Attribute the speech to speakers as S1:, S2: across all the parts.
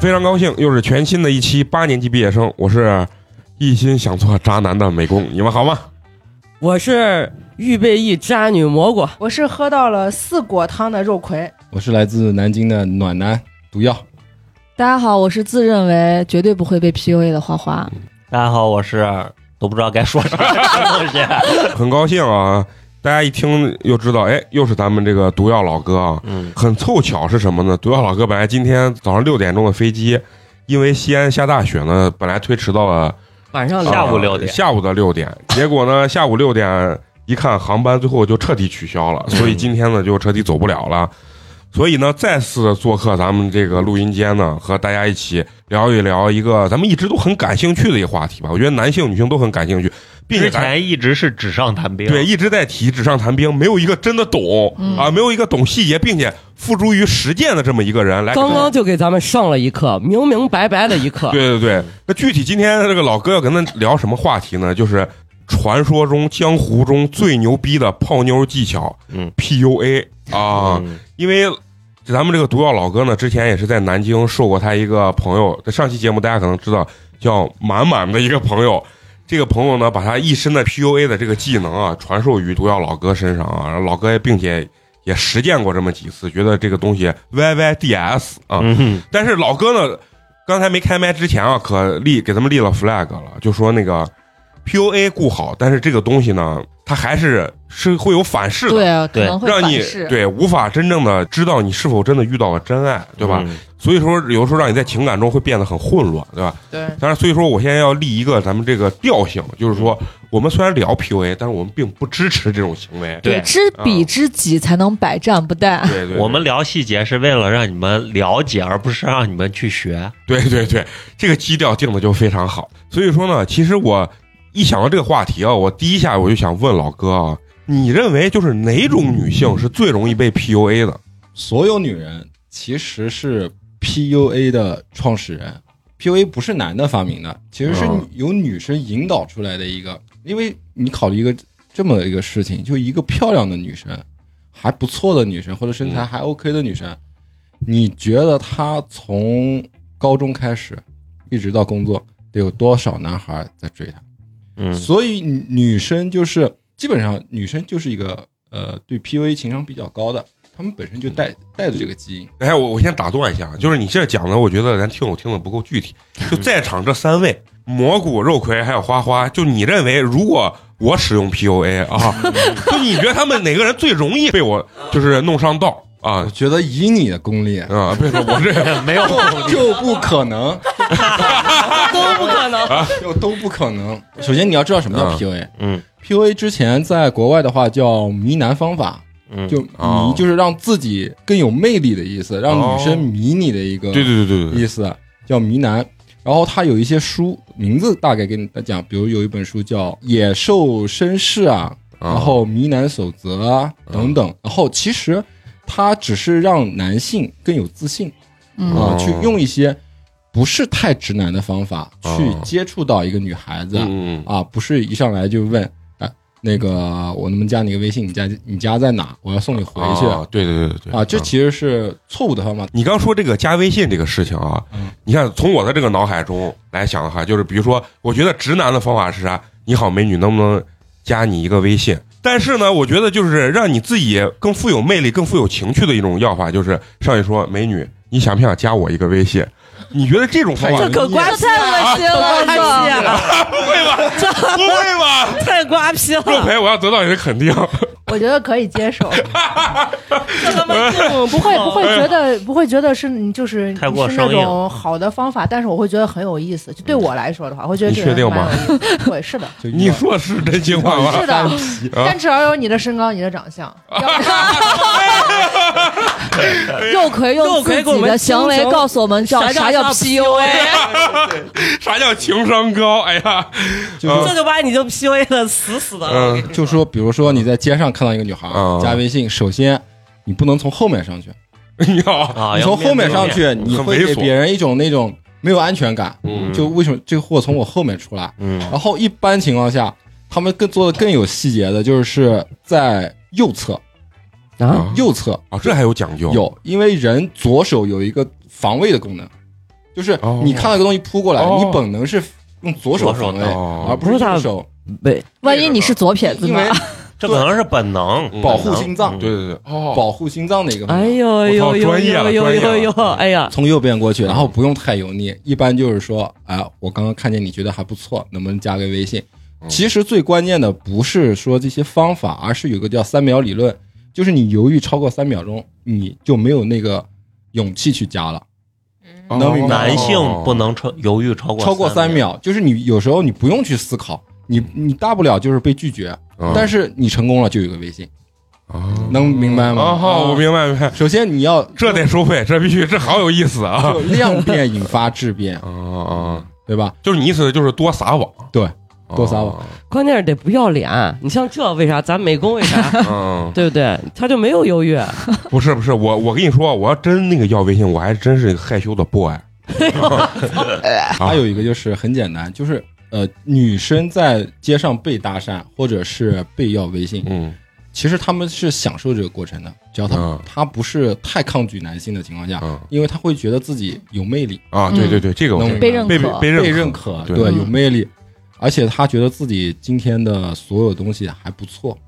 S1: 非常高兴，又是全新的一期八年级毕业生，我是一心想做渣男的美工，你们好吗？
S2: 我是预备役渣女蘑菇，
S3: 我是喝到了四果汤的肉葵。
S4: 我是来自南京的暖男毒药，
S5: 大家好，我是自认为绝对不会被 PUA 的花花。
S6: 大家好，我是都不知道该说啥的东西。
S1: 很高兴啊！大家一听又知道，哎，又是咱们这个毒药老哥啊。
S6: 嗯，
S1: 很凑巧是什么呢？毒药老哥本来今天早上六点钟的飞机，因为西安下大雪呢，本来推迟到了
S2: 晚上
S1: 呃
S6: 下午
S2: 聊
S6: 6点
S1: 下午的六点。结果 呢，下午六点一看航班，最后就彻底取消
S6: 嗯
S1: 了，所以今天呢就彻底走不了了。所以呢，再次做客咱们这个录音间呢，和大家一起聊一聊一个咱们一直都很感兴趣的一个话题吧。我觉得男性、女性都很感兴趣，并且
S6: 之
S1: 咱
S6: 前一直是纸上谈兵，
S1: 对，，一直在提纸上谈兵，没有一个真的懂、
S5: 嗯
S1: 啊，没有一个懂细节并且付诸于实践的这么一个人来给咱
S2: 刚
S1: 们。
S2: 刚就给咱们上了一课，明明白白的一 课。
S1: 对对对，那具体今天这个老哥要跟他聊什么话题呢？就是传说中江湖中最牛逼的泡妞技巧
S6: 嗯
S1: PUA 啊，
S6: 嗯
S1: 因为咱们这个毒药老哥呢，之前也是在南京受过他一个朋友，在上期节目大家可能知道叫满满的一个朋友。这个朋友呢，把他一身的 PUA 的这个技能啊，传授于毒药老哥身上啊，然后老哥也并且也实践过这么几次，觉得这个东西 YYDS 啊，
S6: 嗯哼，
S1: 但是老哥呢，刚才没开麦之前啊，可立给他们立了 flag 了，就说那个 PUA 顾好，但是这个东西呢，它还是是会有反噬的，
S5: 对，啊可
S6: 对
S5: 能会
S1: 让你
S5: 反噬。
S1: 对无法真正的知道你是否真的遇到了真爱，对吧？
S6: 嗯？
S1: 所以说有时候让你在情感中会变得很混乱，对吧？
S3: 对，
S1: 但是所以说我现在要立一个咱们这个调性，就是说我们虽然聊 PUA，但是我们并不支持这种行为。
S6: 对
S5: 知彼知己才能百战不殆。
S1: 对对对，
S6: 我们聊细节是为了让你们了解，而不是让你们去学。
S1: 对对对，这个基调定的就非常好。所以说呢，其实我一想到这个话题啊，我第一下我就想问老哥啊，你认为就是哪种女性是最容易被 PUA 的？
S4: 所有女人其实是 PUA 的创始人，PUA 不是男的发明的，其实是
S1: 嗯
S4: 由女生引导出来的一个。因为你考虑一个这么一个事情，就一个漂亮的女生，还不错的女生，或者身材还 OK 的女生，你觉得她从高中开始一直到工作，得有多少男孩在追她？
S6: 嗯
S4: 所以女女生就是基本上女生就是一个呃对 PUA 情商比较高的，她们本身就带带着这个基因。
S1: 哎，我我先打断一下，就是你这讲的，我觉得咱听友听的不够具体。就在场这三位，蘑菇、肉葵还有花花，就你认为如果我使用 PUA 啊， 就你觉得他们哪个人最容易被我就是弄上道啊
S4: 我？觉得以你的功力，
S1: 啊，别说我这
S6: 没有，
S4: 就不可能，
S2: 都不可能。
S4: 就都不可能。首先你要知道什么叫
S1: 嗯
S4: PUA。
S6: 嗯
S4: PUA 之前在国外的话叫迷男方法，
S6: 嗯，
S4: 就
S1: 哦
S4: 迷就是让自己更有魅力的意思，让女生迷你的一 个
S1: 对对对对对，
S4: 意思，啊叫迷男。然后他有一些书名字大概给你呃讲，比如有一本书叫《野兽绅士》啊，
S1: 啊
S4: 然后迷男守则啊等等。然后其实它只是让男性更有自信
S5: 嗯，
S4: 啊、
S1: 哦
S4: 去用一些不是太直男的方法
S1: 哦
S4: 去接触到一个女孩子、
S1: 嗯嗯
S4: 啊，不是一上来就问啊那个我能不能加你个微信？你家你家在哪？我要送你回
S1: 嗯，
S4: 去
S1: 啊，对对对对对
S4: 啊。这其实是错误的方法。
S1: 你刚说这个加微信这个事情啊，
S4: 嗯
S1: 你看从我的这个脑海中来想的话，就是比如说，我觉得直男的方法是啥？你好，美女，能不能加你一个微信？但是呢，我觉得就是让你自己更富有魅力、更富有情趣的一种要法，就是上去说，美女，你想不想加我一个微信？你觉得这种方法
S4: 这
S2: 可
S4: 你也
S2: 瓜
S5: 这
S2: 皮
S5: 太恶心
S2: 了，
S5: 了，
S2: 瓜皮
S5: 哥。
S2: 了，
S1: 不会吧？不会吧？
S2: 太瓜 皮了，
S1: 肉培，我要得到你的肯定。
S3: 我觉得可以接受，
S2: 这他妈更
S3: 不会不会觉得不会觉得是你就是
S6: 太过
S3: 是那
S6: 生硬
S3: 种好的方法，但是我会觉得很有意思。就对我来说的话，我会觉得
S1: 你
S3: 这个
S1: 确定
S3: 人蛮有意思的？会是的，
S4: 就
S1: 你说是真心话吗？
S3: 是的。
S1: 啊
S3: 但只要有你的身高，你的长相，要不然
S5: 肉葵用自己的行为告诉我们叫啥叫 PUA。
S1: 啥叫情商高？哎呀，
S4: 就是
S2: 这就把你就 PUA 的死死的。
S1: 嗯
S2: 我跟你
S4: 就说，比如说你在街上看到一个女孩
S1: 啊
S4: 加微信，首先你不能从后面上去，
S1: 你好，
S6: 啊，
S4: 你
S6: 要
S4: 从后面
S6: 面
S4: 上去，你
S1: 很
S4: 会
S1: 猥
S4: 给
S1: 琐
S4: 别人一种那种没有安全感。
S1: 嗯
S4: 就为什么这个货从我后面出来？
S6: 嗯
S4: 然后一般情况下，他们更做的更有细节的，就是在右侧，
S2: 啊，
S1: 啊
S4: 右侧
S1: 啊，这还有讲究，
S4: 有，因为人左手有一个防卫的功能，就是
S1: 哦
S4: 你看到一个东西扑过来，
S1: 哦
S4: 你本能是用左手防卫，
S6: 左手
S1: 哦
S4: 而不是右手，
S1: 嗯
S2: 对，
S5: 万一你是左撇子
S4: 因
S5: 呢
S4: 为？
S6: 这可能是本能，
S1: 嗯
S4: 保护心脏，
S1: 对对对，哦，
S4: 保护心脏的一个。
S2: 哎呦
S1: 我
S2: 呦
S1: 操
S2: 呦
S1: 专业
S2: 呦
S1: 了
S2: 呦
S1: 专业
S2: 呦
S1: 了
S2: 呦，哎呀，
S4: 从右边过
S1: 嗯
S4: 去，然后不用太油腻，一般就是说，哎，我刚刚看见你觉得还不错，能不能加个微信？
S1: 嗯
S4: 其实最关键的不是说这些方法，而是有个叫三秒理论，就是你犹豫超过三秒钟，你就没有那个勇气去加了。
S1: 哦
S4: 能明白
S6: 男性不能超犹豫超过
S4: 超过三
S6: 秒，
S4: 秒，就是你有时候你不用去思考，你你大不了就是被拒绝，
S1: 嗯
S4: 但是你成功了就有个微信，
S1: 哦
S4: 能明白吗？
S1: 哦，好我明白明白，
S4: 首先你要
S1: 这得收费，这必须，这好有意思 啊！
S4: 就量变引发质变，
S1: 啊啊，
S4: 对吧？
S1: 就是你意思就是多撒网，
S4: 对，
S1: 哦
S4: 多撒网，
S2: 关键是得不要脸。你像这为啥？咱美工 为啥？
S1: 嗯，
S2: 对不对？他就没有优越，
S1: 不是不是，我我跟你说，我要真那个要微信，我还真是一个害羞的 boy。啊
S4: 还有一个就是很简单，就是呃，女生在街上被搭讪或者是被要微信，
S1: 嗯
S4: 其实她们是享受这个过程的，只要她、
S1: 嗯
S4: 她不是太抗拒男性的情况下，
S1: 嗯
S4: 因为她会觉得自己有魅力，
S1: 啊，对对对，这个我
S4: 嗯能
S1: 知
S5: 被
S1: 道
S5: 认
S1: 被
S5: 可
S1: 被
S4: 被
S1: 认
S4: 认可，
S1: 对
S4: 对，有魅力，而且她觉得自己今天的所有东西还不错，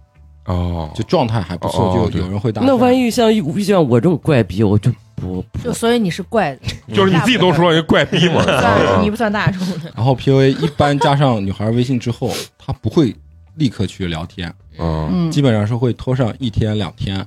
S1: 哦，
S4: 就状态还不错，
S1: 哦哦
S4: 就
S1: 对
S4: 有人会搭讪。
S2: 那万一像遇见我这种怪逼，我就不
S3: 就所以你是怪的，
S1: 就是你自己都说你怪逼嘛，
S3: 算
S1: 啊
S3: 你不算大众的。
S4: 然后 PUA 一般加上女孩微信之后，她不会立刻去聊天，
S1: 嗯
S5: 嗯，
S4: 基本上是会拖上一天两天。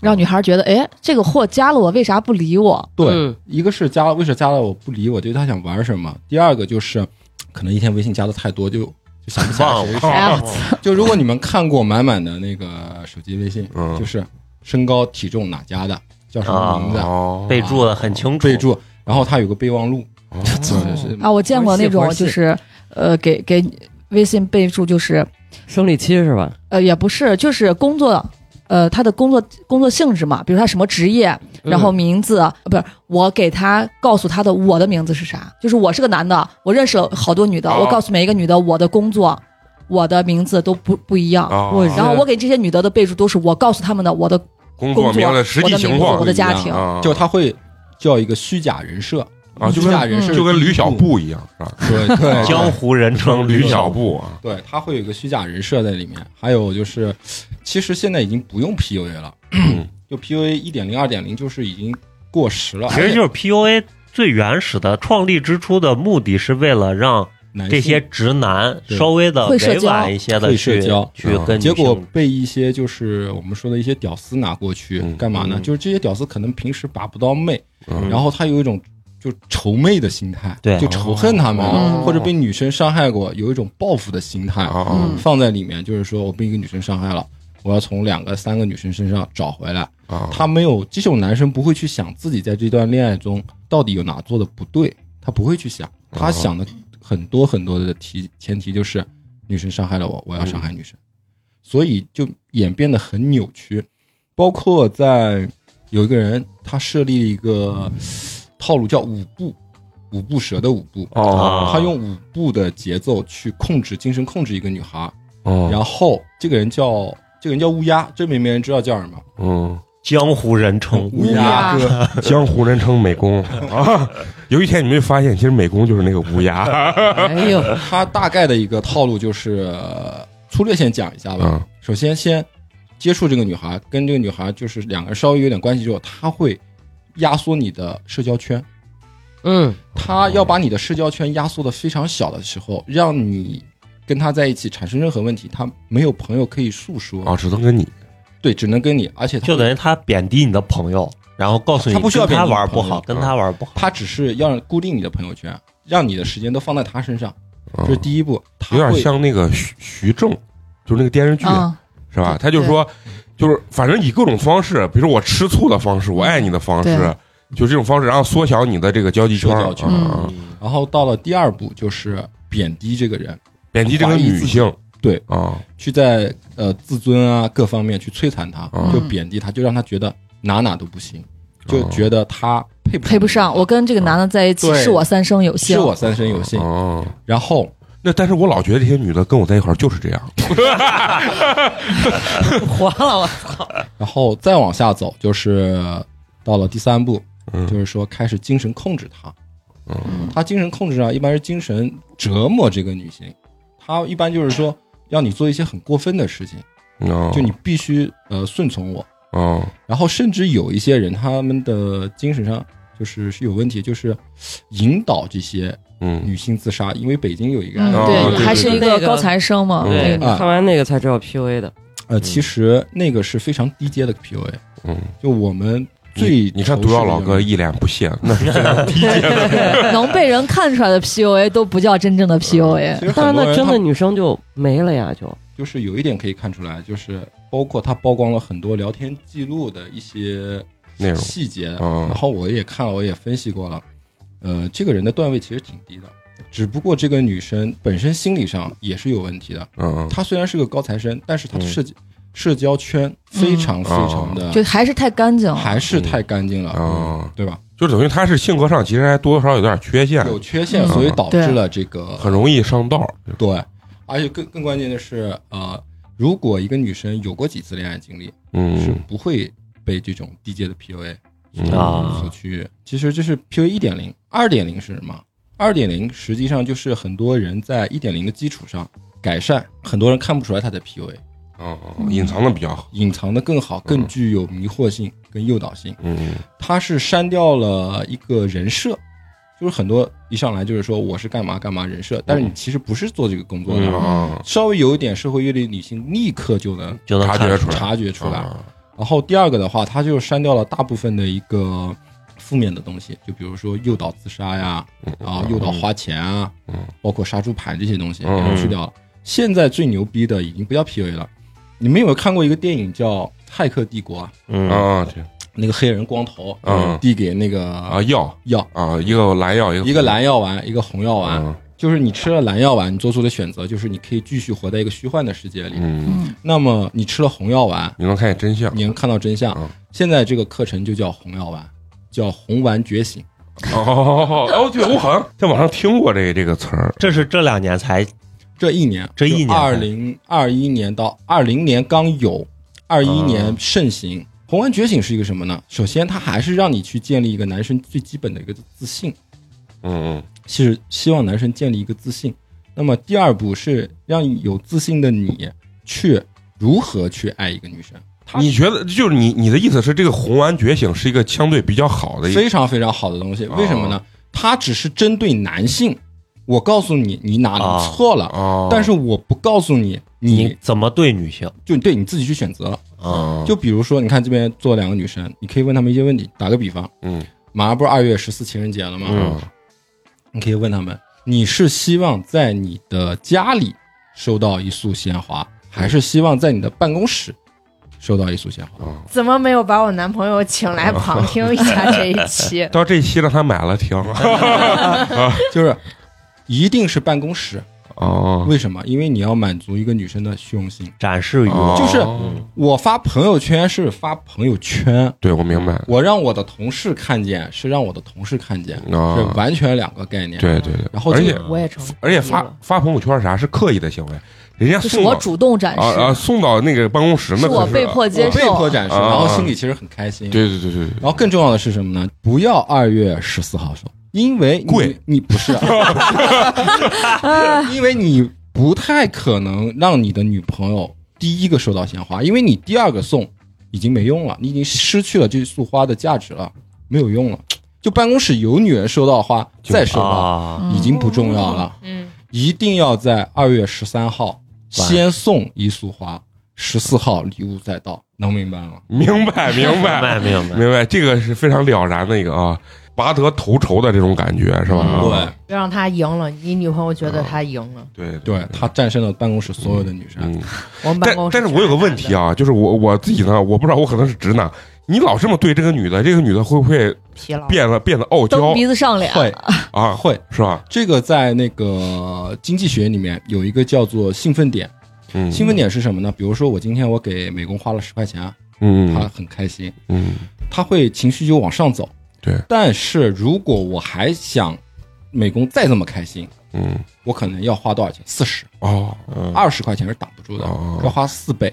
S5: 让女孩觉得，哎，这个货加了我，为啥不理我？
S4: 对，
S2: 嗯
S4: 一个是加了，为啥加了我不理我，就是他想玩什么；第二个就是可能一天微信加的太多，就就想不起来
S6: 忘
S4: 谁
S6: 了
S4: 是
S5: 哎
S4: 谁。
S5: 呀，
S4: 就如果你们看过满满的那个手机微信，
S1: 嗯
S4: 就是身高、体重哪家的，叫什么名字，啊
S1: 哦
S6: 备注的很清楚，
S4: 备注，然后它有个备忘录，
S1: 哦
S4: 就是
S5: 啊，我见过那 种
S4: 玩戏
S5: 就是，呃，给给微信备注就是，
S2: 生理期是吧？
S5: 呃，也不是，就是工作，呃，他的工作工作性质嘛，比如他什么职业，
S1: 嗯
S2: 嗯
S5: 然后名字、呃不是我给他告诉他的我的名字是啥，就是我是个男的，我认识了好多女的，
S1: 哦
S5: 我告诉每一个女的我的工作，我的名字都不不一样。
S1: 哦
S2: 我
S5: 然后我给这些女的的备注都是我告诉他们的我的
S1: 工
S5: 工
S1: 作
S5: 作、
S1: 明的实
S5: 我
S1: 际
S5: 的
S1: 情
S5: 名字、
S1: 况
S5: 我的
S4: 不一样
S5: 家庭，
S1: 啊，
S4: 就他会叫一个虚假人设，
S1: 啊，就
S4: 虚假
S1: 跟
S4: 人设
S1: 就跟
S4: 是第一
S1: 吕小
S4: 步，
S1: 布一样，是 吧？
S4: 对 对，
S6: 江湖人称
S1: 称吕小
S6: 小，
S1: 布啊，
S4: 对，它会有一个虚假人设在里面。还有就是，其实现在已经不用 PUA 了，
S6: 嗯
S4: 就 PUA 一点零、二点零就是已经过时了。哎
S6: 其实就是 PUA 最原始的创立之初的目的是为了让
S4: 男性
S6: 这些直男
S4: 对
S6: 稍微的
S5: 会社
S6: 委
S5: 交
S6: 婉一些的
S4: 会社
S6: 去
S4: 交啊
S6: 去跟女
S4: 结果
S6: 性
S4: 被一些就是我们说的一些屌丝拿过去、
S1: 嗯
S4: 干嘛呢？
S6: 嗯
S4: 就是这些屌丝可能平时把不到妹，
S1: 嗯
S4: 然后他有一种就仇妹的心态，
S6: 对
S4: 就仇恨他们，
S1: 哦
S4: 或者被女生伤害过，有一种报复的心态、
S6: 哦
S1: 啊
S5: 嗯
S4: 放在里面。就是说我被一个女生伤害了，我要从两个、三个女生身上找回来。
S1: 啊，
S4: 嗯他没有这种男生不会去想自己在这段恋爱中到底有哪做的不对，他不会去想，他想的很多很多的提前提就是女生伤害了我，我要伤害女生，所以就演变得很扭曲。包括在有一个人，他设立了一个套路叫五步，五步蛇的五步，
S1: 哦
S6: 啊，
S4: 他用五步的节奏去控制精神控制一个女孩，
S1: 哦
S4: 然后这个人叫这个人叫乌鸦，真没没人知道叫什么。
S1: 嗯，
S6: 江湖人称
S4: 哦乌鸦哥，
S1: 江湖人称美工 啊，有一天你们就发现，其实美工就是那个乌 鸦，
S2: 哎呦，
S4: 他大概的一个套路就是，呃粗略先讲一下吧。
S1: 嗯
S4: 首先，先接触这个女孩，跟这个女孩就是两个人稍微有点关系之后，他会压缩你的社交圈，
S2: 嗯，
S4: 他要把你的社交圈压缩的非常小的时候，让你跟他在一起产生任何问题，他没有朋友可以诉说，
S1: 啊，只能跟你
S4: 对，只能跟你，而且他
S6: 就等于他贬低你的朋友，然后告诉你
S4: 他不需要
S6: 跟他
S4: 贬低
S6: 玩
S4: 你的
S6: 不
S4: 朋友啊
S6: 好，跟他玩不好。
S4: 他只是要固定你的朋友圈，让你的时间都放在他身上，
S1: 嗯
S4: 这是第一步。他
S1: 有点
S4: 会嗯
S1: 像那个徐徐正，就是那个电视剧，
S5: 啊，
S1: 是吧？他就说，就是反正以各种方式，比如说我吃醋的方式，我爱你的方式，就这种方式，然后缩小你的这个交际圈，
S4: 社交圈嗯
S1: 啊
S4: 然后到了第二步就是贬低这个人。
S1: 贬低这个女性，
S4: 对
S1: 啊，
S4: 去在呃自尊啊各方面去摧残他，
S1: 嗯
S4: 就贬低他，就让他觉得哪哪都不行，就
S1: 哦
S4: 觉得他配不
S5: 配不上。我跟这个男的在一起，
S4: 对
S5: 是我三生有幸。
S4: 是我三生有幸。
S1: 哦。
S4: 然后
S1: 那但是我老觉得这些女的跟我在一块儿就是这样，
S2: 活了我。
S4: 然后再往下走，就是到了第三步，
S1: 嗯
S4: 就是说开始精神控制他，
S1: 嗯
S4: 他精神控制啊，一般是精神折磨这个女性，他一般就是说让你做一些很过分的事情，
S1: 哦
S4: 就你必须呃顺从我。
S1: 哦
S4: 然后甚至有一些人，他们的精神上就是是有问题，就是引导这些
S1: 嗯
S4: 女性自杀，因为北京有一个案
S5: 嗯，
S4: 例，
S1: 哦对
S5: 对，还是一
S2: 对对
S5: 个
S2: 对
S5: 高材生嘛，
S1: 嗯
S5: 那
S2: 对，
S5: 个
S2: 你
S5: 女
S4: 啊
S2: 看完那个才知道 PUA 的，
S4: 呃，其实那个是非常低阶的 PUA，
S1: 嗯，
S4: 就我们最
S1: 你你看
S4: 仇
S1: 毒
S4: 视
S1: 药
S4: 的
S1: 老
S4: 人
S1: 哥一脸不屑，那是非常低阶的。
S5: 能被人看出来的 PUA 都不叫真正的 PUA
S1: 嗯
S4: 其。实
S2: 但是
S4: 很多
S2: 那
S4: 人
S2: 真的
S4: 他
S2: 女生就没了呀，就
S4: 就是有一点可以看出来，就是包括他曝光了很多聊天记录的一些
S1: 内 容
S4: 细节，
S1: 嗯
S4: 然后我也看了，我也分析过了，呃，这个人的段位其实挺低的，只不过这个女生本身心理上也是有问题的。
S1: 嗯
S4: 她虽然是个高材生，但是她的
S1: 嗯哦
S4: 社、社交圈非常非常的、
S5: 就还是太干净了，
S4: 还是太干净了，
S1: 嗯
S4: 对吧？
S1: 就等于他是性格上其实还多多少少有点缺陷，
S4: 有缺陷，
S5: 嗯
S4: 所以导致了这个
S1: 很容易上道。
S4: 对，而且更更关键的是，呃，如果一个女生有过几次恋爱经历，是
S1: 嗯
S4: 不会被这种低阶的 PUA
S1: 嗯
S6: 啊
S4: 所区域。其实这是 PUA 一点零，二点零是什么？二点零实际上就是很多人在一点零的基础上改善，很多人看不出来他在 PUA，
S1: 嗯，嗯隐藏的比较好。
S4: 隐藏的更好，更具有迷惑性跟诱导性。
S1: 嗯
S4: 他是删掉了一个人设，就是很多一上来就是说我是干嘛干嘛人设，但是你其实不是做这个工作
S1: 嗯
S4: 的。
S1: 啊，
S4: 稍微有一点社会阅历，女性立刻就能
S6: 就能
S1: 察
S6: 看
S1: 觉
S6: 出
S1: 出来
S4: 察觉出来。
S1: 啊
S4: 然后第二个的话，它就删掉了大部分的一个负面的东西，就比如说诱导自杀呀，啊，诱导花钱啊，
S1: 嗯
S4: 包括杀猪盘这些东西，
S1: 嗯
S4: 然后去掉了。现在最牛逼的已经不叫 PUA 了，你们有没有看过一个电影叫《骇客帝国》啊？
S6: 嗯
S1: 啊对
S4: 那个黑人光头，
S1: 嗯
S4: 递给那个
S1: 啊药
S4: 药，
S1: 啊，一个蓝药，一个
S4: 一个蓝药丸，一个红药丸，
S1: 嗯
S4: 就是你吃了蓝药丸，你做出的选择就是你可以继续活在一个虚幻的世界里。
S1: 嗯，
S4: 那么你吃了红药丸，
S1: 你能看见真相
S4: 你能看到真相。
S1: 嗯
S4: 现在这个课程就叫红药丸，叫红丸觉醒。
S1: 哦哦哦，对我好像在网上听过这这个词儿。
S6: 这是这两年才
S4: 这一年，
S6: 这一年
S4: 二零二一年到二零年刚有，二一年
S6: 哦
S4: 盛行。红丸觉醒是一个什么呢？首先，它还是让你去建立一个男生最基本的一个自信，
S1: 嗯
S4: 是希望男生建立一个自信。那么第二步是让有自信的你去如何去爱一个女生，
S1: 嗯，你觉得就是你你的意思是这个红丸觉醒是一个相对比较好的一个
S4: 非常非常好的东西。为什么呢？
S6: 哦
S4: 它只是针对男性。我告诉你，你哪里
S6: 啊
S4: 错了，
S1: 哦，
S4: 但是我不告诉你，
S6: 你
S4: 你
S6: 怎么对女性
S4: 就你对你自己去选择了。
S6: 啊？
S1: 啊
S4: 就比如说，你看这边坐两个女生，你可以问她们一些问题。打个比方，
S1: 嗯
S4: 马上不是二月十四情人节了吗？
S1: 嗯
S4: 你可以问她们：你是希望在你的家里收到一束鲜花，还是希望在你的办公室收到一束鲜花？
S1: 啊，？
S3: 怎么没有把我男朋友请来旁听一下这一期
S1: 到这一期让他买了听
S4: 就是一定是办公室，
S1: 哦，
S4: 为什么？因为你要满足一个女生的虚荣心。
S6: 展示欲
S1: 哦
S6: 望
S4: 就是
S6: 嗯
S4: 我发朋友圈是发朋友圈，
S1: 对我明白了
S4: 我让我的同事看见是让我的同事看见，是
S1: 啊，
S4: 完全两个概念。
S1: 对对对，
S4: 然后
S1: 而
S4: 这
S1: 且
S4: 个
S3: 我也成，
S1: 而且发发朋友圈啥是刻意的行为，人家
S5: 就是
S1: 送
S5: 我
S1: 到
S5: 主动展
S1: 啊啊
S5: 示，
S1: 送到那个办公室那
S5: 是我
S1: 可
S5: 被
S1: 是
S5: 迫接
S4: 被迫
S5: 受。
S4: 展示，
S1: 啊
S4: 然后心里其实很开心。
S1: 对对对对对
S4: 然后更重要的是什么呢？不要二月十四号收，因为你
S1: 贵，
S4: 你不是，啊 因为你不太可能让你的女朋友第一个收到鲜花，因为你第二个送已经没用了，你已经失去了这束花的价值了，没有用了。就办公室有女人收到花再收到，
S6: 啊，
S5: 嗯
S4: 已经不重要了。
S3: 嗯，
S4: 一定要在二月十三号
S6: 晚
S4: 先送一束花，十四号礼物再到，能明白吗？
S1: 明白明白。
S6: 白明白，
S1: 明白，这个是非常了然的一个啊，拔得头筹的这种感觉是吧？
S4: 对
S1: 啊，
S3: 别让他赢了，你女朋友觉
S1: 哦
S3: 得他赢了。
S1: 对
S4: 对，他战胜了办公室所有的女生。
S1: 嗯，
S3: 我们办
S1: 但
S3: 公室
S1: 但是我有个问题啊，就是我我自己呢，我不知道我可能是直男，你老这么对这个女的，这个女的会不会
S3: 疲劳，
S1: 变得变得傲
S5: 蹬
S1: 娇
S5: 鼻子上脸，
S4: 会
S1: 啊？
S4: 会，
S1: 是吧？
S4: 这个在那个经济学里面有一个叫做兴奋点。
S1: 嗯
S4: 兴奋点是什么呢？比如说我今天我给美工花了十块钱，啊他
S1: 嗯
S4: 很开心，
S1: 嗯
S4: 他会情绪就往上走。
S1: 对
S4: 但是如果我还想美工再这么开心，
S1: 嗯
S4: 我可能要花多少钱？四十、
S1: 哦
S4: 二十块钱是挡不住的，
S1: 哦
S4: 要花四倍。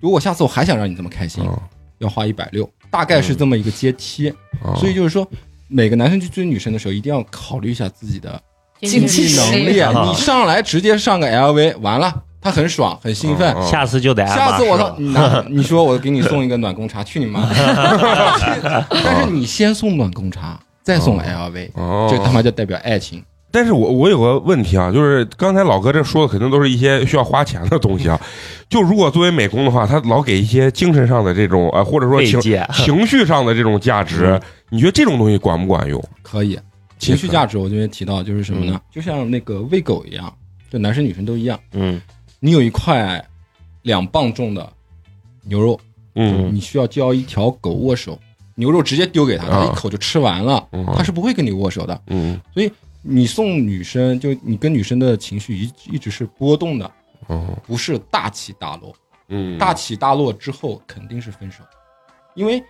S4: 如果下次我还想让你这么开心，
S1: 哦
S4: 要花一百六，大概是这么一个阶梯。
S1: 哦，
S4: 所以就是说，每个男生去追女生的时候，一定要考虑一下自己的
S5: 经济
S4: 经济能 力啊
S6: 实。力
S4: 你上来直接上个 LV，完了，他很爽，很兴奋。
S1: 嗯
S6: 下次就得啊挨骂
S4: 下次我
S6: 是
S4: 操
S6: 吧，
S4: 你拿你说我给你送一个暖宫茶，去你妈！ 但是你先送暖宫茶，再送
S1: 哦
S4: LV，
S1: 哦，
S4: 这他妈就代表爱情。
S1: 但是我我有个问题啊，就是刚才老哥这说的肯定都是一些需要花钱的东西啊。就如果作为美工的话，他老给一些精神上的这种呃，或者说
S6: 慰
S1: 情
S6: 藉
S1: 情绪上的这种价值，你觉得这种东西管不管用？
S4: 可以，嗯情绪价值我这边提到就是什么呢？就像那个喂狗一样，就男生女生都一样。
S6: 嗯
S4: 你有一块两磅重的牛肉，
S1: 嗯
S4: 你需要教一条狗握手，牛肉直接丢给他，他
S1: 啊
S4: 一口就吃完了，
S1: 嗯
S4: 他是不会跟你握手的。
S1: 嗯
S4: 你送女生，就你跟女生的情绪一一直是波动的，
S1: 嗯
S4: 不是大起大落。
S1: 嗯，
S4: 大起大落之后肯定是分手，因为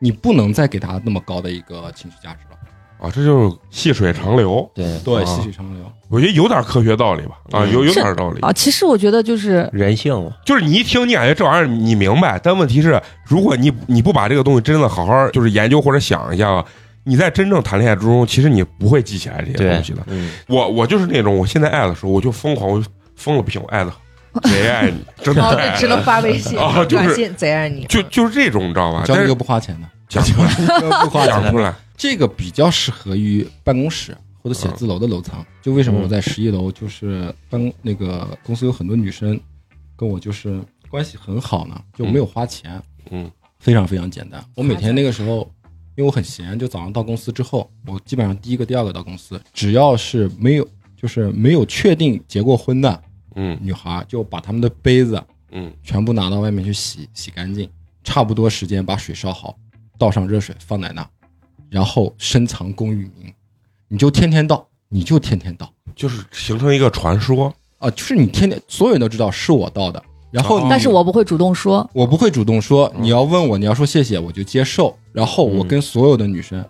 S4: 你不能再给他那么高的一个情绪价值了。
S1: 啊，这就是细水长流。
S6: 对
S4: 对，
S1: 啊
S4: 细水长流。
S1: 我觉得有点科学道理吧，啊，
S6: 嗯
S1: 有有
S5: 是
S1: 点道理。
S5: 啊，其实我觉得就是
S6: 人性嘛，
S1: 就是你一听，你感觉这玩意儿你明白，但问题是，如果你你不把这个东西真的好好就是研究或者想一下啊，你在真正谈恋爱之中，其实你不会记起来这些
S6: 对
S1: 东西的。，
S6: 嗯
S1: 我我就是那种，我现在爱的时候，我就疯狂，我就疯了不行，我爱 的贼爱你，真的
S5: 哦
S7: 然后
S1: 爱
S7: 只能发微信、
S1: 啊就是
S7: 短信，贼爱你。
S1: 就就是这种，你知道吧？
S4: 教
S1: 啊但
S4: 一个
S1: 是
S4: 不花钱的，
S1: 讲 不来，
S4: 不花
S1: 讲不来，
S4: 这个比较适合于办公室或者写字楼的楼层。就为什
S1: 嗯
S4: 么我在十一楼，就是办公那个公司有很多女生跟我就是关系很好呢，就没有花钱，
S1: 嗯，
S4: 非常非常简单。我每天那个时候，因为我很闲，就早上到公司之后，我基本上第一个、第二个到公司，只要是没有就是没有确定结过婚的
S1: 嗯
S4: 女孩，就把她们的杯子
S1: 嗯
S4: 全部拿到外面去洗，洗干净，差不多时间把水烧好，倒上热水放在那，然后深藏功与名，你就天天倒，你就天天倒
S1: 就是形成一个传说，
S4: 啊，就是你天天所有人都知道是我倒的，然后
S1: 哦
S4: 你
S5: 但是我不会主动说，
S4: 我不会主动说，你要问我，你要说谢谢，我就接受，然后我跟所有的女生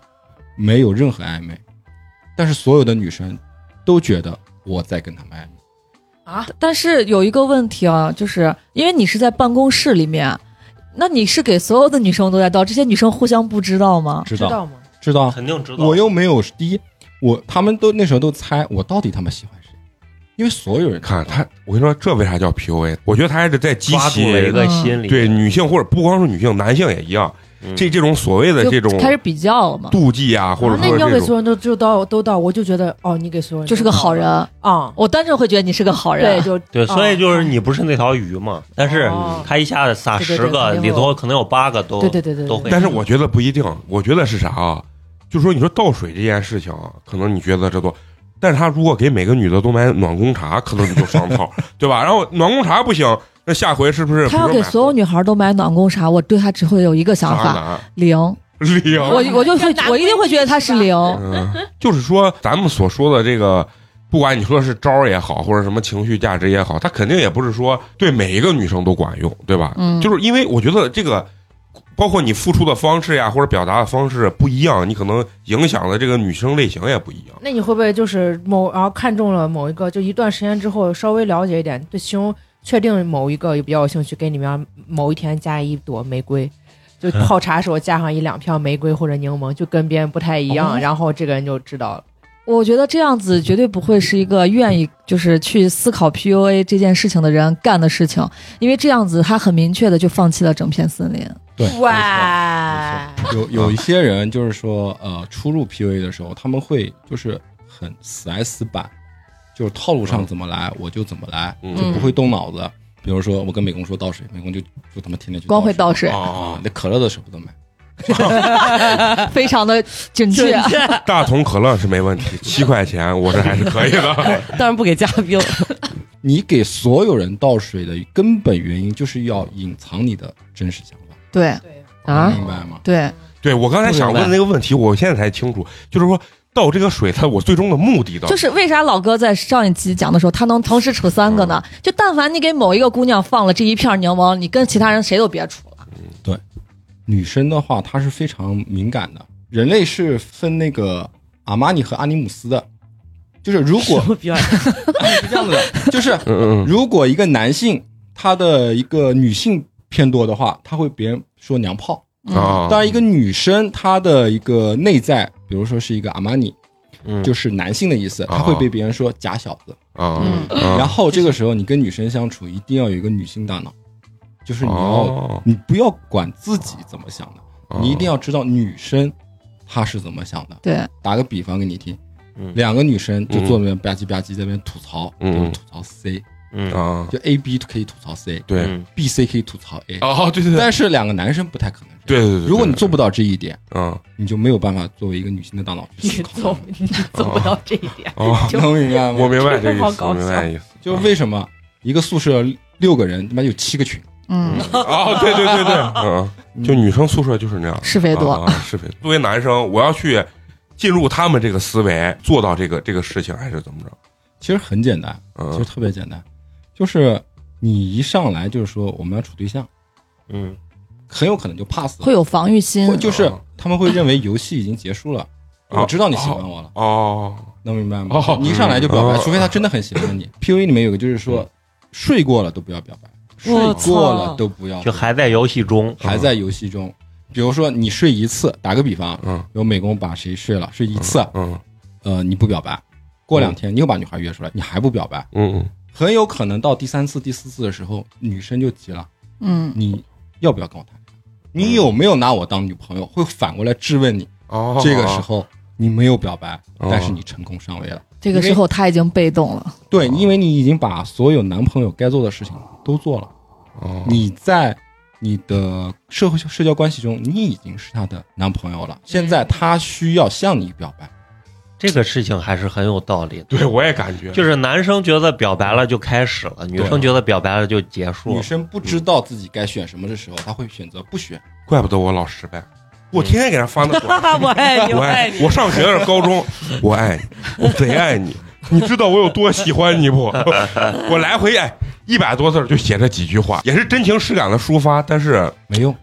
S4: 没有任何暧昧，但是所有的女生都觉得我在跟他们暧昧，
S5: 但是有一个问题啊，就是因为你是在办公室里面，那你是给所有的女生都在倒，这些女生互相不知道吗？
S4: 知
S3: 知
S4: 道
S3: 道吗？
S4: 知道，啊
S6: 肯定知道。
S4: 我又没有第一，我他们都那时候都猜我到底他妈喜欢谁，因为所有人
S1: 看他，我跟你说，这为啥叫 PUA？我觉得他还是在激
S6: 抓住了一
S1: 起
S6: 个心理，
S1: 对女性或者不光是女性，男性也一样，
S6: 嗯
S1: 这这种所谓的
S5: 就
S1: 这种
S5: 开始比较了嘛，
S1: 妒忌啊，或者
S3: 那
S1: 说
S3: 你要
S1: 这
S3: 给所
S1: 种，
S3: 有人都就到都到，我就觉得哦，你给所有人
S5: 就是个好人。
S3: 啊，
S5: 我单纯会觉得你是个好人
S1: 啊
S3: 对，，就
S6: 对，
S3: 哦
S6: 所以就是你不是那条鱼嘛，但是
S3: 哦
S6: 他一下子撒
S3: 对对
S6: 十
S3: 对
S6: 个，
S3: 肯定
S6: 里
S3: 会
S6: 头可能有八个都
S3: 对对对对，
S6: 都
S3: 对
S6: 会
S1: 但是我觉得不一定，我觉得是啥啊？就说你说倒水这件事情啊，可能你觉得这多，但是他如果给每个女的都买暖宫茶，可能你就双 套，对吧？然后暖宫茶不行，那下回是不是
S5: 他要给所有女孩都买暖宫啥，我对他只会有一个想法，
S1: 法
S5: 零。
S1: 哦零？
S5: 我我就会
S7: 要拿，
S5: 我一定会觉得他是零。
S1: 嗯，就是说咱们所说的这个。不管你说的是招儿也好，或者什么情绪价值也好，它肯定也不是说对每一个女生都管用，对吧？
S5: 嗯
S1: 就是因为我觉得这个，包括你付出的方式呀，或者表达的方式不一样，你可能影响的这个女生类型也不一样。
S3: 那你会不会就是某然后看中了某一个，就一段时间之后稍微了解一点，对其中确定某一个也比较有兴趣，给你们某一天加一朵玫瑰，就泡茶时候加上一两片玫瑰或者柠檬，就跟别人不太一样，然后这个人就知道了。
S5: 我觉得这样子绝对不会是一个愿意就是去思考 PUA 这件事情的人干的事情，因为这样子他很明确的就放弃了整片森林。
S4: 对
S7: 哇，
S4: 有有一些人就是说呃初入 PUA 的时候，他们会就是很死挨死板，就是套路
S6: 嗯
S4: 上怎么来我就怎么来，就
S1: 嗯
S4: 不会动脑子。比如说我跟美工说倒水，美工就就他妈天天去
S5: 光会倒
S4: 倒
S5: 水，
S1: 啊
S4: 啊，，那可乐的舍不得买。
S5: 非常的准确。
S1: 大桶可乐是没问 题，七块钱我这还是可以的。
S2: 当然不给嘉宾。
S4: 你给所有人倒水的根本原因就是要隐藏你的真实想法，
S5: 对
S3: 对，
S5: 啊，
S4: 明白吗？
S5: 对，
S1: 对我刚才想问那个问题，我现在才清楚，就是说倒这个水，它我最终的目的到底
S5: 就是为啥老哥在上一期讲的时候，他能同时处三个呢？
S1: 嗯
S5: 就但凡你给某一个姑娘放了这一片柠檬，你跟其他人谁都别处了。
S4: 女生的话，她是非常敏感的。人类是分那个阿玛尼和阿尼姆斯的，就是如果是这样子 的，就是
S1: 嗯嗯
S4: 如果一个男性他的一个女性偏多的话，他会别人说娘炮；
S1: 啊，
S4: 当然，一个女生她的一个内在比如说是一个阿玛尼，
S1: 嗯
S4: 就是男性的意思，
S1: 啊
S4: 他会被别人说假小子。
S1: 啊，
S5: 嗯
S1: 啊
S4: 然后这个时候你跟女生相处一定要有一个女性大脑，就是你要、
S1: 哦，
S4: 你不要管自己怎么想的，
S1: 哦
S4: 你一定要知道女生她是怎么想的。
S5: 对，
S4: 打个比方给你听，
S6: 嗯
S4: 两个女生就坐那边吧唧吧唧在那边吐槽，
S1: 嗯
S4: 就是吐槽 C，
S6: 嗯
S1: 啊，
S4: 就 A B 可以吐槽 C，B
S1: 对，
S6: 嗯
S4: C 可以吐槽 A，
S1: 哦，对对对
S4: 但是两个男生不太可能这样。
S1: 对对对，
S4: 如果你做不
S1: 到，
S4: 到这一点，
S1: 嗯，
S4: 你就没有办法作为一个女性的大脑去
S3: 你
S4: 思考
S3: 做。你做不到这一点，
S1: 哦，
S3: 就
S4: 能明白
S1: 我
S4: 吗？
S1: 明白这个意
S3: 好
S1: 思，
S3: 搞
S1: 我明白 意思，
S4: 就为什么一个宿舍六个人，他妈有七个群，
S5: 嗯，
S1: 哦，对对对对， 嗯，就女生宿舍就是那样，
S5: 是非多。
S1: 啊，是 非。作为男生，我要去进入他们这个思维，做到这个这个事情，还是怎么着？
S4: 其实很简单，其实
S1: 嗯
S4: 特别简单，就是你一上来就是说我们要处对象，
S6: 嗯
S4: 很有可能就 pass 了
S5: 会，有防御心
S2: 嗯
S4: 或，就是
S1: 哦
S4: 他们会认为游戏已经结束了，
S1: 啊
S4: 我知道你喜欢我了，
S1: 哦，
S4: 能明白吗
S1: 哦？
S4: 你一上来就表白
S1: 嗯，哦嗯
S4: 除非他真的很喜欢你。PUA 里面有个就是说，睡过了都不要表白，睡
S2: 我
S4: 过
S2: 操
S4: 了都不要
S6: 就还在游戏中，
S1: 啊
S4: 还在游戏中。比如说你睡一次，打个比方，
S1: 嗯，
S4: 有美工把谁睡了，睡一次，
S1: 嗯
S4: 呃，你不表白，过两天你又把女孩约出来，你还不表白，
S1: 嗯
S4: 很有可能到第三次、第四次的时候，女生就急了，
S5: 嗯，
S4: 你要不要跟我谈？你有没有拿我当女朋友？会反过来质问你。
S1: 哦，
S4: 这个时候你没有表白，
S1: 哦
S4: 但是你成功上位了。
S5: 这个时候他已经被动了，
S4: 对，因为你已经把所有男朋友该做的事情都做了，
S1: 哦
S4: 你在你的社会社交关系中，你已经是她的男朋友了。现在她需要向你表白，
S6: 这个事情还是很有道理的。
S1: 对我也感觉
S6: 就是男生觉得表白了就开始了，女生觉得表白了就结束
S4: 女
S6: 了。
S4: 生不知道自己该选什么的时候，她会选择不选。
S1: 怪不得我老失败，我天天给他发 那短信
S3: 哦
S2: 我爱
S3: 哎
S2: 你，
S1: 我爱
S2: 爱
S1: 你，我上学是高 中，我爱你，我贼爱你，你知道我有多喜欢 你不？我来回哎一百多字儿就写这几句话，也是真情实感的抒发，但是
S4: 没用，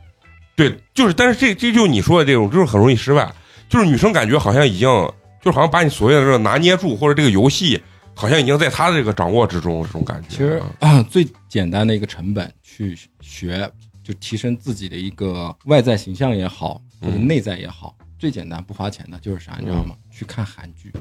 S1: 对，就是但是这这就是你说的这种，就是很容易失败，就是女生感觉好像已经就是好像把你所谓的这个拿捏住，或者这个游戏好像已经在她的这个掌握之中，这种感觉。
S4: 其实啊， 最简单的一个成本去学，就提升自己的一个外在形象也好，或者
S1: 嗯
S4: 内在也好，最简单不花钱的就是啥，你知道吗？去看韩剧，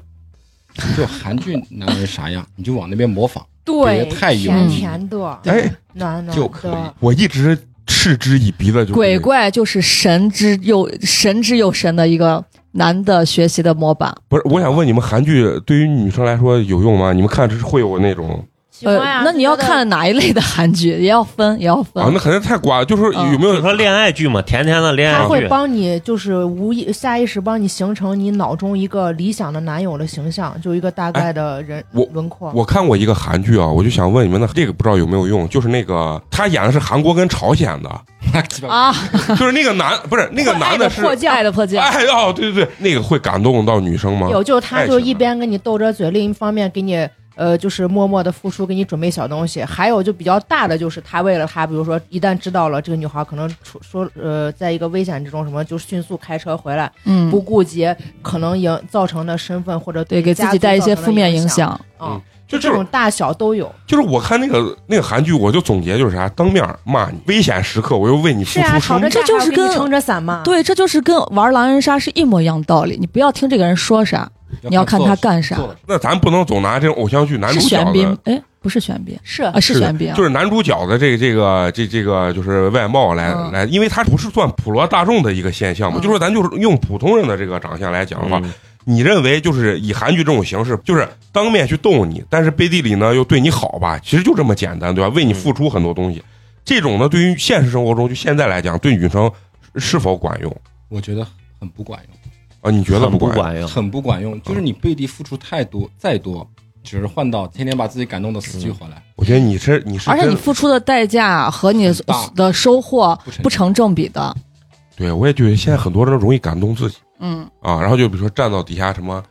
S4: 就韩剧男人啥样，你就往那边模仿，
S3: 对，
S4: 别太油
S3: 甜
S5: 腻
S3: 甜的，
S1: 哎，
S3: 暖暖
S4: 就可以
S3: 的，呃
S1: 我一直嗤之以鼻的，就是
S5: 鬼怪就是神之又神之又神的一个男的学习的模板。
S1: 不是，我想问你们，韩剧对于女生来说有用吗？你们看这是会有那种
S3: 喜
S5: 呃
S3: 欢啊呀，
S5: 那你要看哪一类的韩剧，也要分，也要分
S1: 啊，。那肯定太瓜了，就是
S5: 嗯
S1: 有没
S6: 比
S1: 有
S6: 如说恋爱剧嘛，甜甜的恋
S3: 他
S6: 爱
S3: 会
S6: 剧，
S3: 帮你，就是无意下意识帮你形成你脑中一个理想的男友的形象，就一个大概的人
S1: 我
S3: 轮廓。
S1: 我看过一个韩剧啊，我就想问你们，那这个不知道有没有用？就是那个他演的是韩国跟朝鲜 的，
S4: 那鸡巴
S5: 啊，
S1: 就是那个男不是那个男的是
S5: 破爱的破戒，
S1: 哎哦，对对对，那个会感动到女生吗？
S3: 有，就是他
S1: 爱
S3: 就
S1: 情
S3: 一
S1: 的
S3: 边跟你斗着嘴，另一方面给你呃，就是默默的付出，给你准备小东西。还有就比较大的，就是他为了他，比如说一旦知道了这个女孩可能出说呃，在一个危险之中什么，就迅速开车回来，
S5: 嗯
S3: 不，顾及可能影造成的身份或者
S5: 对，给自
S3: 家
S5: 己
S3: 族
S5: 带一
S3: 造
S5: 些
S3: 成
S5: 负
S3: 的
S5: 面
S3: 影
S5: 影。响。
S3: 啊，
S1: 就
S3: 这
S1: 这
S3: 种
S1: 种，
S3: 大小都有。
S1: 就是我看那个那个韩剧，我就总结就是啥，当面骂你，危险时刻我又为你
S3: 是
S1: 付
S3: 啊，
S1: 出
S3: 吵
S1: 生命，
S3: 着架
S5: 这就
S3: 还
S5: 是
S3: 要给你
S5: 跟
S3: 撑着伞嘛。
S5: 对，这就是跟玩狼人杀是一模一样道理。你不要听这个人说啥，你要看他干啥
S4: 做了
S1: 那咱不能总拿这种偶像剧男
S5: 是
S1: 主角
S5: 玄彬
S1: 的，，
S5: 哎，不是玄彬
S3: 是
S5: 啊，是
S1: 是的
S5: 玄彬啊，
S1: 就是男主角的这个这个这这个就是外貌来
S5: 嗯
S1: 来，因为他不是算普罗大众的一个现象嘛，
S5: 嗯
S1: 就说咱就是用普通人的这个长相来讲的话，
S6: 嗯
S1: 你认为就是以韩剧这种形式，就是当面去逗你，但是背地里呢又对你好吧？其实就这么简单，对吧？
S6: 嗯
S1: 为你付出很多东西，这种呢对于现实生活中就现在来讲，对女生是否管用
S4: 我觉得很不管用，
S1: 啊？你觉得
S6: 很不
S1: 管用？
S6: 管用。
S4: 很不管用，就是你背地付出太多，再多，只是换到天天把自己感动的死
S1: 嗯
S4: 去活来，
S1: 我觉得你是你是
S5: 而且你
S1: 真
S5: 付出的代价和你
S4: 很大
S5: 的收获
S4: 不成
S5: 不成正比的。
S1: 对我也觉得现在很多人容易感动自己
S5: 嗯，
S1: 啊，然后就比如说站到底下什么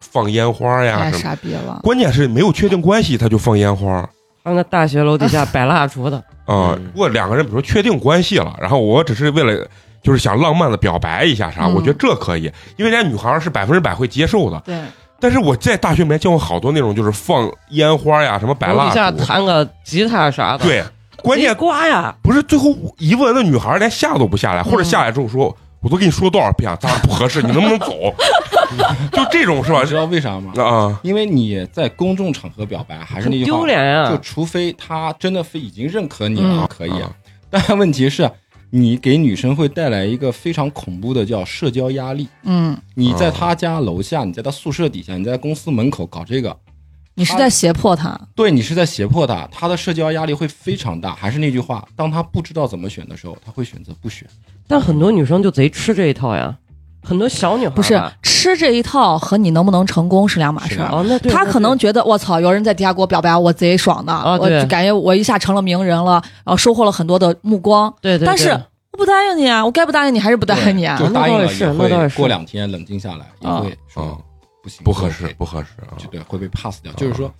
S1: 放烟花呀什
S5: 太
S1: 么。
S5: 哎傻逼了。
S1: 关键是没有确定关系，他就放烟花啊、
S2: 他那大学楼底下摆蜡烛的，
S6: 嗯
S1: 如果两个人比如说确定关系了，然后我只是为了就是想浪漫的表白一下啥，
S5: 嗯
S1: 我觉得这可以，因为人家女孩是百分之百会接受的。
S5: 对，
S1: 但是我在大学里面见过好多那种就是放烟花呀，什么摆
S2: 楼底下
S1: 蜡烛，啊
S2: 弹个吉他啥的，
S1: 对，关键
S2: 没瓜呀，
S1: 不是最后一问那女孩连下都不下来，或者下来之后说。我都跟你说多少遍了，咱俩不合适，你能不能走？ 就这种是吧
S4: 你？知道为啥吗？
S1: 啊，
S4: 因为你在公众场合表白，还是那句话，
S2: 丢脸
S4: 就
S2: 啊！
S4: 除非他真的非已经认可你了，
S5: 嗯
S4: 可以。啊但问题是，你给女生会带来一个非常恐怖的叫社交压力。
S5: 嗯，
S4: 你在他家楼下，你在他宿舍底下，你在公司门口搞这个，
S5: 你是在胁迫他，
S4: 对你是在胁迫他，他的社交压力会非常大。还是那句话，当他不知道怎么选的时候，他会选择不选。
S2: 但很多女生就贼吃这一套呀，很多小女孩儿
S5: 不是
S2: 吧
S5: 吃这一套和你能不能成功是两码
S4: 是
S5: 事
S4: 的
S5: 儿。
S2: 哦，那对
S5: 他
S2: 那
S5: 可
S2: 对
S5: 能觉得我操，有人在底下给我表白，我贼爽的，
S2: 啊
S5: 我
S2: 对
S5: 就感觉我一下成了名人了，然后收获了很多的目光。
S2: 对对，
S5: 但是
S2: 对
S5: 我不答应你啊，我该不答应你还是不答应你啊
S4: 就。答应了
S2: 那倒是那倒
S4: 也
S2: 是
S4: 会过两天冷静下来，也
S2: 啊
S4: 会
S1: 啊
S4: 说不行，
S1: 不合适不
S4: 不，
S1: 合适啊
S4: 就！对，会被 pass 掉。
S1: 啊
S4: 就是说，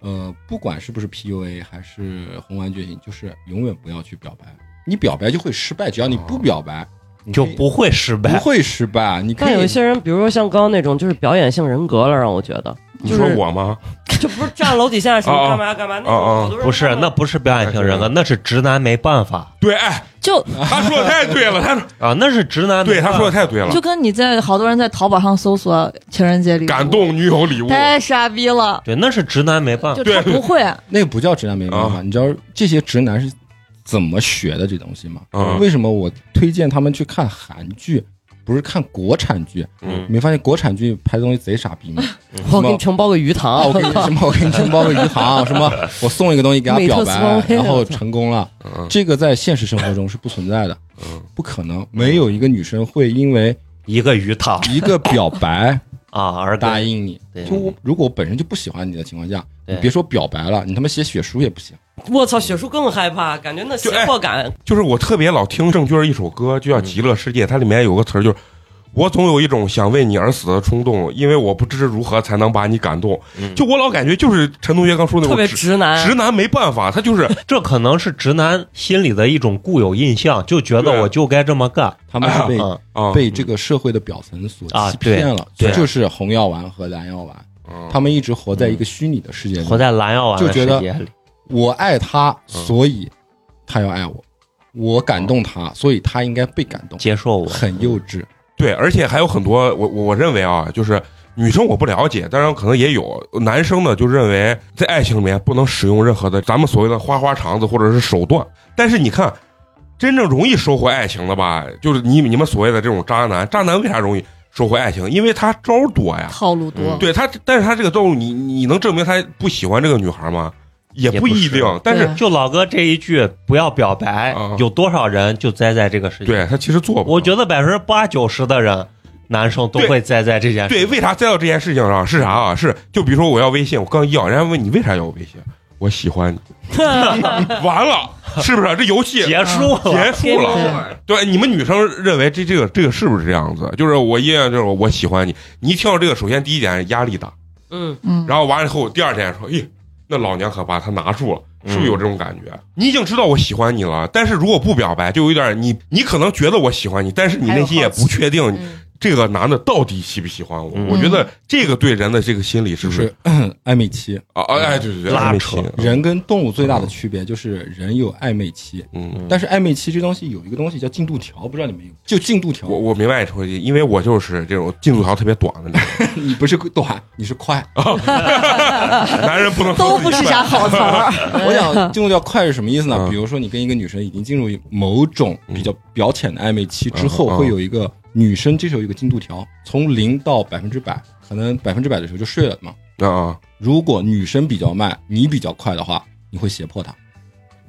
S4: 呃，不管是不是 PUA 还是红丸觉醒，就是永远不要去表白。你表白就会失败，只要你不表白，你
S6: 就
S4: 可以
S6: 不会失
S4: 不
S6: 败。
S4: 会失败。你可
S2: 但有
S4: 以
S2: 一些人，比如说像刚刚那种，就是表演性人格了，让我觉 得，
S1: 你说我吗？
S2: 就不是站楼底下什么干嘛干嘛，那种好多人
S6: 不是，
S2: 看到
S6: 那不是表演型人格，那是直男没办法
S1: 对，哎，
S5: 就
S1: 他说的太对了，他说
S6: 啊，那是直男没
S1: 对
S6: 办
S1: 他啊
S6: 法
S1: 说的太对了
S5: 就，跟你在好多人在淘宝上搜索情人节礼物，
S1: 感动女友礼物，
S5: 太傻逼了，
S6: 对，那是直男没办法
S5: 就。他不会，
S4: 那个不叫直男没办法。你知道这些直男是怎么学的这东西吗？
S1: 啊
S4: 为什么我推荐他们去看韩剧，不是看国产剧？
S1: 嗯
S4: 你没发现国产剧拍东西贼傻逼吗？
S2: 我给你承包个鱼
S4: 啊，
S2: 塘
S4: 我，给你什么？我给你承包个银行，什么？我送一个东西给他表
S2: 美特斯邦
S4: 白，
S2: 威
S4: 然后成功了。
S1: 嗯
S4: 这个在现实生活中是不存在的，
S1: 嗯
S4: 不可能，没有一个女生会因为
S6: 一个鱼塘
S4: 一个表 白
S6: 啊，而
S4: 答
S6: 答应
S4: 应你。
S6: 对
S4: 就我如果我本身就不喜欢你的情况下，
S6: 对
S4: 你别说表白了，你他妈写血书也不行。
S2: 我操，雪叔更害怕，感觉那胁迫感，
S1: 就是我特别老听郑钧一首歌，就叫《极乐世界》，它里面有个词儿就是。我总有一种想为你而死的冲动，因为我不知如何才能把你感动。
S6: 嗯
S1: 就我老感觉就是陈同学刚说那
S2: 特
S1: 种
S2: 别
S1: 直
S2: 直男，
S1: 直男没办法，他就是
S6: 这可能是直男心里的一种固有印象，就觉
S1: 对
S6: 得我就该这么干
S4: 他们是被、
S6: 啊。
S1: 啊，
S4: 被这个社会的表层所
S6: 啊
S4: 欺骗了，
S6: 对对
S4: 就是红药丸和蓝药丸，
S1: 嗯
S4: 他们一直活在一个虚拟的世界里。
S6: 活在蓝药丸的
S4: 就觉得
S6: 世界里，
S4: 我爱他，所以他要爱我；我感动
S1: 嗯
S4: 他，所以他应该被感动。
S6: 接 受我。
S4: 很幼稚，
S1: 对，而且还有很多，我我我认为啊，就是女生我不了解，当然可能也有男生呢，就认为在爱情里面不能使用任何的咱们所谓的花花肠子或者是手段。但是你看，真正容易收获爱情的吧，就是你你们所谓的这种渣男，渣男为啥容易收获爱情？因为他招儿多呀，
S5: 套路多
S6: 嗯。
S1: 对他，但是他这个动物，你你能证明他不喜欢这个女孩吗？也
S6: 也
S1: 不
S6: 不
S1: 一
S6: 是
S1: 定，但是
S5: 对
S6: 就老哥这一句“不要表白
S1: 啊”，
S6: 有多少人就栽在这个事情？
S1: 对他其实做不到，
S6: 我觉得百分之八九十的人，男生都
S1: 对
S6: 会栽在这件 事。
S1: 对，为啥栽到这件事情上是啥啊？是就比如说我要微信，我刚一要，人家问你为啥要我微信，我喜欢你， 完了，是不是？这游戏
S6: 结束了
S1: 结束了。对，你们女生认为这这个这个是不是这样子？就是我印象就是我喜欢你，你一听到这个，首先第一点压力大，
S2: 嗯，
S5: 嗯，
S1: 然后完了以后，第二点说，咦，哎那老娘可把他拿住了。是不是有这种感觉？你已经知道我喜欢你了，但是如果不表白，就有点你，你可能觉得我喜欢你，但是你内心也不确定
S7: 嗯
S1: 这个男的到底喜不喜欢我？
S6: 嗯
S1: 我觉得这个对人的这个心理是
S4: 就
S1: 不是
S4: 是暧昧期。
S1: 啊？啊哎，对对对，
S6: 拉
S1: 暧昧
S6: 扯
S1: 期，
S4: 人跟动物最大的区别就是人有暧昧期，
S1: 嗯，
S4: 但是暧昧期这东西有一个东西叫进度条，不知道你们有？就进度条，
S1: 我我明白你说的，因为我就是这种进度条特别短的那种，
S4: 你不是短， 你是 快。
S1: 男人不能
S5: 都不是啥好词儿，
S4: 我想进度条快是什么意思呢？
S1: 哎嗯
S4: 比如说你跟一个女生已经进入某种比较表浅的暧昧期之后
S1: 嗯嗯，
S4: 会有一个女生这时候有一个进度条，从零到百分之百，可能百分之百的时候就睡了嘛。
S1: 啊
S4: 如果女生比较慢，你比较快的话，你会胁迫她。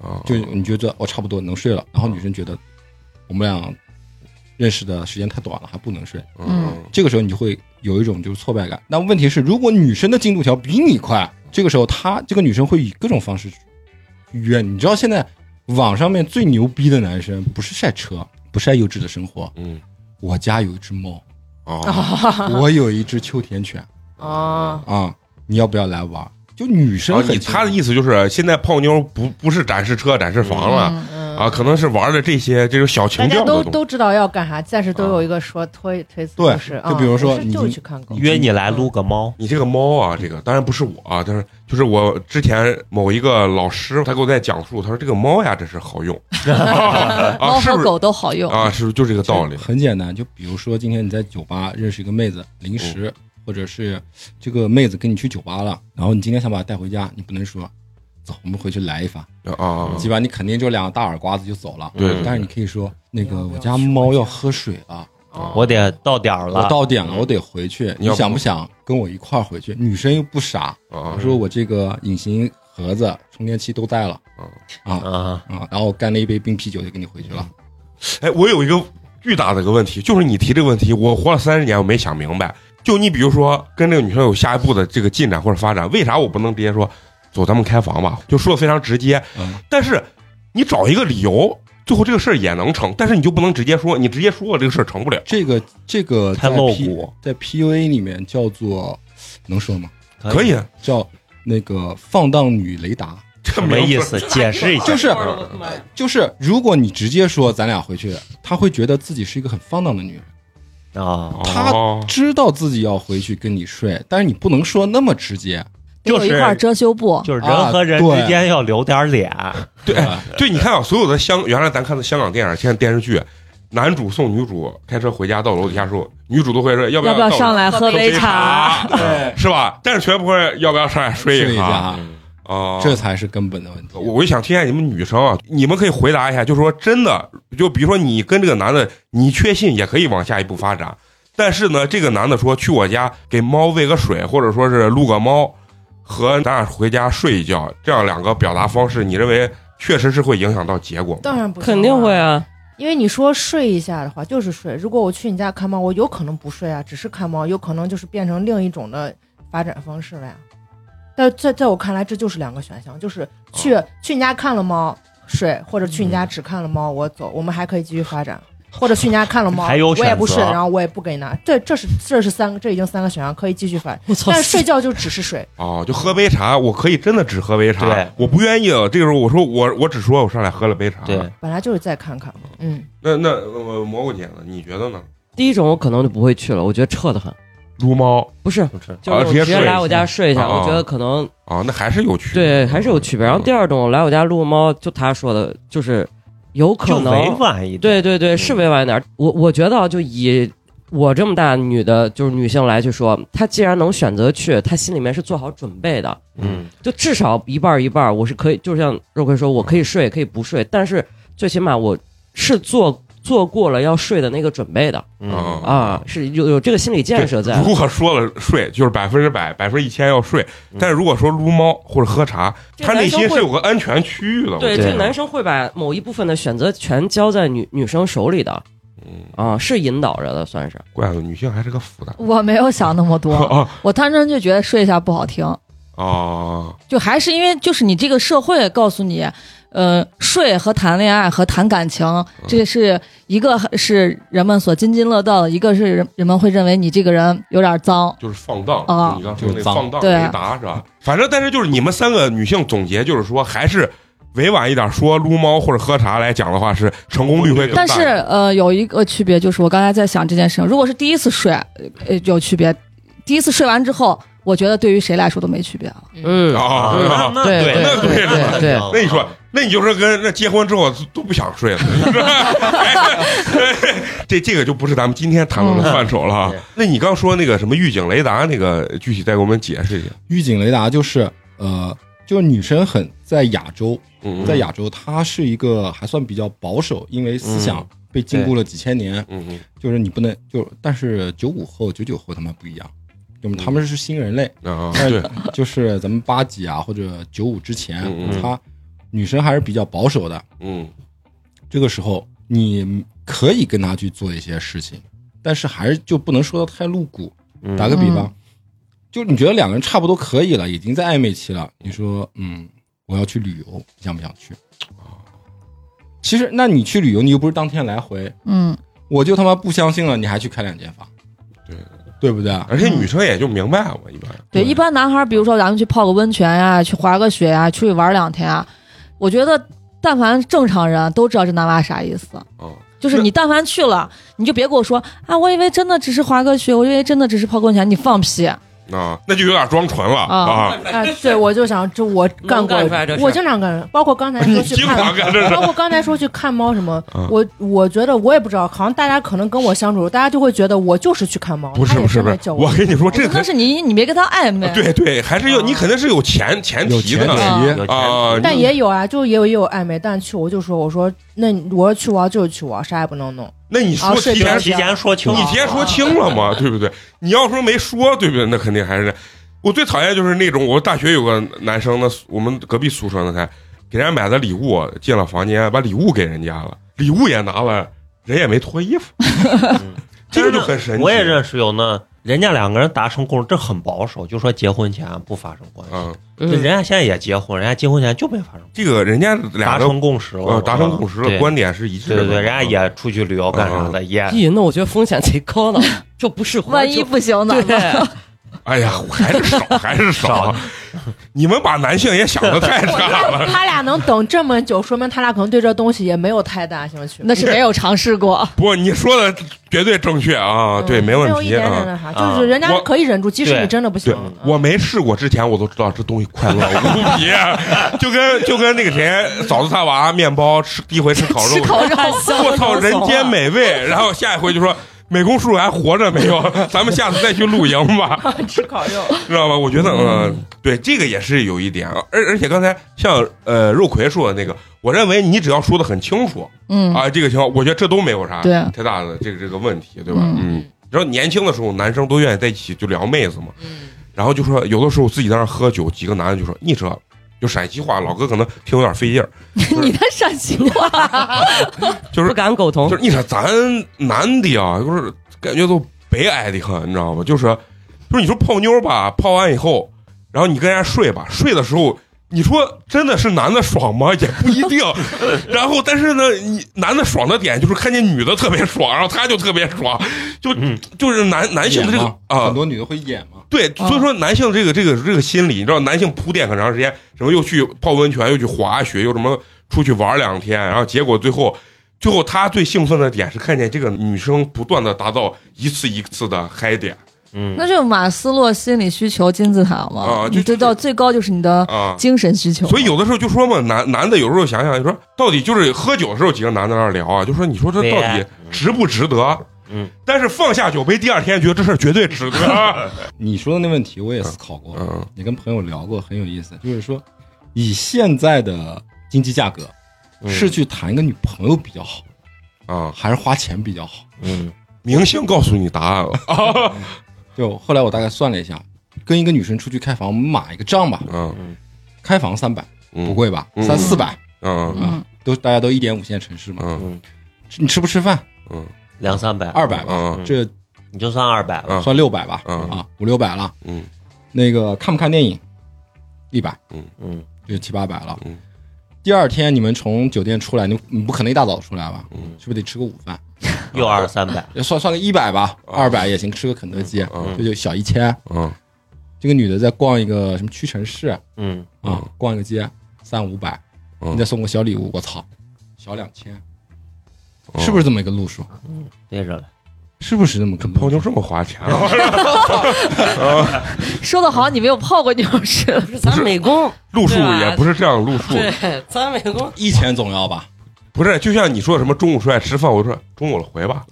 S1: 啊，
S4: 就你觉得我、差不多能睡了，然后女生觉得我们俩认识的时间太短了，还不能睡，
S1: 嗯
S4: 这个时候你就会有一种就是挫败感。那问题是，如果女生的进度条比你快，这个时候她这个女生会以各种方式约你。你知道现在网上面最牛逼的男生不是晒车，不晒幼稚的生活。
S1: 嗯
S4: 我家有一只猫，
S5: 哦
S1: 啊，
S4: 我有一只秋田犬
S7: 哦，
S4: 啊、你要不要来玩？就女 生
S1: 然后
S4: 很
S1: 你
S4: 清楚、
S1: 他的意思就是现在泡妞不不是展示车展示房了
S5: 嗯
S7: 嗯
S1: 啊，可能是玩的这些这种小
S3: 大
S1: 情
S3: 家
S1: 调
S3: 都
S1: 的东西。
S3: 都知道要干啥，但是都有一个说推推辞，
S4: 对
S3: 是
S4: 就比如说
S3: 啊我是
S4: 你
S3: 就是去看狗，
S6: 约你来撸个猫，
S1: 你这个猫啊，这个当然不是我啊，但是就是我之前某一个老师，他给我在讲述，他说这个猫呀，真是好用啊，
S5: 猫
S1: 是
S5: 和
S1: 不是
S5: 狗都好用。
S1: 啊？是不是就这个道理？
S4: 很简单，就比如说今天你在酒吧认识一个妹子，临时、
S1: 嗯
S4: 或者是这个妹子跟你去酒吧了，然后你今天想把她带回家，你不能说走，我们回去来一发，
S1: 啊啊，
S4: 基本上你肯定就两个大耳刮子就走了。
S1: 对对对
S4: 但是你可以说那个
S3: 你
S4: 我
S3: 要不要
S4: 家
S3: 去我
S4: 猫
S3: 家
S4: 要喝水了，
S1: 啊
S3: 哦
S6: 我得到点儿
S4: 我
S6: 了。
S4: 嗯到点了，我得回去。
S1: 你
S4: 你
S1: 要不
S4: 想不想跟我一块儿回去？女生又不傻，
S1: 啊
S4: 我，说我这个隐形盒子、充电器都带了
S1: 嗯
S6: 啊，
S4: 啊，然后我干了一杯冰啤酒就跟你回去了。
S1: 哎，我有一个巨大的一个问题，就是你提这个问题，我活了三十年，我没想明白。就你比如说跟这个女生有下一步的这个进展或者发展，为啥我不能直接说走，咱们开房吧？就说的非常直接。
S4: 嗯
S1: 但是你找一个理由，最后这个事儿也能成，但是你就不能直接说，你直接说了这个事儿成不了。
S4: 这个这个
S6: 太
S4: 在
S6: 露
S4: P
S6: 骨
S4: 在 PUA 里面叫做能说吗？
S6: 哎
S1: 可以，啊
S4: 叫那个放荡女雷达，
S1: 这
S6: 什么
S1: 名字
S6: 意思？解释一下。
S4: 就是呃
S1: 我的
S4: 就是如果你直接说咱俩回去，她会觉得自己是一个很放荡的女人，
S6: 啊，
S4: 他
S1: 哦
S4: 知道自己要回去跟你睡，但是你不能说那么直接。
S5: 给我一块遮羞布，
S6: 就是人和人
S4: 啊对
S6: 之间要留点脸，
S1: 对对，你看啊，所有的香，原来咱看的香港电影，现在电视剧，男主送女主开车回家，到楼底下时候，女主都会说要不
S5: 要不要
S1: 到
S5: 上来喝
S1: 喝杯
S5: 杯茶？
S4: 对，
S1: 是吧？但是全不会要不要上来
S4: 睡
S1: 睡
S4: 一
S1: 下
S4: 下，
S1: 哦，
S4: 这才是根本的问题。
S1: 我我就想听一下你们女生啊，你们可以回答一下，就是说真的，就比如说你跟这个男的，你确信也可以往下一步发展，但是呢，这个男的说去我家给猫喂个水，或者说是撸个猫，和咱俩回家睡一觉，这样两个表达方式，你认为确实是会影响到结果吗？
S3: 当然不行啊
S2: 肯定会，啊。
S3: 因为你说睡一下的话就是睡，如果我去你家看猫，我有可能不睡啊，只是看猫，有可能就是变成另一种的发展方式了呀。但在在我看来，这就是两个选项，就是去、去你家看了猫睡，或者去你家只看了猫我走，我们还可以继续发展。或者去你家看了猫，
S6: 还有
S3: 我也
S6: 选
S3: 不睡，
S6: 择
S3: 然后我也不给你拿，这这是这是三个，这已经三个选项可以继续发展，
S5: 我操
S3: 但！是睡觉就只是睡，
S1: 哦，就喝杯茶，我可以真的只喝杯茶
S6: 对，
S1: 我不愿意。这个时候我说我我只说我上来喝了杯茶。
S6: 对，
S3: 本来就是再看看嘛，嗯，
S1: 那那呃蘑菇姐呢？你觉得呢？
S2: 第一种我可能就不会去了，我觉得撤的很。
S1: 撸猫
S2: 不是，
S6: 不是
S2: 就是
S1: 直
S2: 我
S1: 接睡
S2: 直接
S1: 一
S2: 来
S1: 下嗯
S2: 我家睡一下，
S1: 啊
S2: 我觉得可能
S1: 啊，那还是有区别，
S2: 对还是有区别。然后第二种来我家撸猫，就他说的，就是有
S6: 就
S2: 可
S6: 委
S2: 能，
S6: 婉一点。
S2: 对对对，是委婉一点。我我觉得啊就以我这么大女的，就是女性来去说，她既然能选择去，她心里面是做好准备的，
S1: 嗯。
S2: 就至少一半儿一半儿，我是可以，就像肉葵说，我可以睡，可以不睡，但是最起码我是做做过了要睡的那个准备的
S1: 嗯
S2: 啊，是有有这个心理建设在。
S1: 如果说了睡，就是百分之百、百分之一千要睡，但是如果说撸猫或者喝茶，
S2: 这
S1: 他内
S2: 男生
S1: 心是
S2: 会
S1: 有个安全区域的。我
S2: 对，
S1: 觉得
S2: 这男生会把某一部分的选择权交在女女生手里的
S1: 嗯，
S2: 啊，是引导着的，算是。
S1: 怪了，女性还是个负担。
S5: 我没有想那 么多，
S1: 啊
S5: 我单纯就觉得睡一下不好听，
S1: 啊
S5: 就还是因为就是你这个社会告诉你，呃，睡和谈恋爱和谈感
S1: 嗯
S5: 情，这是一个是人们所津津乐道的，一个是人人们会认为你这个人有点脏。
S1: 就是放荡
S5: 啊
S2: 哦
S1: 就你刚说那
S4: 就是
S1: 个
S4: 脏
S1: 放荡
S5: 对
S2: 啊
S1: 雷达是吧？反正但是就是你们三个女性总结就是说，还是委婉一点说撸猫或者喝茶来讲的话，是成功率会更大。
S5: 但是呃，有一个区别就是我刚才在想这件事情，如果是第一次睡，呃，有区别。第一次睡完之后，我觉得对于谁来说都没区别了。
S2: 嗯
S1: 啊
S2: 嗯
S6: 那那
S2: 对
S1: 对
S6: 那
S1: 对
S6: 那
S2: 对
S6: 那
S1: 那你说，那你就是跟那结婚之后都不想 睡了， 这这个就不是咱们今天谈论的范畴了啊
S6: 嗯对。
S1: 那你刚说那个什么预警雷达那个，具体再给我们解释一下。
S4: 预警雷达就是呃，就是女生很在亚洲，
S1: 嗯，
S4: 在，亚洲她是一个还算比较保守，因为思想被禁锢了几千年，
S1: 嗯嗯，
S4: 就是你不能就，但是九五后、九九后他们不一样，就他们是新人类，
S1: 啊，
S4: 但
S1: 对
S4: 是，就是咱们八几啊或者九五之前
S1: 嗯嗯，
S4: 她女生还是比较保守的，
S1: 嗯
S4: 这个时候你可以跟她去做一些事情，但是还是就不能说的太露骨，打个比方，就你觉得两个人差不多可以了，已经在暧昧期了，你说，嗯，我要去旅游，你想不想去？其实，那你去旅游，你又不是当天来回，
S5: 嗯，
S4: 我就他妈不相信了，你还去开两间房，
S1: 对
S4: 对不对？
S1: 而且女生也就明白我一般。
S4: 对
S5: 对，一般男孩儿，比如说咱们去泡个温泉呀、去滑个雪呀、出去玩两天啊，我觉得但凡正常人啊都知道这男娃啥意思。
S1: 嗯，
S5: 就是你但凡去了，你就别跟我说啊，我以为真的只是滑个雪，我以为真的只是泡个温泉，你放屁！
S1: 啊，那就有点装纯了
S5: 啊
S1: 啊！
S3: 啊，对，我就想，这我干
S2: 能
S3: 过
S2: 干出来这，事儿
S3: 我经常干，包括刚才
S1: 你
S3: 说去
S1: 经
S3: 看
S1: 常干这事
S3: 包括刚才说去看猫什么
S1: 嗯，
S3: 我我觉得我也不知道，好像大家可能跟我相处，大家就会觉得我就是去看猫，
S1: 不是
S3: 他也
S1: 不是
S3: 这
S1: 不
S3: 么
S1: 是，
S3: 叫
S1: 我
S3: 我，
S1: 跟你说，这
S5: 那
S1: 肯
S5: 是你你别跟他暧昧，
S1: 对对，还是有你肯定是有前前
S4: 有
S1: 提
S4: 前
S1: 的
S5: 啊
S4: 提，
S6: 有钱
S1: 啊
S6: 人
S3: 但也有啊，就也有也有暧昧，但去我就说，我说那你我说去玩就是去玩，啥也不能 弄，
S1: 那你说
S3: 啊
S1: 提
S3: 是
S1: 前
S3: 的
S6: 提前说清楚，啊
S1: 你提前说清了嘛，对不对？你要说没说，对不对？那肯定还是我最讨厌就是那种，我大学有个男生呢，我们隔壁宿舍那才给人家买的礼物，进了房间把礼物给人家了，礼物也拿了，人也没脱衣 服，这个就很神奇。
S6: 我也认识有那人家两个人达成共识，这很保守，就说结婚前不发生关系。
S1: 啊，
S2: 嗯
S6: 这人家现在也结婚，人家结婚前就没发生，
S1: 这个人家俩
S6: 达
S1: 的
S6: 成共识了
S1: 呃，达成共识了，
S6: 对
S1: 观点是嗯一致
S6: 对
S1: 的。啊
S6: 对对，人家也出去旅游干啥的，也
S2: 咦，那我觉得风险贼高 呢，就不适合。
S5: 万一不行呢
S2: 就？对，
S1: 哎呀，我还是少，还是少。你们把男性也想的太差 了。
S3: 他俩能等这么久，说明他俩可能对这东西也没有太大兴趣。
S5: 那是没有尝试过。
S1: 不，你说的绝对正确啊，
S3: 嗯
S1: 对，没问
S3: 有一
S1: 题
S3: 点点
S1: 啊。
S3: 那啥，
S6: 啊
S3: 就是人家
S1: 我
S3: 可以忍住，即使
S6: 对
S3: 你真的不行
S1: 对，
S3: 嗯
S1: 我没试过之前，我都知道这东西快乐无比，啊就跟就跟那个谁嫂子他娃面包吃第一回吃烤肉
S5: 吃， 烤肉，
S1: 我操，人间美味。然后下一回就说美工叔还活着没有？咱们下次再去露营吧。
S3: 吃烤肉，
S1: 知道吧？我觉得，嗯，对，这个也是有一点，啊而而且刚才像呃肉葵说的那个，我认为你只要说的很清楚
S5: 嗯，
S1: 啊，这个情况，我觉得这都没有啥
S5: 对
S1: 太大的这个这个问题，对吧？
S5: 嗯
S1: 嗯，然后年轻的时候，男生都愿意在一起就聊妹子嘛，
S3: 嗯，
S1: 然后就说有的时候自己在那儿喝酒，几个男的就说你这。就陕西话，老哥可能听有点费劲儿，
S5: 你的陕西话，
S1: 就
S2: 不
S1: 是
S2: 敢苟同
S1: 就是，你说咱男的啊，就是感觉都悲哀的很，你知道吗？就是就是你说泡妞吧，泡完以后，然后你跟人家睡吧，睡的时候。你说真的是男的爽吗？也不一 定。然后，但是呢，你男的爽的点就是看见女的特别爽，然后他就特别爽，就、
S6: 嗯
S1: 就是男男性的这个
S4: 演嘛
S1: 啊、
S4: 很多女的会演嘛，
S1: 对，所以说男性这个这个这个心理，你知道，男性铺垫很长时间，什么又去泡温泉，又去滑雪，又什么出去玩两天，然后结果最后，最后他最兴奋的点是看见这个女生不断的达到一次一次的嗨点
S6: 嗯，
S5: 那就马斯洛心理需求金字塔嘛，
S1: 啊就
S5: 你得到最高就是你的
S1: 啊。
S5: 精神需求。
S1: 所以有的时候就说嘛，男男的有时候想想，你说到底就是喝酒的时候几个男的在那儿聊啊，就说你说这到底值不值得？
S6: 嗯，
S1: 但是放下酒杯第二天觉得这事儿绝对值得。啊
S4: 你说的那问题我也思考过，
S1: 嗯
S4: 也跟朋友聊过，很有意思。就是说，以现在的经济价格，
S6: 嗯
S4: 是去谈一个女朋友比较好，
S1: 啊，
S4: 还是花钱比较好？
S6: 嗯
S1: 明星告诉你答案了。
S4: 就后来我大概算了一下，跟一个女生出去开房，我们买一个账吧，
S1: 嗯
S4: 开房三百
S1: 嗯，
S4: 不贵吧，
S1: 嗯
S4: 三四百，
S1: 嗯。
S5: 嗯，
S4: 都大家都一点五线城市嘛。
S1: 嗯
S6: 嗯，
S4: 你吃不吃饭？
S1: 嗯
S6: 两三百，
S4: 二百吧，
S1: 嗯
S6: 嗯
S4: 这
S6: 你就算二百了，
S1: 嗯
S4: 算六百吧，
S1: 嗯
S4: 啊，五六百了。
S1: 嗯，
S4: 那个看不看电影？一百
S6: 嗯，
S4: 就七八百了。
S1: 嗯
S4: 第二天你们从酒店出来，你你不可能一大早出来吧？
S1: 嗯
S4: 是不是得吃个午饭？
S6: 嗯
S4: 呃
S6: 又二三百，
S4: 算算个一百吧，
S1: 嗯
S4: 二百也行，吃个肯德基，
S1: 嗯
S4: 这就小一千。
S1: 嗯
S4: 这个女的在逛一个什么屈臣氏啊，
S6: 嗯，
S1: 嗯
S4: 逛一个街，三五百，
S1: 嗯
S4: 你再送个小礼物，我操，小两千，
S1: 嗯
S4: 是不是这么一个路数？
S6: 对着了，
S4: 是不是这么个
S1: 泡
S4: 路
S1: 妞
S4: 数？
S1: 这么花钱啊？
S5: 说的好像你没有泡过妞似 的。
S2: 不是咱美工，
S1: 路数
S2: 对吧
S1: 也不是这样路数，
S2: 对，咱美工
S4: 一千总要吧？
S1: 不是就像你说什么中午出来吃饭，我说中午了回吧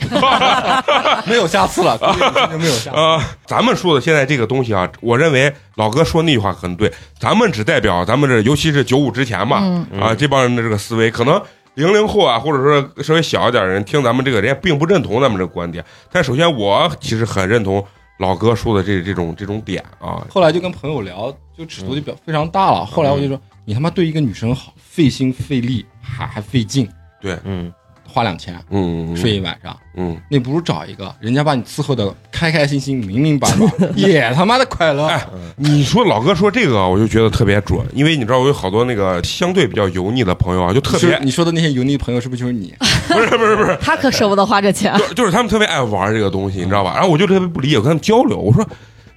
S4: 没有下次了，真的没有下次。
S1: 啊、咱们说的现在这个东西啊，我认为老哥说那句话很对，咱们只代表咱们这，尤其是九五之前嘛，
S5: 嗯，
S1: 啊，这帮人的这个思维，可能零零后啊，或者说稍微小一点的人听咱们这个，人家并不认同咱们这个观点。但首先，我其实很认同老哥说的这这种这种点啊，
S4: 后来就跟朋友聊，就尺度就比较非常
S1: 嗯
S4: 大了。后来我就说，你他妈对一个女生好，费心费力，还还费劲，
S6: 嗯
S4: 花两千
S1: 嗯，嗯
S4: 睡一晚上，
S1: 嗯，
S4: 那不如找一个人家把你伺候的开开心心、明明白 白，也他妈的快乐。
S1: 嗯哎你说老哥说这个啊，我就觉得特别准，因为你知道我有好多那个相对比较油腻的朋友啊，就特
S4: 是不
S1: 别
S4: 是你说的那些油腻朋友，是不是就是你？
S1: 不是不是不是，
S5: 他可舍不得花这钱。
S1: 就就是他们特别爱玩这个东西，你知道吧？然后我就特别不理解，我跟他们交流，我说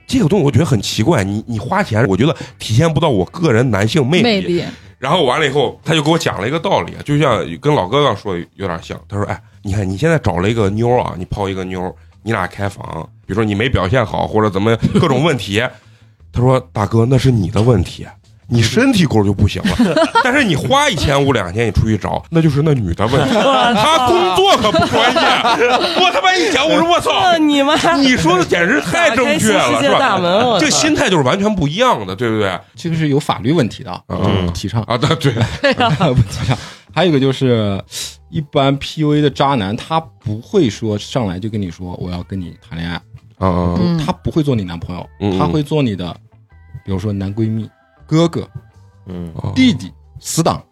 S1: 这个东西我觉得很奇怪，你你花钱，我觉得体现不到我个人男性魅力。
S5: 魅力，
S1: 然后完了以后，他就给我讲了一个道理，啊就像跟老哥刚说的有点像。他说：“哎，你看你现在找了一个妞啊，你泡一个妞，你俩开房，比如说你没表现好或者怎么各种问题。”他说：“大哥，那是你的问题，你身体构就不行了。 但是你花一千五两千，你出去找，那就是那女的问题。 她工作可不关键。我他妈一讲，我说我操，
S2: 操哦你妈！
S1: 你说的简直太正确
S2: 打开
S1: 了，
S2: 新世界
S1: 是
S2: 大
S1: 吧？
S2: 门，我
S1: 这
S2: 操
S1: 心态就是完全不一样的，对不对？
S4: 这个是有法律问题的啊，
S1: 嗯
S4: 不提倡
S1: 啊，对对，
S4: 不提倡。还有一个就是，一般 PUA 的渣男，他不会说上来就跟你说我要跟你谈恋爱，
S1: 啊
S5: 嗯
S4: 他不会做你男朋友，
S1: 嗯嗯
S4: 他会做你的，比如说男闺蜜、哥哥、
S6: 嗯，
S4: 弟弟、死党，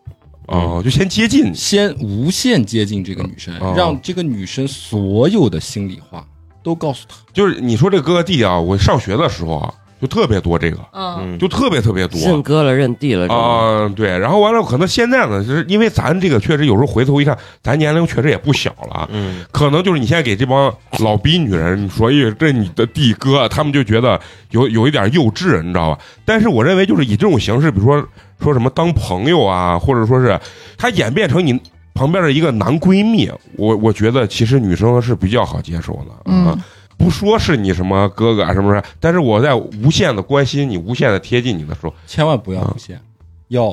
S1: 哦，就先接近你
S4: 先无限接近这个女生
S1: 哦，
S4: 让这个女生所有的心里话都告诉他。
S1: 就是你说这个哥哥弟啊，我上学的时候啊，就特别多这个，
S5: 嗯，
S1: 就特别特别多
S2: 认哥了，认弟了，
S1: 啊、对。然后完了，可能现在呢，就是因为咱这个确实有时候回头一看，咱年龄确实也不小了啊，
S6: 嗯，
S1: 可能就是你现在给这帮老逼女人说，哎，这你的弟哥，他们就觉得有有一点幼稚，你知道吧？但是我认为，就是以这种形式，比如说说什么当朋友啊，或者说是他演变成你旁边的一个男闺蜜，我我觉得其实女生是比较好接受的，啊
S5: 嗯，
S1: 不说是你什么哥哥啊什么什么，但是我在无限的关心你、无限的贴近你的时候，
S4: 千万不要无限，要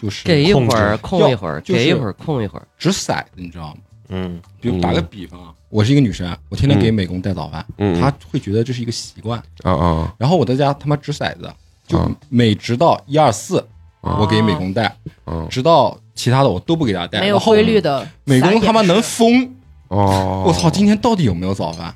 S4: 就是
S2: 给一
S6: 控
S2: 会
S6: 制
S2: 儿空一会儿，
S4: 就是
S2: 给一会儿空一会儿，
S4: 掷骰子，你知道吗？
S6: 嗯
S4: 比如打个
S1: 嗯
S4: 比方啊，我是一个女生，我天天给
S1: 嗯
S4: 美工带早饭，
S1: 嗯，
S4: 她会觉得这是一个习惯。
S1: 啊啊
S4: 然后我在家他妈掷骰子，就
S1: 啊
S4: 每掷到一二四，
S1: 啊
S4: 我给美工带，
S1: 啊
S4: 直到其他的我都不给她带。
S3: 没
S4: 然
S3: 有
S4: 后
S3: 规律的
S4: 美
S3: 撒
S4: 工他妈
S3: 野式
S4: 能疯，
S1: 哦，
S4: 我操，今天到底有没有早饭？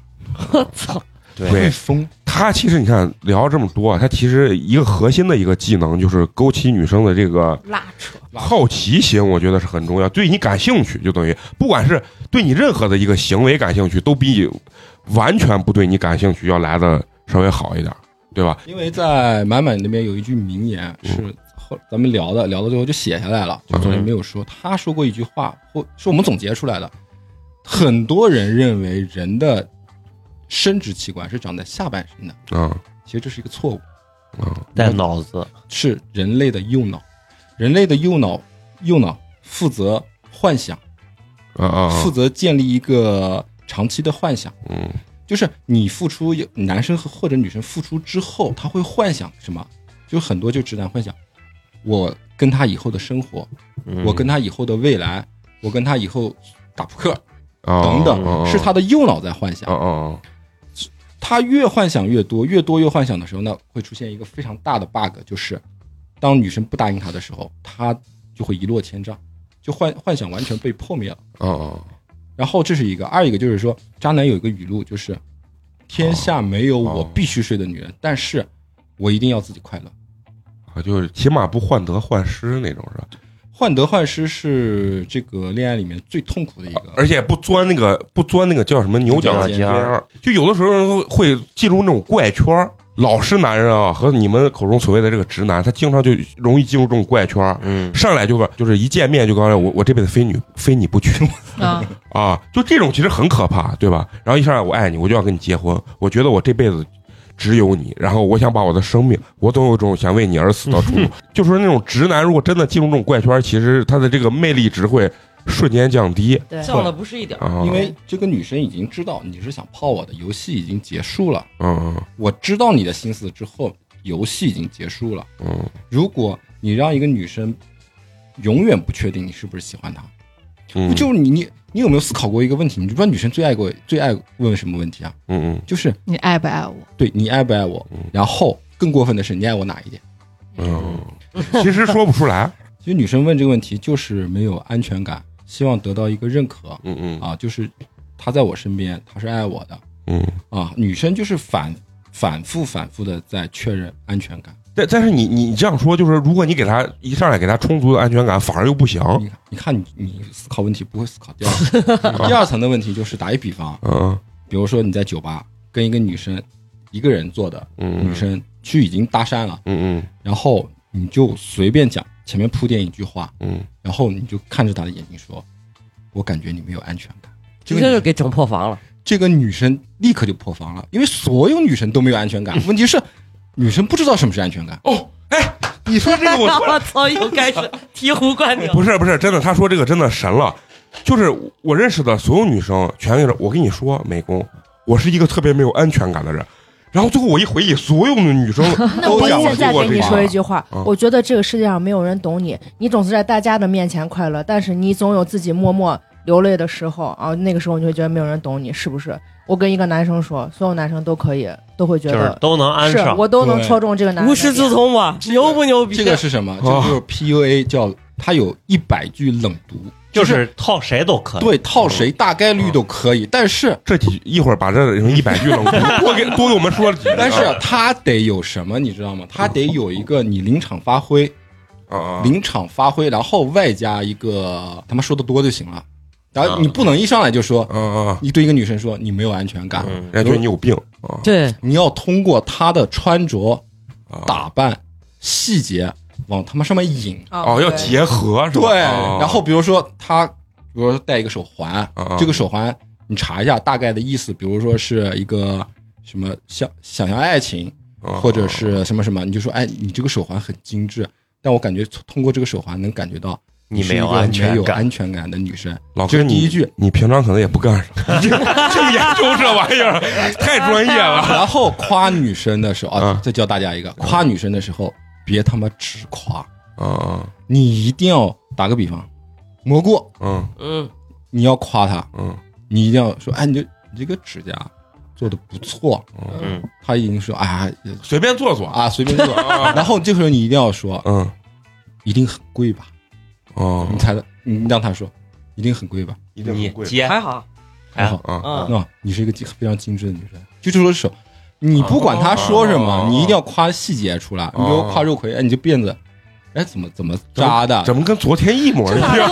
S1: 对
S4: 会疯，
S1: 他其实你看聊这么多啊，他其实一个核心的一个技能就是勾起女生的这个
S7: 拉扯，
S1: 好奇心，我觉得是很重要。对你感兴趣，就等于不管是对你任何的一个行为感兴趣，都比完全不对你感兴趣要来的稍微好一点，对吧？
S4: 因为在满满那边有一句名言
S1: 嗯
S4: 是后咱们聊的，聊到最后就写下来了，就昨天没有说。他说过一句话，或是我们总结出来的。很多人认为人的生殖器官是长在下半身的，
S1: 啊、
S4: 其实这是一个错误，
S6: 带
S1: 嗯
S6: 脑子，
S4: 是人类的右脑。人类的右脑，右脑负责幻想，
S1: 啊啊啊
S4: 负！责建立一个长期的幻想。
S1: 嗯
S4: 就是你付出，男生和或者女生付出之后，他会幻想什么？就很多就直男幻想，我跟他以后的生活，
S6: 嗯
S4: 我跟他以后的未来，我跟他以后打扑克
S1: 啊
S4: 等等，
S1: 啊啊
S4: 是他的右脑在幻想
S1: 啊。啊
S4: 他越幻想越多，越多越幻想的时候呢，会出现一个非常大的 bug，就是当女生不答应他的时候，他就会一落千丈，就幻幻想完全被破灭了。
S1: 啊啊！
S4: 然后这是一个，二一个就是说，渣男有一个语录，就是天下没有我
S1: 哦
S4: 必须睡的女人，但是我一定要自己快乐。
S1: 啊，就是起码不患得患失那种是吧？
S4: 患得患失是这个恋爱里面最痛苦的一个，
S1: 而且不钻那个不钻那个叫什么牛角尖儿，就有的时候会进入那种怪圈儿。老实男人啊，和你们口中所谓的这个直男，他经常就容易进入这种怪圈儿，
S6: 嗯
S1: 上来就告就是一见面就告诉我我这辈子非女非你不娶
S5: 啊，
S1: 啊，就这种其实很可怕，对吧？然后一上来我爱你，我就要跟你结婚，我觉得我这辈子只有你，然后我想把我的生命，我总有种想为你而死的冲动。就说那种直男，如果真的进入这种怪圈，其实他的这个魅力值会瞬间降低
S7: 对，
S2: 降了不是一点儿。
S1: 啊，
S4: 因为这个女生已经知道你是想泡我的，游戏已经结束了，
S1: 嗯
S4: 我知道你的心思之后，游戏已经结束了。
S1: 嗯嗯
S4: 如果你让一个女生永远不确定你是不是喜欢她，
S1: 嗯，
S4: 就是你你你有没有思考过一个问题？你知不知道女生最爱过最爱问什么问题啊？
S1: 嗯嗯
S4: 就是
S5: 你爱不爱我？
S4: 对你爱不爱我
S1: 嗯，
S4: 然后更过分的是你爱我哪一点？
S1: 嗯，嗯其实说不出来，
S4: 其实女生问这个问题就是没有安全感，希望得到一个认可
S1: 嗯嗯
S4: 啊，就是他在我身边，他是爱我的
S1: 嗯。
S4: 啊。女生就是反反复反复的在确认安全感。
S1: 但但是你你你这样说，就是如果你给他一上来给他充足的安全感，反而又不行。
S4: 你看，你看你你思考问题不会思考第二层，第二层的问题就是打一比方，
S1: 嗯
S4: 比如说你在酒吧跟一个女生一个人坐的
S1: 嗯
S4: 女生去已经搭讪了，
S1: 嗯
S4: 然后你就随便讲，前面铺垫一句话，
S1: 嗯嗯，
S4: 然后你就看着他的眼睛说：“我感觉你没有安全感。”这
S2: 直接
S4: 个
S2: 就
S4: 女
S2: 给整破防了，
S4: 这个女生立刻就破防 了，因为所有女生都没有安全感。问题是，女生不知道什么是安全感。
S1: 哦，哎，你说这个我突然
S2: 我操，又开始醍醐灌顶。
S1: 不是不是真的，他说这个真的神了，就是我认识的所有女生全都是我跟你说，美工，我是一个特别没有安全感的人。然后最后我一回忆，所有的女生
S3: 那
S1: 都
S3: 我
S1: 想
S3: 现在
S1: 听我
S3: 给
S1: 这
S3: 你
S1: 个
S3: 说一句话
S1: 嗯，
S3: 我觉得这个世界上没有人懂你，你总是在大家的面前快乐，但是你总有自己默默流泪的时候啊，那个时候你会觉得没有人懂你，是不是？我跟一个男生说，所有男生都可以，都会觉
S6: 就是
S3: 得
S6: 都能安
S3: 是
S6: 上。
S3: 我都能
S4: 对
S3: 戳中这个男
S2: 无
S3: 生
S2: 师
S3: 的
S2: 自
S3: 点。
S2: 通吧，牛不牛逼？啊
S4: 这个是什么？这
S1: 哦
S4: 就是 PUA 叫它有一百句冷毒，
S6: 就是套谁都可以。
S4: 对哦套谁大概率都可以，但是
S1: 这几一会儿把这一百句冷库多给多给我们说几句啊。
S4: 但是它得有什么，你知道吗？它得有一个你临场发挥，
S1: 啊啊，
S4: 临场发挥，然后外加一个他妈说的多就行了，然后
S6: 啊
S4: 你不能一上来就说
S1: 啊啊，
S4: 你对一个女生说你没有安全感，
S1: 人家觉得你有病啊
S2: 对，
S4: 你要通过她的穿着、
S1: 啊
S4: 打扮、细节往他妈上面引。
S1: 哦，要
S3: 啊对
S1: 结合是吧？
S4: 对，
S1: 啊
S4: 然后比如说她，比如说戴一个手环，
S1: 啊
S4: 这个手环你查一下大概的意思，比如说是一个什么想想要爱情，
S1: 啊
S4: 或者是什么什么，你就说哎，你这个手环很精致，但我感觉通过这个手环能感觉到
S6: 你
S4: 是一
S6: 没有
S4: 个
S6: 安全
S4: 没有
S6: 感
S4: 安全感的女生。
S1: 哦老哥
S4: 这是
S1: 你
S4: 第一句，
S1: 你平常可能也不干啥， 你这这研究这玩意儿太专业 了。
S4: 然后夸女生的时候啊
S1: 啊，
S4: 再教大家一个，夸女生的时候别他妈只夸，
S1: 啊啊
S4: 你一定要打个比方，蘑菇，
S1: 嗯
S2: 嗯，
S4: 你要夸她，
S1: 嗯
S4: 你一定要说哎，你这你这个指甲做的不错，
S1: 嗯，
S6: 嗯，
S4: 她已经说啊
S1: 随便做做啊，
S4: 啊随便做， 然后这时候你一定要说
S1: 嗯
S4: 一定很贵吧，
S1: 哦
S4: 你，才你让她说一定很贵吧，
S1: 一定
S6: 你
S1: 很贵
S6: 接
S2: 还好，
S6: 还
S4: 然后
S6: 好，
S1: 啊
S2: 嗯，
S4: 那你是一个精非常精致的女生，就这种手，你不管她说什么，
S1: 哦
S4: 你一定要夸细节出来，你比如夸肉葵，哎，你这辫子，哎，怎么怎么扎的，
S1: 怎么跟昨天一模一样？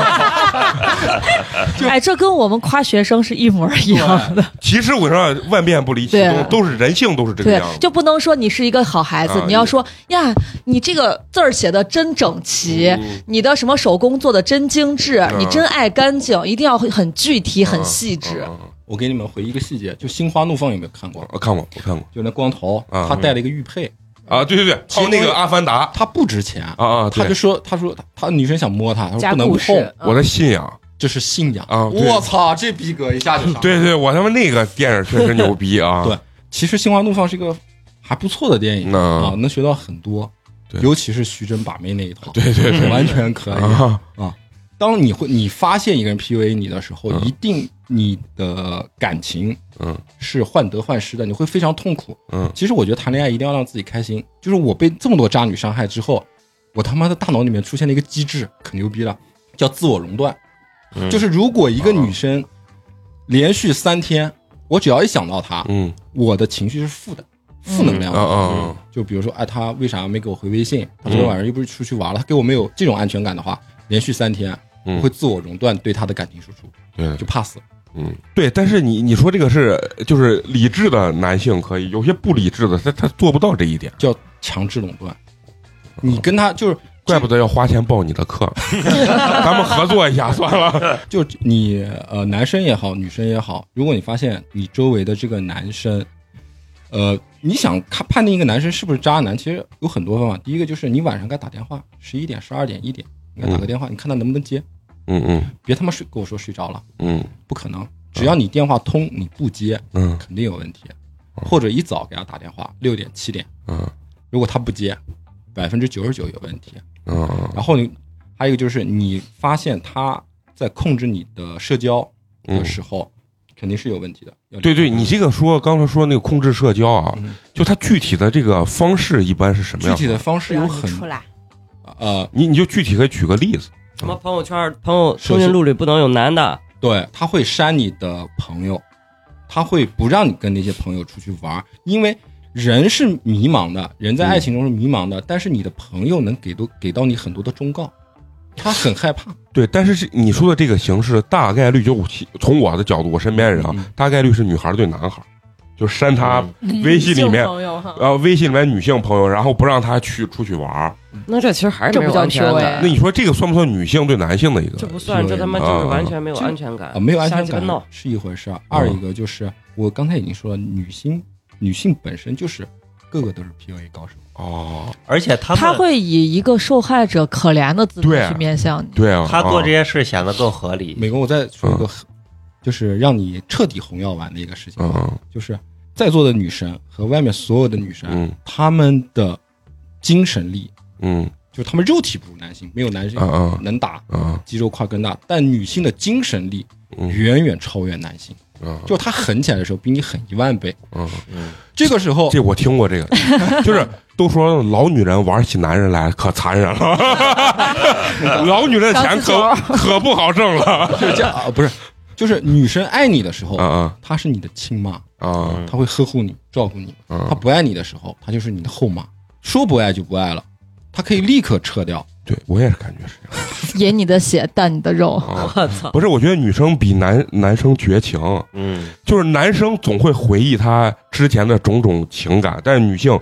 S5: 哎，这跟我们夸学生是一模一
S1: 啊
S5: 样的。
S1: 其实我说万变不离其
S5: 对
S1: 宗，都是人性，都是这个
S5: 对
S1: 样，子。
S5: 就不能说你是一个好孩子
S1: 啊，
S5: 你要说呀，你这个字儿写的真整齐，
S1: 嗯
S5: 你的什么手工做的真精致，
S1: 嗯
S5: 你真爱干净，一定要很具体、很细致。
S1: 嗯嗯
S4: 我给你们回忆一个细节，就《心花怒放》有没有看过
S1: 嗯？我看过，我看过
S4: 就那光头，
S1: 啊
S4: 他戴了一个玉佩，
S1: 啊，对对对，还有那个《阿凡达
S4: 他不值钱》，
S1: 啊啊，
S4: 他
S1: 对
S4: 就说他说他他女生想摸他，他说
S3: 加
S4: 不能
S3: 故
S4: 碰
S3: 事，，嗯
S1: 我的信仰
S4: 这是信仰。
S1: 啊，对
S4: 我操，这逼格一下就上来了。
S1: 对对，我他妈那个电影确实牛逼啊！嗯
S4: 对其实《心花怒放》是一个还不错的电影啊
S1: 那，
S4: 能学到很多，
S1: 对
S4: 尤其是徐峥把妹那一套，
S1: 对对对
S4: 完全可以。
S1: 啊，
S4: 当你会你发现一个人 PUA 你的时候，
S1: 嗯
S4: 一定你的感情
S1: 嗯
S4: 是患得患失的，你会非常痛苦。
S1: 嗯
S4: 其实我觉得谈恋爱一定要让自己开心。就是我被这么多渣女伤害之后，我他妈的大脑里面出现了一个机制，可牛逼了，叫自我熔断。
S6: 嗯
S4: 就是如果一个女
S1: 哦
S4: 生连续三天，我只要一想到她，
S1: 嗯
S4: 我的情绪是负的，负能量
S1: 啊
S4: 的。
S1: 啊
S4: 就比如说，哎，她为啥没给我回微信？她昨天晚上又不是出去玩了，她给我没有这种安全感的话，连续三天，
S1: 嗯
S4: 我会自我熔断对她的感情输出，
S1: 对
S4: 就 pass 了。
S1: 嗯，对，但是你你说这个是就是理智的男性可以，有些不理智的他他做不到这一点，
S4: 叫强制垄断。你跟她就是
S1: 怪不得要花钱报你的课，咱们合作一下算了。
S4: 就你呃，男生也好，女生也好，如果你发现你周围的这个男生，呃，你想看判定一个男生是不是渣男，其实有很多方法。第一个就是你晚上该打电话，十一点、十二点、一点，你该打个电话，你看他能不能接，
S1: 嗯嗯
S4: 别他妈睡跟我说睡着了，
S1: 嗯
S4: 不可能。只要你电话通，你不接
S1: 嗯
S4: 肯定有问题，或者一早给他打电话，六点、七点，
S1: 嗯
S4: 如果他不接，百分之九十九有问题。
S1: 嗯
S4: 然后你还有一个就是你发现他在控制你的社交的时候，肯定是有问题的。
S1: 嗯
S4: 要
S1: 对对，你这个说刚才说那个控制社交啊，
S4: 嗯
S1: 就他具体的这个方式一般是什么
S4: 具
S1: 样
S4: 体？的方
S7: 不
S4: 式
S7: 让
S4: 有
S7: 你出
S4: 很
S7: 来，
S4: 呃，
S1: 你你就具体可以举个例子。
S2: 什么朋友圈、朋友
S4: 是
S2: 通讯录里不能有男的，
S4: 对，他会删你的朋友，他会不让你跟那些朋友出去玩儿，因为人是迷茫的，人在爱情中是迷茫的，但是你的朋友能给到给到你很多的忠告，他很害怕。
S1: 对，但是是你说的这个形式，大概率就我其从我的角度，我身边人啊，
S4: 嗯
S1: 大概率是女孩对男孩，就删他
S6: 嗯
S1: 微信里面
S3: 女性朋友哈
S1: 呃，微信里面女性朋友，然后不让她去出去玩儿。
S2: 那这其实还是
S3: 这
S2: 没有
S3: 不叫
S2: 安全感
S3: PUA
S1: 那。你说这个算不算女性对男性的一个？
S2: 这不算，这他妈就是完全没有安全感
S4: 啊，，没有安全
S2: 瞎鸡巴
S4: 感
S2: 闹
S4: 是一回事儿，二一个就是我刚才已经说了，女性女性本身就是个个都是 PUA 高手。
S1: 哦，
S6: 而且他们
S5: 他会以一个受害者可怜的姿
S1: 对
S5: 态去面向你。
S1: 对啊，
S6: 他做这
S1: 啊
S6: 些事显得更合理。
S4: 美工，我再说一个，就是让你彻底红药丸的一个事情，
S1: 嗯
S4: 就是在座的女神和外面所有的女神，
S1: 嗯
S4: 她们的精神力，
S1: 嗯
S4: 就是她们肉体不如男性，没有男性
S1: 啊啊
S4: 能打，
S1: 啊
S4: 肌肉块更大，但女性的精神力
S1: 嗯
S4: 远远超越男性，
S1: 啊
S4: 就她狠起来的时候比你狠一万倍。
S1: 啊！
S6: 嗯，
S4: 这个时候，
S1: 这我听过 这个，就是都说老女人玩起男人来可残忍了， 老女人的钱可 可不好挣了。
S4: 就是这样啊，不是，就是女生爱你的时
S3: 哦
S4: 候，
S1: 啊
S4: 她是你的亲妈，
S1: 啊
S6: 嗯
S1: 啊
S4: 她会呵护你、照顾你；她
S1: 啊！
S4: 不爱你的时候，她就是你的后妈，说不爱就不爱了，她可以立刻撤掉。
S1: 对我也是感觉是这
S5: 饮你的血，啖你的
S3: 哦
S5: 肉。
S1: 样啊。
S2: 我操，
S1: 不是，我觉得女生比男男生绝情，
S6: 嗯，
S1: 就是男生总会回忆他之前的种种情感，但是女性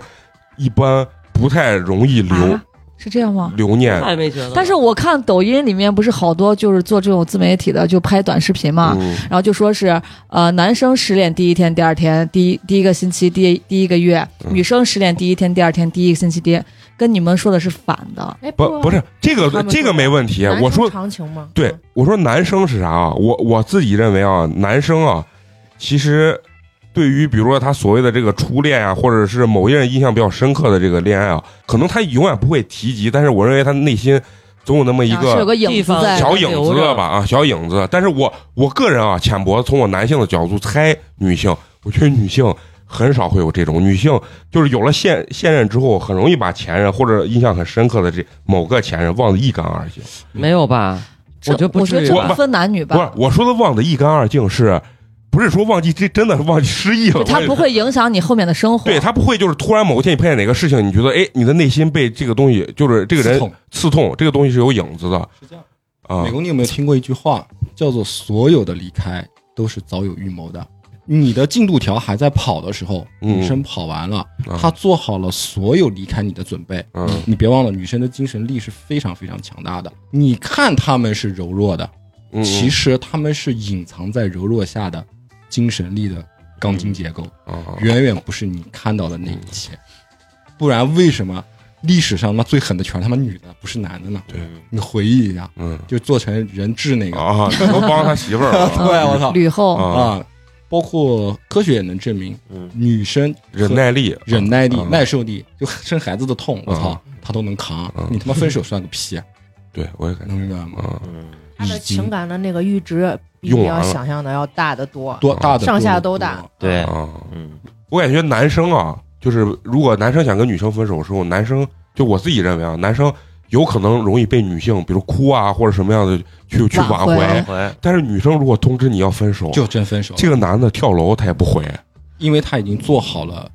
S1: 一般不太容易留、
S5: 啊，是这样吗？
S1: 留念。嗯
S2: 太没觉得了。
S5: 但是我看抖音里面不是好多就是做这种自媒体的，就拍短视频嘛，
S1: 嗯
S5: 然后就说是呃男生失恋第一天、第二天、第一第一个星期、第一第一个月，
S1: 嗯
S5: 女生失恋第一天、第二天、第一个星期、第跟你们说的是反的。
S3: 哎，
S1: 不不是这
S3: 他
S1: 个
S3: 们
S1: 这个没问题，
S3: 男生
S1: 我说
S3: 长情嘛，
S1: 对
S3: 嗯，
S1: 我说男生是啥啊？我我自己认为啊，男生啊，其实对于比如说他所谓的这个初恋啊，或者是某一人印象比较深刻的这个恋爱啊，可能他永远不会提及，但是我认为他内心总有那么一
S5: 啊是有
S1: 个
S5: 个影
S2: 地
S5: 子
S2: 方
S5: 在，
S1: 小影
S2: 哎留
S1: 子
S2: 着
S1: 吧啊，小影子。但是我我个人啊，浅薄，从我男性的角度猜女性，我觉得女性。很少会有这种女性，就是有了现现任之后，很容易把前任或者印象很深刻的这某个前任忘得一干二净。
S2: 没有吧？
S5: 这
S2: 我觉得不
S5: 我觉
S2: 至
S5: 得
S2: 于
S5: 这
S1: 我
S5: 不
S2: 吧。
S5: 分男女
S1: 不是
S5: 吧，
S1: 我说的忘得一干二净是，不是说忘记这真的是忘记失忆了？
S5: 它
S1: 我也
S5: 不会影响你后面的生活。
S1: 对他不会就是突然某一天你碰见哪个事情，你觉得哎，你的内心被这个东西就是这个
S4: 刺
S1: 人
S4: 痛
S1: 刺痛，这个东西是有影子的
S4: 是这样。
S1: 啊
S4: 美。工，你有没有听过一句话，叫做“所有的离开都是早有预谋的”？你的进度条还在跑的时候，
S1: 嗯
S4: 女生跑完了，
S1: 啊
S4: 她做好了所有离开你的准备。
S1: 嗯
S4: 你别忘了，女生的精神力是非常非常强大的。你看她们是柔弱的，
S1: 嗯
S4: 其实她们是隐藏在柔弱下的精神力的钢筋结构，
S1: 啊嗯
S4: 远远不是你看到的那一切。不然为什么历史上那最狠的全是他妈女的，不是男的呢？
S6: 嗯
S1: 对，
S4: 你回忆一下，
S1: 嗯
S4: 就做成人质那个。
S1: 啊，你都帮他媳妇儿 了
S4: 对，我操
S5: 吕后、
S1: 啊，
S4: 啊！包括科学也能证明，
S6: 嗯
S4: 女生
S1: 忍耐力，
S4: 忍耐力
S1: 嗯、
S4: 耐受力，就生孩子的痛，我
S1: 哦
S4: 操，她都能扛
S1: 嗯。
S4: 你他妈分手算个屁，啊
S1: 对我也感觉
S4: 能明白吗？
S1: 啊，
S6: 嗯，
S3: 他的
S4: 已经
S3: 情感的那个阈值比
S1: 用
S3: 你
S1: 完
S3: 要
S1: 了
S3: 想象的要大得多。
S4: 多大的
S3: 上下
S4: 多
S3: 都大
S6: 对，
S1: 啊，
S6: 嗯，
S1: 我感觉男生啊，就是如果男生想跟女生分手的时候，男生就我自己认为啊，男生有可能容易被女性，比如哭啊或者什么样的去去挽
S5: 挽
S1: 回
S5: 回，哎
S6: 回啊
S1: 但是女生如果通知你要分手，
S4: 就真分手了，
S1: 这个男的跳楼他也不回
S4: 因为她已经做好了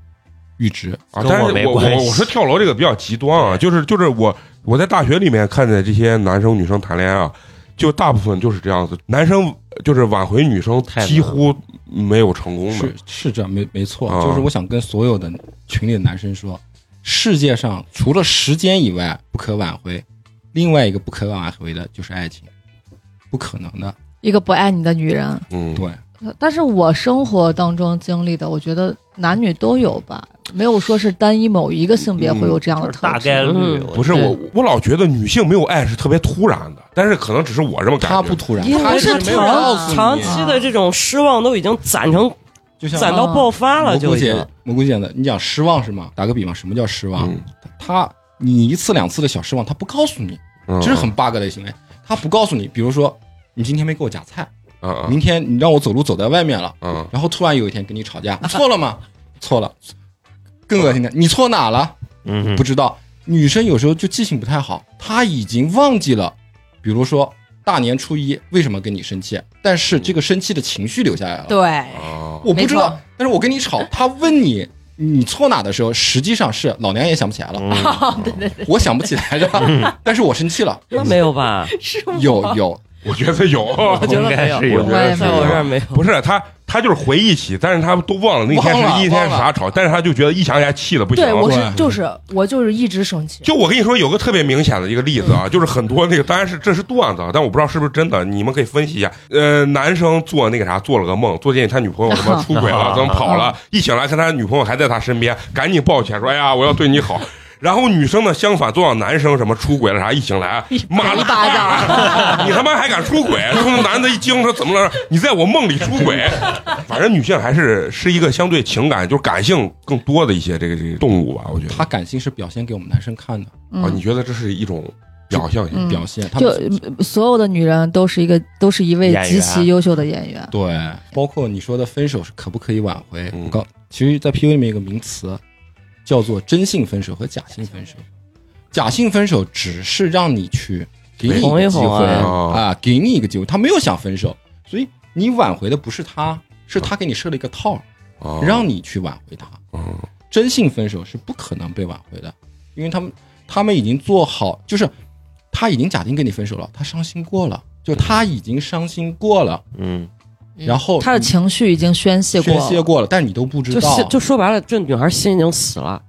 S4: 阈值。
S1: 啊。
S6: 跟
S1: 但
S6: 我
S1: 是
S6: 没
S1: 我我
S6: 关系
S1: 我说跳楼这个比较极端啊，
S6: 对
S1: 就是就是我我在大学里面看见这些男生女生谈恋爱啊，就大部分就是这样子，男生就是挽回女生
S6: 太难了
S1: 几乎没有成功的
S4: 是是这样，没没错，
S1: 啊
S4: 就是我想跟所有的群里的男生说，世界上除了时间以外不可挽回，另外一个不可挽回的就是爱情，不可能的。
S5: 一个不爱你的女人。
S1: 嗯，
S4: 对，
S5: 但是我生活当中经历的，我觉得男女都有吧，没有说是单一某一个性别会有这样的
S6: 就是
S5: 特
S6: 大
S5: 质。
S6: 概率
S2: 嗯
S1: 不是我我老觉得女性没有爱是特别突然的，但是可能只是我这么感
S4: 他
S1: 觉。
S4: 不突然，
S2: 因为
S4: 他
S2: 是
S4: 没有告诉
S2: 长
S4: 你
S2: 长期的这种失望都已经攒成
S4: 就像
S2: 攒到爆发了，
S4: 蘑
S2: 就
S4: 菇
S2: 已经
S4: 姐，蘑菇姐的，你讲失望是吗？打个比方，什么叫失望？
S1: 嗯
S4: 他你一次两次的小失望，他不告诉你，
S1: 嗯，
S4: 这是很 bug 的行为。他不告诉你，比如说你今天没给我夹菜，
S1: 嗯嗯
S4: 明天你让我走路走在外面了。
S1: 嗯
S4: 然后突然有一天跟你吵架，错了吗？错了，更恶心的，你错哪了？
S6: 嗯
S4: 不知道。女生有时候就记性不太好，她已经忘记了，比如说大年初一为什么跟你生气，但是
S2: 嗯
S4: 这个生气的情绪留下来了。
S5: 对，
S1: 啊
S4: 我不知
S5: 没
S4: 道，但是我跟你 吵，她问你你错哪的时候，实际上是老娘也想不起来
S6: 嗯
S4: 了，我想不起来
S5: 嗯
S4: 了，但是我生气了。
S2: 那没有 吧？
S4: 有有，
S5: 啊
S1: 我觉得有，啊
S2: 我觉得
S6: 应该
S2: 没有，
S6: 是有
S2: 我在我这儿没有。
S1: 不是他，他就是回忆起，但是他都忘了那天
S4: 忘了
S1: 是一天是
S4: 忘了
S1: 啥吵，但是他就觉得一想起来气的不行
S3: 对，
S1: 了。
S3: 我是
S4: 对
S3: 就是我就是一直生气，
S1: 就我跟你说，有个特别明显的一个例子
S5: 嗯
S1: 啊，就是很多那个，当然是这是段子啊，但我不知道是不是真的，你们可以分析一下。呃，男生做那个啥，做了个梦，做见他女朋友什么出轨了，怎么跑
S5: 嗯
S1: 了，一醒来看他女朋友还在他身边，赶紧抱起来说：“哎呀，我要对你 好。”然后女生呢，相反做到男生什么出轨了啥，一醒来骂了
S5: 一巴
S1: 掌，你他妈还敢出轨？然后男的一惊说怎么了？你在我梦里出轨？反正女性还是是一个相对情感就是感性更多的一些这个这个动物吧，我觉得。
S4: 他感性是表现给我们男生看的，
S1: 啊，
S5: 嗯
S1: 你，觉得这是一种表象性？
S5: 嗯
S4: 表现他
S5: 就
S4: 们
S5: 呃所有的女人都是一个都是一位
S6: 演员
S5: 极其优秀的演员，
S4: 对，包括你说的分手是可不可以挽回？
S1: 嗯
S4: 我告，其实，在 PU 里面有个名词叫做真性分手和假性分手。假性分手只是让你去给你
S2: 哄一
S4: 个机
S2: 哄哦
S4: 会
S1: 啊
S4: 啊，给你一个机会，他没有想分手，所以你挽回的不是他，是他给你设了一个套儿，
S1: 啊
S4: 让你去挽回他。
S1: 嗯
S4: 真性分手是不可能被挽回的，因为他们他们已经做好，就是他已经假定跟你分手了，他伤心过了，就他已经伤心过了，
S6: 嗯，
S4: 然后
S5: 她的
S4: 你
S5: 情绪已经宣泄过
S4: 宣
S5: 了，
S4: 泄过了，但你都不知
S2: 就
S4: 道
S2: 是。就说白了，这女孩心已经死了。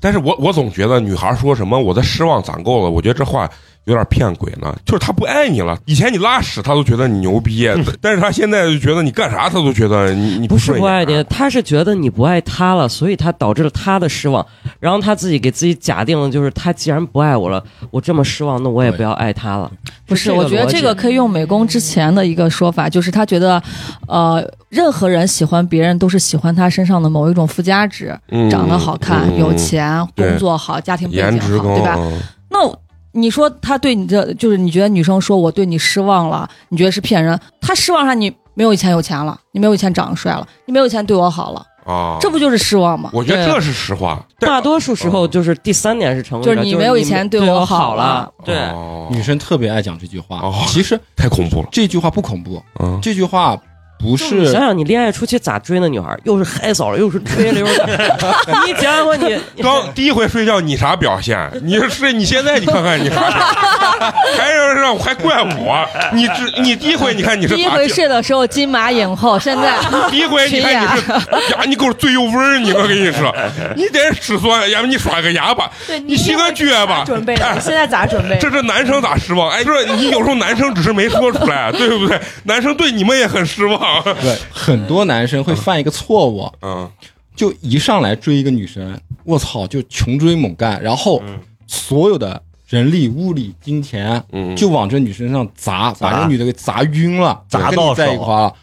S1: 但是我我总觉得女孩说什么我的失望攒够了，我觉得这话有点骗鬼呢。就是她不爱你了，以前你拉屎她都觉得你牛逼，
S5: 嗯
S1: 但是她现在就觉得你干啥她都觉得你你
S2: 不啊是
S1: 顺
S2: 不
S1: 眼
S2: 爱你，她是觉得你不爱她了，所以她导致了她的失望，然后她自己给自己假定了，就是她既然不爱我了，我这么失望，那我也不要爱她了。
S5: 不是，我觉得
S2: 逻辑
S5: 这个可以用美工之前的一个说法，就是他觉得，呃，任何人喜欢别人都是喜欢他身上的某一种附加值，
S1: 嗯
S5: 长得好看、
S1: 嗯
S5: 有钱、
S1: 对
S5: 工作好、家庭背
S1: 颜
S5: 景
S1: 值
S5: 好，
S1: 高，
S5: 对吧？
S1: 嗯
S5: 那你说他对你这，就是你觉得女生说我对你失望了，你觉得是骗人？他失望上你没有以前有钱了，你没有以前长得帅了，你没有以前对我好了，
S1: 啊？
S5: 这不就是失望吗？
S1: 我觉得这是实话。但
S2: 大多数时候就是第三点是成为
S5: 就
S2: 者，
S5: 是你
S2: 你
S5: 没有以前对
S2: 对
S5: 我好
S2: 好
S5: 了，
S2: 对，
S1: 哦
S4: 女生特别爱讲这句话，
S1: 哦
S4: 其实
S1: 太恐怖了，
S4: 这句话不恐怖，
S1: 嗯，
S4: 这句话不
S2: 就是你
S4: 是
S2: 想想你恋爱初期咋追那女孩，又是嗨嫂了，又是追了，又是你想想吧，你 你
S1: 刚 第一回睡觉，你啥表现？你是你现在你看看你啥表现，还要让我还怪我？你这你第一回你看你是
S5: 第
S1: 咋
S5: 一回
S1: 想
S5: 睡的时候金马影后，现在
S1: 第一回你看你是 呀，你给我醉油味儿，你我跟你说，你得吃酸，要不你刷个牙吧，
S7: 对
S1: 你洗个脚 吧。
S7: 准备了， 你现在咋准备？
S1: 啊这这男生咋失望？哎，这你有时候男生只是没说出来，啊对不对？男生对你们也很失望。
S4: 对很多男生会犯一个错误，
S1: 嗯，
S4: 就一上来追一个女生，我操，就穷追猛干，然后所有的人力、物力、金钱
S1: 嗯
S4: 就往这女生上砸，
S6: 砸
S4: 把这女的给砸晕了，
S6: 砸
S4: 跟
S6: 到
S4: 你在
S6: 手
S4: 一块儿了。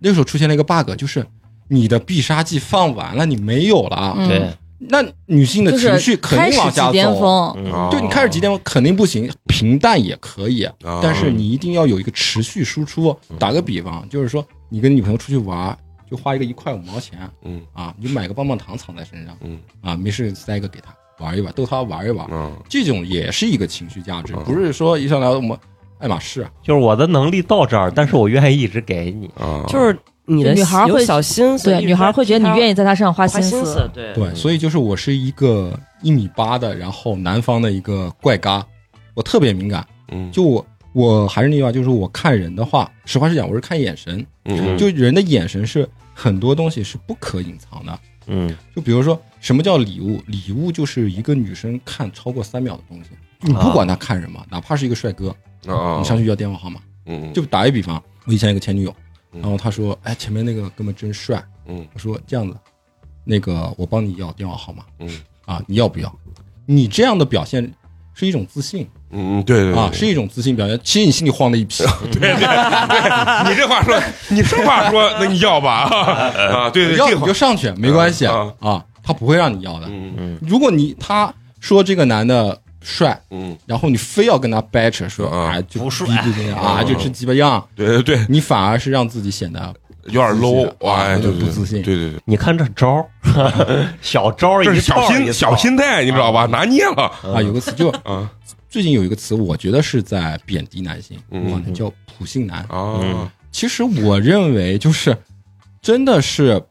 S4: 那个时候出现了一个 bug，就是你的必杀技放完了，你没有了，啊
S5: 嗯
S6: 对，
S4: 那女性的
S5: 就是
S4: 情绪肯
S5: 开
S4: 定
S5: 始
S4: 往
S5: 即
S4: 下
S5: 巅
S4: 走。
S5: 峰，
S6: 嗯，
S4: 就你开始几点肯定不行，平淡也可以，
S1: 啊
S4: 但是你一定要有一个持续输出。打个比方，就是说你跟女朋友出去玩，就花一个一块五毛钱，
S1: 嗯
S4: 啊，你买个棒棒糖藏在身上，
S1: 嗯
S4: 啊，没事塞一个给她玩一玩，逗她玩一玩，
S1: 嗯
S4: 这种也是一个情绪价值
S1: 嗯，
S4: 不是说一上来我们爱马仕啊，
S6: 就是我的能力到这儿，但是我愿意一直给你。
S1: 啊，
S2: 就是你的
S5: 女孩会
S2: 有小心思，
S5: 对，女孩会觉得你愿
S2: 意
S5: 意在她身上花
S2: 花
S5: 心
S2: 心
S5: 思
S2: 思，，
S1: 嗯
S2: 对
S4: 对，所以就是我是一个一米八的，然后南方的一个怪咖，我特别敏感，
S1: 嗯
S4: 就我我还是那句话，就是我看人的话，实话实讲，我是看眼神，
S1: 嗯
S4: 就人的眼神是很多东西是不可隐藏的。
S6: 嗯，
S4: 就比如说，什么叫礼物？礼物就是一个女生看超过三秒的东西，你不
S6: 啊
S4: 管她看什么，哪怕是一个帅哥，
S1: 啊啊
S4: 你上去要电话号码。
S1: 嗯
S4: 就打一比方，我以前有个前女友，
S1: 嗯
S4: 然后她说：“哎，前面那个哥们真帅。”
S1: 嗯，
S4: 我说：“这样子，那个我帮你要电话号码。”
S1: 嗯，
S4: 啊，你要不要？你这样的表现是一种自信
S1: 嗯嗯对对
S4: 啊，是一种自信表现。其实你心里慌的一批，
S1: 对对对，你这话说，你这话说，那你要吧啊，对对，
S4: 要
S1: 这
S4: 你
S1: 话
S4: 就上去，没关系
S1: 啊
S4: 啊，他不会让你要的。
S1: 嗯
S4: 如果你他说这个男的帅，
S1: 嗯，
S4: 然后你非要跟他掰扯说
S1: 啊
S4: 啊，就
S6: 不帅
S4: 逼逼逼啊，
S1: 嗯
S4: 就这鸡巴样，
S1: 对对对，
S4: 你反而是让自己显得
S1: 有点 low，哎，
S4: 啊有
S1: 对
S4: 点
S1: 对
S4: 不自信
S1: 对对对。
S6: 你看这招儿，小招儿一
S1: 这
S6: 套
S1: 是小
S6: 一套，
S1: 心小心态，你知道吧？拿捏了
S4: 啊，有个词就
S1: 啊
S4: 最近有一个词，我觉得是在贬低男性，
S1: 嗯
S4: 啊，叫普信男。
S1: 啊
S6: 嗯
S4: 其实我认为就是真的
S1: 嗯
S4: 是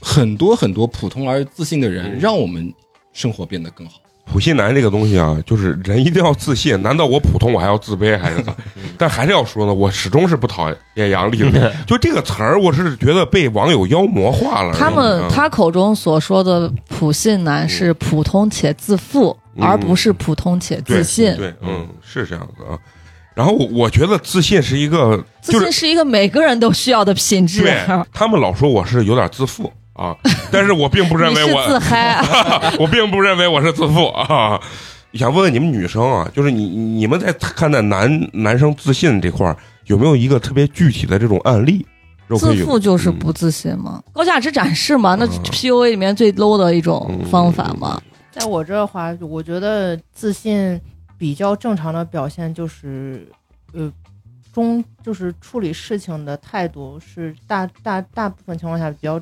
S4: 很多很多普通而自信的人，让我们生活变得更好。
S1: 普信男这个东西啊，就是人一定要自信。难道我普通我还要自卑还是咋？ 但还是要说呢，我始终是不讨厌杨丽 的。就这个词儿，我是觉得被网友妖魔化了。
S5: 他们
S1: 嗯
S5: 他口中所说的普信男是普通且自负，
S1: 嗯
S5: 而不是普通且自信。
S1: 对，嗯，是这样的啊。然后我我觉得自信是一个，
S5: 自
S1: 就是
S5: 信是一个每个人都需要的品质。啊
S1: 对他们老说我是有点自负啊，但是我并不认
S5: 你
S1: 为
S5: 是
S1: 我
S5: 自嗨，
S1: 我并不认为我是自负啊。想问问你们女生啊，就是你你们在看待男男生自信这块儿，有没有一个特别具体的这种案例？肉
S5: 自
S1: 葵有
S5: 负就是不自信嘛，高价值展示嘛，那
S1: 嗯
S5: PUA 里面最 low 的一种方法嘛。
S3: 在我这的话，我觉得自信比较正常的表现就是，呃，中就是处理事情的态度是大大大部分情况下比较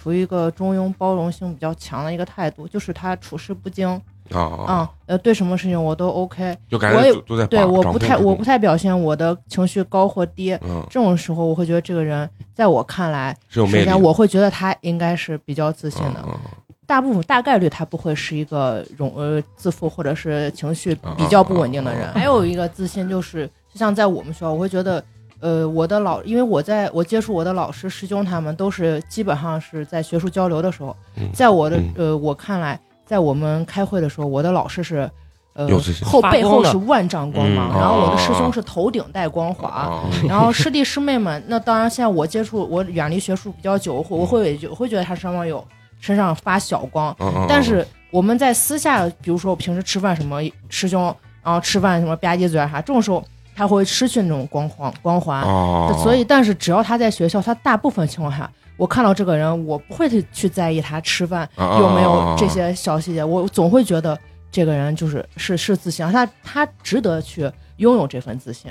S3: 处于一个中庸包容性比较强的一个态度，就是他处事不惊
S1: 啊啊，
S3: 啊、呃，对什么事情我都 OK，
S1: 就感
S3: 我
S1: 觉
S3: 也
S1: 都都在
S3: 对，
S1: 把
S3: 我
S1: 掌
S3: 不
S1: 控
S3: 太
S1: 这
S3: 我
S1: 种
S3: 不太表现我的情绪高或低，
S1: 嗯
S3: 这种时候我会觉得这个人在我看来，
S1: 是有
S3: 首
S1: 魅力的，
S3: 先我会觉得他应该是比较自信的，
S1: 嗯嗯
S3: 大部分大概率他不会是一个容呃自负或者是情绪
S1: 啊
S3: 比较不稳定的
S1: 啊
S3: 人。
S1: 啊
S3: 还有一个自信就是，就像在我们学校，我会觉得，呃，我的老，因为我在我接触我的老师师兄他们都是基本上是在学术交流的时候
S1: 嗯，
S3: 在我的
S1: 嗯
S3: 呃我看来，在我们开会的时候，我的老师是。呃
S1: 有自，信
S3: 后
S2: 发
S3: 背
S2: 光
S3: 后
S2: 的
S3: 是万丈光
S6: 嗯
S3: 芒，
S1: 啊
S3: 然后我的师
S1: 啊啊
S3: 兄是头顶带光华，
S1: 啊
S3: 然后师弟师妹们，那当然现在我接触我远离学术比较久，我会我会我会觉得他身上有身上发小光，
S1: 嗯嗯，
S3: 但是我们在私下，比如说我平时吃饭什么师兄，然后吃饭什么吧唧嘴啊啥，这种时候他会失去那种光环光环，
S1: 哦，
S3: 所以但是只要他在学校，他大部分情况下。我看到这个人，我不会去去在意他吃饭
S1: 哦
S3: 有没有这些小细节，我总会觉得这个人就是是是自信，他他值得去拥有这份自信。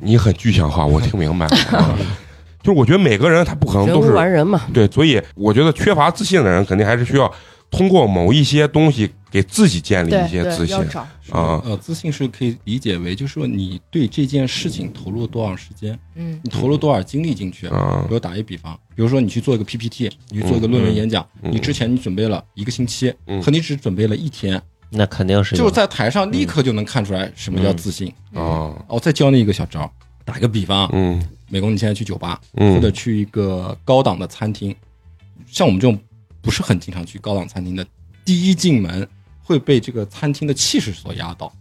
S1: 你很具象化，我听明白了。啊就是我觉得每个人他不可能
S2: 人
S1: 都
S2: 无
S1: 是
S2: 完人嘛，
S1: 对，所以我觉得缺乏自信的人，肯定还是需要通过某一些东西给自己建立
S3: 对
S1: 一些自
S3: 对，
S1: 信
S3: 要找
S1: 啊
S4: 呃，自信是可以理解为，就是说你对这件事情投入多少时间，
S3: 嗯
S4: 你投入多少精力进去。
S1: 啊
S4: 比如打一比方，比如说你去做一个 PPT，你去做一个论文演讲，
S1: 嗯嗯
S4: 你之前你准备了一个星期，
S1: 嗯
S4: 和你只准备了一天，
S6: 那肯定是有
S4: 就是在台上立刻就能看出来什
S1: 嗯
S4: 么叫自信。
S1: 啊
S4: 哦，我再教你一个小招儿，打一个比方啊，
S1: 嗯
S4: 美工，你现在去酒吧或者
S1: 嗯
S4: 去一个高档的餐厅，像我们这种不是很经常去高档餐厅的，第一进门会被这个餐厅的气势所压倒，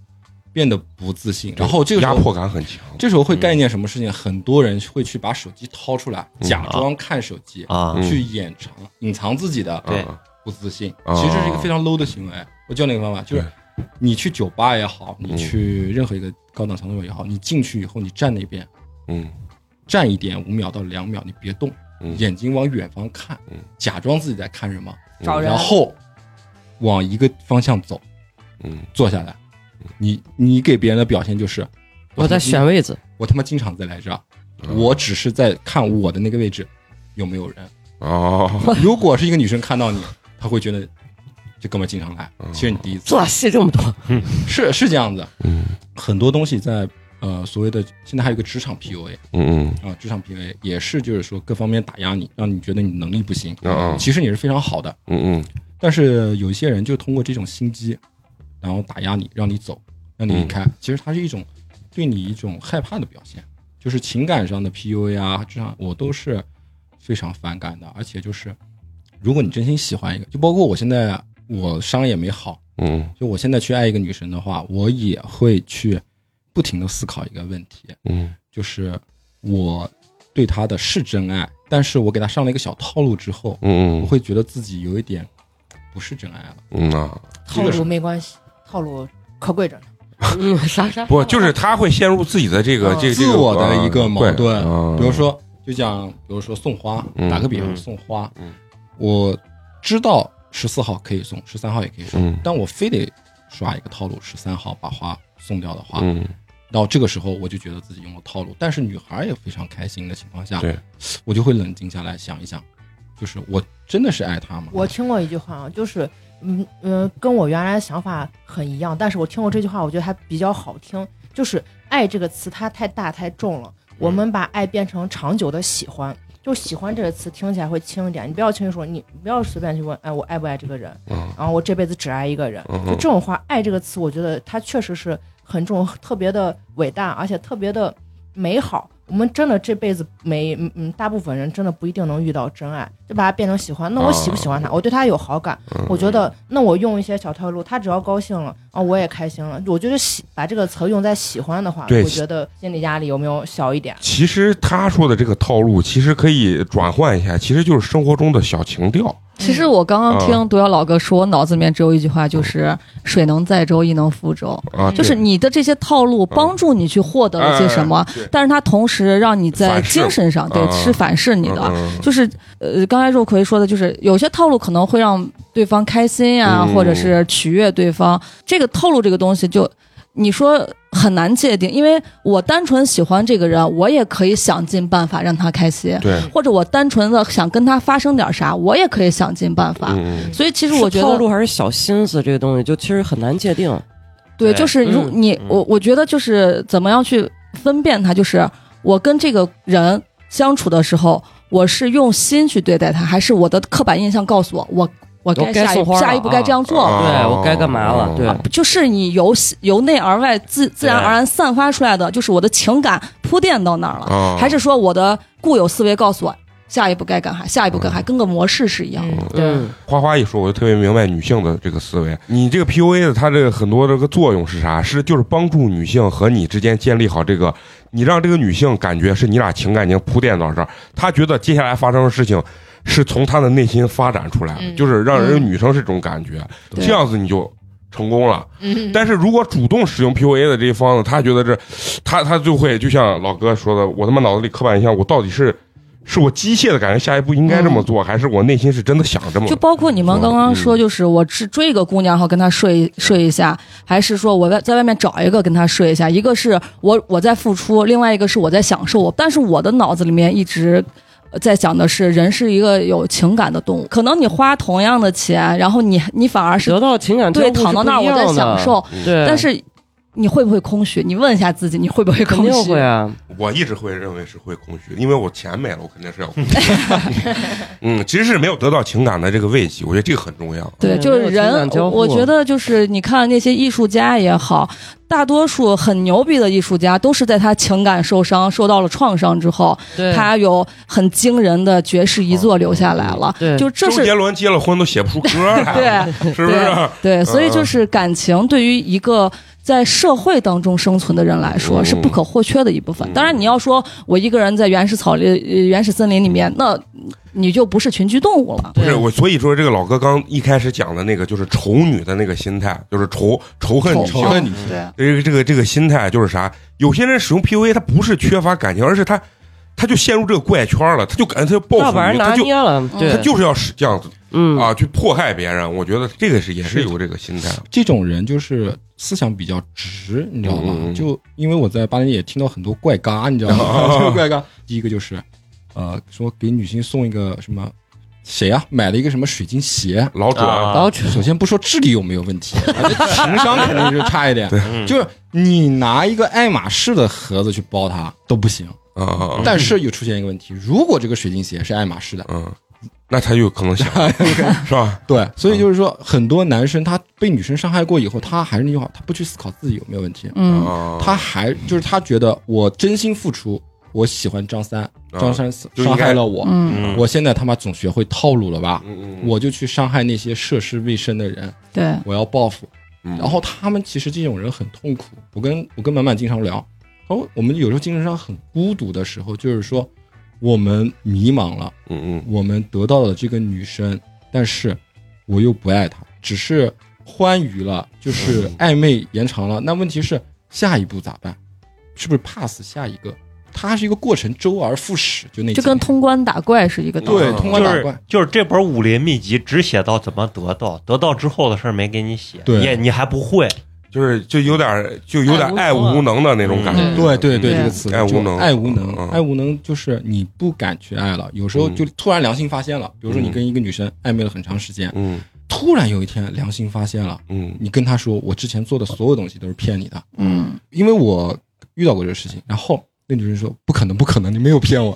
S4: 变得不自信，然后这个时
S1: 压
S4: 候
S1: 迫嗯感很强
S4: 这时候会干一件什么事情？很多人会去把手机掏出来，
S1: 嗯
S4: 假装看手机，
S6: 啊
S1: 嗯
S4: 去掩藏、隐藏自己的
S6: 对
S1: 啊
S4: 不自信，
S1: 啊
S4: 其实是一个非常 low 的行为。我教你个方法，就是你去酒吧也好，你去任何一个高档场所也好，你进去以后，你站那边
S1: 嗯
S4: 站一点五秒到两秒，你别动，
S1: 嗯
S4: 眼睛往远方看
S1: 嗯，
S4: 假装自己在看什么，
S3: 找
S2: 啊
S3: 人
S4: 然后往一个方向走，
S1: 嗯
S4: 坐下来。你你给别人的表现就是
S2: 我在选 位置，
S4: 我他妈经常在来这儿，
S1: 嗯
S4: 我只是在看我的那个位置有没有 人。
S1: 哦
S4: 如果是一个女生看到你，她会觉得这哥们儿经常来，其实你第一次
S2: 做戏这么多，
S4: 是是这样子。
S1: 嗯
S4: 很多东西在呃所谓的现在还有一个职场 PUA 啊、
S1: 嗯
S4: 职场 PUA 也是就是说各方面打压你，让你觉得你能力不行，
S1: 嗯嗯
S4: 其实你是非常好的，
S1: 嗯嗯
S4: 但是有一些人就通过这种心机，然后打压你，让你走，让你
S1: 嗯
S4: 离开。其实它是一种对你一种害怕的表现，就是情感上的 PUA 啊，这样我都是非常反感的。而且就是，如果你真心喜欢一个，就包括我现在我伤也没好，
S1: 嗯
S4: 就我现在去爱一个女生的话，我也会去不停的思考一个问题，
S1: 嗯
S4: 就是我对她的是真爱，但是我给她上了一个小套路之后，我
S1: 嗯
S4: 会觉得自己有一点不是真爱了。
S1: 嗯啊，
S3: 套路没关系，套路可贵着呢。
S2: 嗯，啥啥，
S1: 不就是他会陷入自己的这个啊这
S4: 嗯自我的一个矛盾。
S1: 比
S4: 比如说，就讲，比如说送花，
S1: 嗯
S4: 打个比
S6: 嗯
S4: 方，送花，
S1: 嗯
S4: 我知道十四号可以送，十三号也可以送，
S1: 嗯
S4: 但我非得刷一个套路，十三号把花送掉的话，
S1: 嗯
S4: 到这个时候我就觉得自己用了套路，但是女孩也非常开心的情况下，
S1: 对，
S4: 我就会冷静下来想一想，就是我真的是爱她吗？
S3: 我听过一句话啊，就是嗯呃，跟我原来的想法很一样，但是我听过这句话，我觉得它比较好听，就是“爱”这个词它太大太重了，我们把爱变成长久的喜欢。就喜欢这个词听起来会轻一点。你不要轻易说，你不要随便去问，哎，我爱不爱这个人？
S1: 嗯
S3: 然后我这辈子只爱一个人。
S1: 嗯嗯
S3: 就这种话，“爱”这个词，我觉得它确实是很重，特别的伟大，而且特别的美好。我们真的这辈子没，嗯嗯，大部分人真的不一定能遇到真爱，就把它变成喜欢。那我喜不喜欢他？我对他有好感，
S1: 嗯
S3: 我觉得那我用一些小套路，他只要高兴了啊，我也开心了。我觉得喜把这个词用在喜欢的话，
S1: 对
S3: 我觉得心理压力有没有小一点？
S1: 其实他说的这个套路，其实可以转换一下，其实就是生活中的小情调。
S5: 其实我刚刚
S1: 啊
S5: 听毒药老哥说，我脑子里面只有一句话，就是“水能载舟，亦能覆舟”，
S1: 啊，
S5: 就是
S1: 对
S5: 你的这些套路帮助你去获得了些什么，？
S1: 哎哎哎
S5: 但是它同时让你在
S1: 反噬
S5: 精神上对
S1: 啊
S5: 是反噬你
S1: 对
S5: 的。
S1: 嗯嗯
S5: 就是呃，刚才肉葵说的，就是有些套路可能会让对方开心呀、
S1: 嗯
S5: 或者是取悦对方。这个套路这个东西就，你说很难界定，因为我单纯喜欢这个人，我也可以想尽办法让他开心，
S1: 对，
S5: 或者我单纯的想跟他发生点啥，我也可以想尽办法。
S1: 嗯
S5: 所以其实我觉得
S2: 套路还是小心思这个东西，就其实很难界定。
S5: 对，
S6: 对
S5: 就是如
S2: 嗯
S5: 你、
S6: 嗯
S5: 我，我觉得就是怎么样去分辨他，就是我跟这个人相处的时候，我是用心去对待他，还是我的刻板印象告诉我，我我该
S2: 我该
S5: 下一
S2: 送花了
S5: 下一步该这样做。
S1: 啊
S2: 对我该干嘛了？对，
S5: 就是你由由内而外自自然而然散发出来的，就是我的情感铺垫到那儿了，
S2: 哦
S1: 啊，
S5: 还是说我的固有思维告诉我下一步该干啥，下一步干啥，跟个模式是一样的。
S3: 嗯，对，
S2: 嗯，
S1: 花花一说，我就特别明白女性的这个思维。你这个 PUA 的，它这个很多这个作用是啥？是就是帮助女性和你之间建立好这个，你让这个女性感觉是你俩情感已经铺垫到这儿，她觉得接下来发生的事情是从她的内心发展出来的，
S7: 嗯
S1: 就是让人
S5: 嗯
S1: 女生是这种感觉，
S5: 对
S1: 这样子你就成功了。
S7: 嗯，
S1: 但是如果主动使用 PUA 的这一方呢，他觉得这，他他就会就像老哥说的，我他妈脑子里刻板印象，我到底是是我机械的感觉下一步应该这么
S7: 嗯
S1: 做，还是我内心是真的想这
S2: 嗯
S1: 么
S5: 就包括你们刚刚说，就是我是追一个姑娘，然后跟她睡
S2: 嗯
S5: 一睡一下，还是说我外在外面找一个跟她睡一下？一个是我我在付出，另外一个是我在享受。我但是我的脑子里面一直呃在想的是，人是一个有情感的动物，可能你花同样的钱，然后你你反而是
S2: 得到情感交
S5: 对
S2: 互是
S5: 躺到那儿
S2: 不一
S5: 我
S2: 样
S5: 在
S2: 的
S5: 享，受，
S2: 对，
S5: 但是你会不会空虚？你问一下自己，你会不会
S2: 肯
S5: 空
S2: 定
S5: 虚
S2: 会？啊，
S1: 我一直会认为是会空虚，因为我钱没了，我肯定是要空虚。嗯，其实是没有得到情感的这个慰藉，我觉得这个很重要。
S5: 对，
S2: 嗯
S5: 就是
S2: 没有情
S5: 人
S2: 感，交
S5: 我
S2: 互
S5: 我觉得就是你看那些艺术家也好，大多数很牛逼的艺术家都是在他情感受伤、受到了创伤之后，
S2: 对
S5: 他有很惊人的绝世遗作留下来了。
S2: 哦对
S5: 就这
S1: 周杰
S5: 是
S1: 伦结了婚都写不出歌来，
S5: 对
S1: 对，是不是？
S5: 对，所以
S1: 嗯
S5: 就是感情对于一个。在社会当中生存的人来说
S1: 嗯
S5: 是不可或缺的一部分
S1: 嗯。
S5: 当然，你要说我一个人在原始草林、呃原始森林里面，那你就不是群居动物了。
S1: 不是我，所以说这个老哥刚一开始讲的那个就是仇女的那个心态，就是仇仇恨女
S4: 仇
S1: 性。
S4: 恨
S5: 嗯
S4: 女
S6: 对
S4: 性，
S1: 这个这个这个心态就是啥？有些人使用 PUA，他不是缺乏感情，而是他他就陷入这个怪圈了，他就感觉他就报
S2: 那
S1: 复
S2: 玩
S1: 欲，
S2: 意儿
S1: 他
S2: 拿
S1: 就
S2: 捏了，对，
S1: 他就是要使这样子
S2: 嗯
S1: 啊去迫害别人。我觉得这个是也是有这个心态，
S4: 这种人就是思想比较直，你知道吧？
S1: 嗯嗯嗯
S4: 就因为我在巴黎也听到很多怪咖，你知道吗？这 个怪咖，第一个就是，呃，说给女性送一个什么，谁啊，买了一个什么水晶鞋。
S1: 老准
S6: 啊
S2: 老扯
S4: 首先不说智力有没有问题，啊这情商肯定是差一点。
S6: 嗯
S4: 就是你拿一个爱马仕的盒子去包它都不行。
S1: 啊，
S4: 但是又出现一个问题，如果这个水晶鞋是爱马仕的，
S1: 嗯，那他就有可能 想是吧？
S4: 对，所以就是说，很多男生他被女生伤害过以后，他还是那句话，他不去思考自己有没有问题，
S5: 嗯，
S1: 啊，
S4: 他还就是他觉得我真心付出，我喜欢张三，
S1: 啊
S4: 张三
S1: 嗯就应该
S4: 伤害了我，
S5: 嗯，
S6: 嗯
S4: 我现在他妈总学会套路了吧？
S1: 嗯，嗯
S4: 我就去伤害那些涉世未深的人，
S5: 对。
S4: 我要报复。
S1: 嗯
S4: 然后他们其实这种人很痛苦。我跟我跟满满经常聊，哦，我们有时候精神上很孤独的时候，就是说我们迷茫了，
S1: 嗯
S4: 我们得到了这个女生，但是我又不爱她，只是欢愉了，就是暧昧延长了。那问题是下一步咋办？是不是 pass 下一个？它是一个过程，周而复始，就那几
S5: 就
S4: 年
S5: 跟通关打怪是一个道理。
S4: 对通关
S6: 就
S4: 打
S6: 是
S4: 怪。
S6: 就是这本武林秘籍只写到怎么得到，得到之后的事儿没给你写，
S4: 对
S6: 也你还不会，
S1: 嗯，就是就有点就有点爱
S2: 爱无
S1: 无
S2: 能
S1: 能的那种感觉，
S5: 嗯
S4: 对对对，
S5: 对
S4: 这个词
S1: 爱无
S4: 就
S1: 能
S4: 爱无能，
S1: 嗯
S4: 爱无能就是你不敢去爱了。有时候
S1: 嗯
S4: 就突然良心发现了，比如说你
S1: 嗯
S4: 跟一个女生暧昧了很长时间，
S1: 嗯
S4: 突然有一天良心发现了，
S1: 嗯
S4: 你跟她说我之前做的所有东西都是骗你的，
S5: 嗯
S4: 因为我遇到过这个事情。然后那女人说不可能，不可能，你没有 骗我，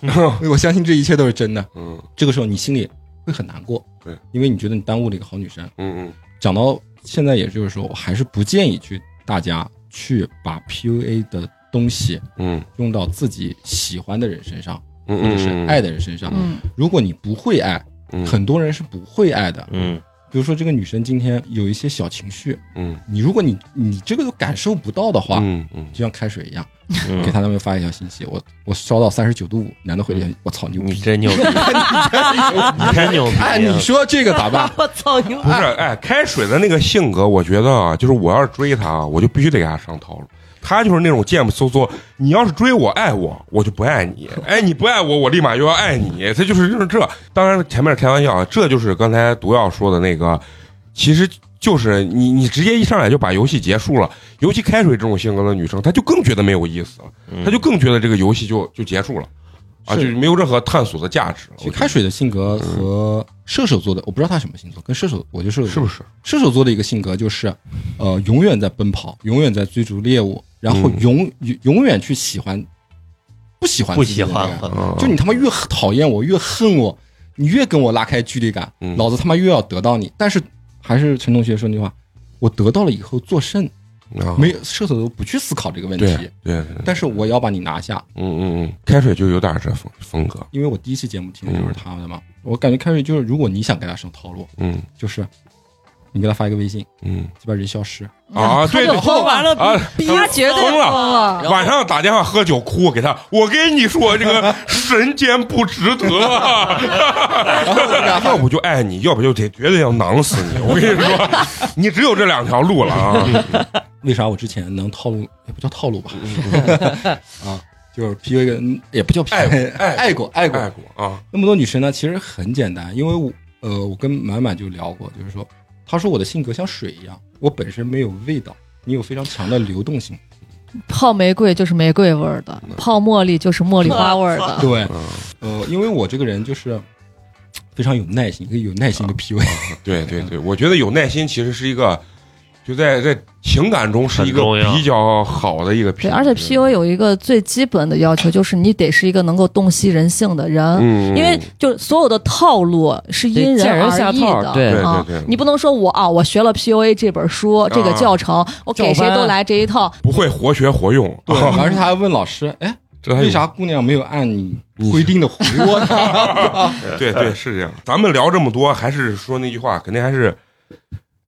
S4: 我相信这一切都是真的。
S1: 嗯
S4: 这个时候你心里会很难过，
S1: 对，
S4: 因为你觉得你耽误了一个好女生。
S1: 嗯
S4: 讲到现在，也就是说，我还是不建议去大家去把 PUA 的东西
S1: 嗯
S4: 用到自己喜欢的人身上，
S1: 嗯
S4: 或者
S1: 嗯，
S4: 是爱的人身上。
S5: 嗯
S4: 如果你不会爱，
S1: 嗯
S4: 很多人是不会爱的。
S6: 嗯
S4: 比如说，这个女生今天有一些小情绪，
S1: 嗯
S4: 你如果你你这个都感受不到的话，
S1: 嗯嗯
S4: 就像开水一样，
S6: 嗯
S4: 给他们发一条信息，我我烧到三十九度五，男的回
S1: 嗯
S4: 去，我操牛
S6: 你
S4: 逼！
S6: 真牛逼，你真牛逼！ 啊
S4: 哎，你说这个咋办？
S2: 我操你！
S1: 不
S4: 啊
S1: 是，哎，开水的那个性格，我觉得啊，就是我要是追他啊，我就必须得给他上套路。他就是那种贱不嗖嗖，你要是追我爱我，我就不爱你；哎，你不爱我，我立马又要爱你。他就是就是这。当然前面开玩笑啊，这就是刚才毒药说的那个，其实就是你你直接一上来就把游戏结束了。尤其开水这种性格的女生，她就更觉得没有意思了，
S4: 嗯
S1: 她就更觉得这个游戏就就结束了，啊，就是是没有任何探索的价值了。
S4: 其实开水的性格和射手座的，我不知道他什么星座，跟射手，我就是
S1: 我觉得是不是？
S4: 射手座的一个性格就是，呃，永远在奔跑，永远在追逐猎物，然后
S1: 嗯
S4: 永、永远去喜欢不喜欢
S6: 不
S4: 自己
S6: 喜
S4: 的
S6: 欢
S4: 人，
S6: 很
S1: 嗯
S4: 就你他妈越讨厌我，越恨我，你越跟我拉开距离感，
S1: 嗯
S4: 老子他妈越要得到你。但是还是陈同学说那句话，我得到了以后作甚？
S1: 啊
S4: 没射手座不去思考这个问
S1: 对
S4: 题，
S1: 对对。
S4: 但是我要把你拿下，
S1: 嗯嗯嗯，开水就有点这风风格。
S4: 因为我第一期节目听的就是他的嘛。我感觉开水就是，如果你想给他上套路，
S1: 嗯
S4: 就是你给他发一个微信，
S1: 嗯
S4: 就把人消失。
S1: 啊，
S5: 嗯他
S1: 对
S5: 就
S1: 对
S5: 疯了，
S1: 了啊，
S5: 他绝对
S1: 疯了。
S5: 了。
S1: 晚上打电话喝酒哭，给他，我跟你说，这个神仙不值得啊，
S4: 然后我给他发
S1: 要不就爱你，要不就得绝对要囊死你。我跟你说，你只有这两条路了啊。
S4: 为啥我之前能套路也不叫套路吧？ 啊，就是 PUA 个嗯也不叫 PUA，
S1: 嗯爱
S4: 爱过爱
S1: 爱
S4: 过
S1: 过啊，
S4: 那么多女生呢，其实很简单，因为我呃，我跟满满就聊过，就是说，她说我的性格像水一样，我本身没有味道，你有非常强的流动性。
S5: 泡玫瑰就是玫瑰味儿
S1: 嗯
S5: 的，泡茉莉就是茉莉花味儿 的。
S4: 对，呃，因为我这个人就是非常有耐心，可以有耐心
S1: 啊
S4: 的 PUA。
S1: 对对对，我觉得有耐心其实是一个，就在在情感中是一个
S6: 很重要
S1: 比较好的一个品质。
S5: 对，而且 PUA 有一个最基本的要求，就是你得是一个能够洞悉人性的人。
S1: 嗯，嗯，
S5: 因为就是所有的套路是因
S2: 得见人
S5: 而
S2: 下
S5: 异
S2: 套
S5: 的，
S2: 对
S5: 啊
S1: 对对对啊
S5: 你不能说我啊，我学了 PUA 这本书这个教程，我给
S2: 教
S5: 谁
S2: 班
S5: 都来这一套，
S1: 不会活学活用，
S4: 对，
S1: 啊
S4: 而且她还问老师，哎，
S1: 这还有
S4: 为啥姑娘没有按你
S1: 你
S4: 规定的回我呢？
S1: 对对，是这样。咱们聊这么多，还是说那句话，肯定还是，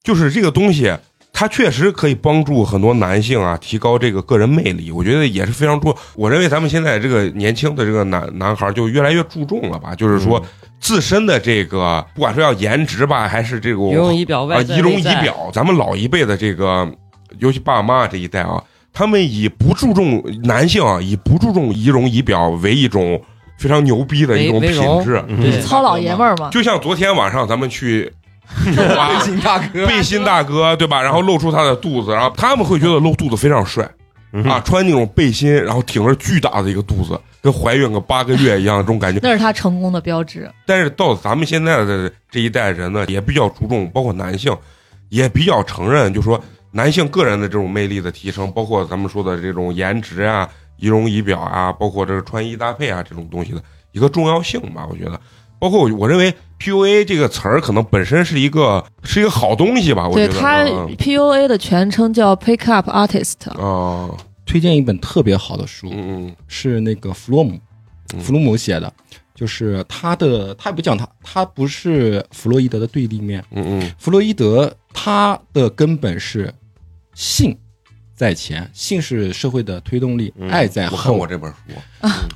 S1: 就是这个东西，它确实可以帮助很多男性啊，提高这个个人魅力。我觉得也是非常重要。我认为咱们现在这个年轻的这个男男孩儿就越来越注重了吧，就是说
S2: 嗯
S1: 自身的这个，不管是要颜值吧，还是这个
S2: 仪容仪表
S1: 啊
S2: 外在
S1: 仪容
S2: 内
S1: 仪
S2: 在，
S1: 表，咱们老一辈的这个，尤其爸妈这一代啊，他们以不注重男性啊，以不注重仪容仪表为一种非常牛逼的一
S2: 为
S1: 种
S2: 为
S1: 品
S2: 荣
S1: 质。
S6: 嗯
S5: 糙老爷们儿嘛。
S1: 就像昨天晚上咱们去
S4: 背
S1: 哇
S4: 心大 哥，
S1: 背心大哥对吧？然后露出他的肚子，然后他们会觉得露肚子非常帅
S6: 嗯
S1: 啊，穿那种背心，然后挺着巨大的一个肚子，跟怀孕个八个月一样这种感觉。
S5: 那是他成功的标志，
S1: 但是到咱们现在的这一代人呢，也比较注重，包括男性，也比较承认，就说男性个人的这种魅力的提升，包括咱们说的这种颜值啊、仪容仪表啊，包括这个穿衣搭配啊这种东西的一个重要性吧，我觉得。包括我，我认为 PUA 这个词儿可能本身是一个是一个好东西吧，我觉
S5: 对
S1: 得。
S5: 他
S1: 嗯
S5: PUA 的全称叫 Pick Up Artist，
S1: 啊，
S4: 推荐一本特别好的书，
S1: 嗯嗯
S4: 是那个弗洛姆，
S1: 嗯
S4: 弗洛姆写的，就是他的，他也不讲他，他不是弗洛伊德的对立面。
S1: 嗯嗯
S4: 弗洛伊德他的根本是性在前，性是社会的推动力，
S6: 嗯
S4: 爱在
S1: 嗯，我看
S4: 后
S1: 过。这本书，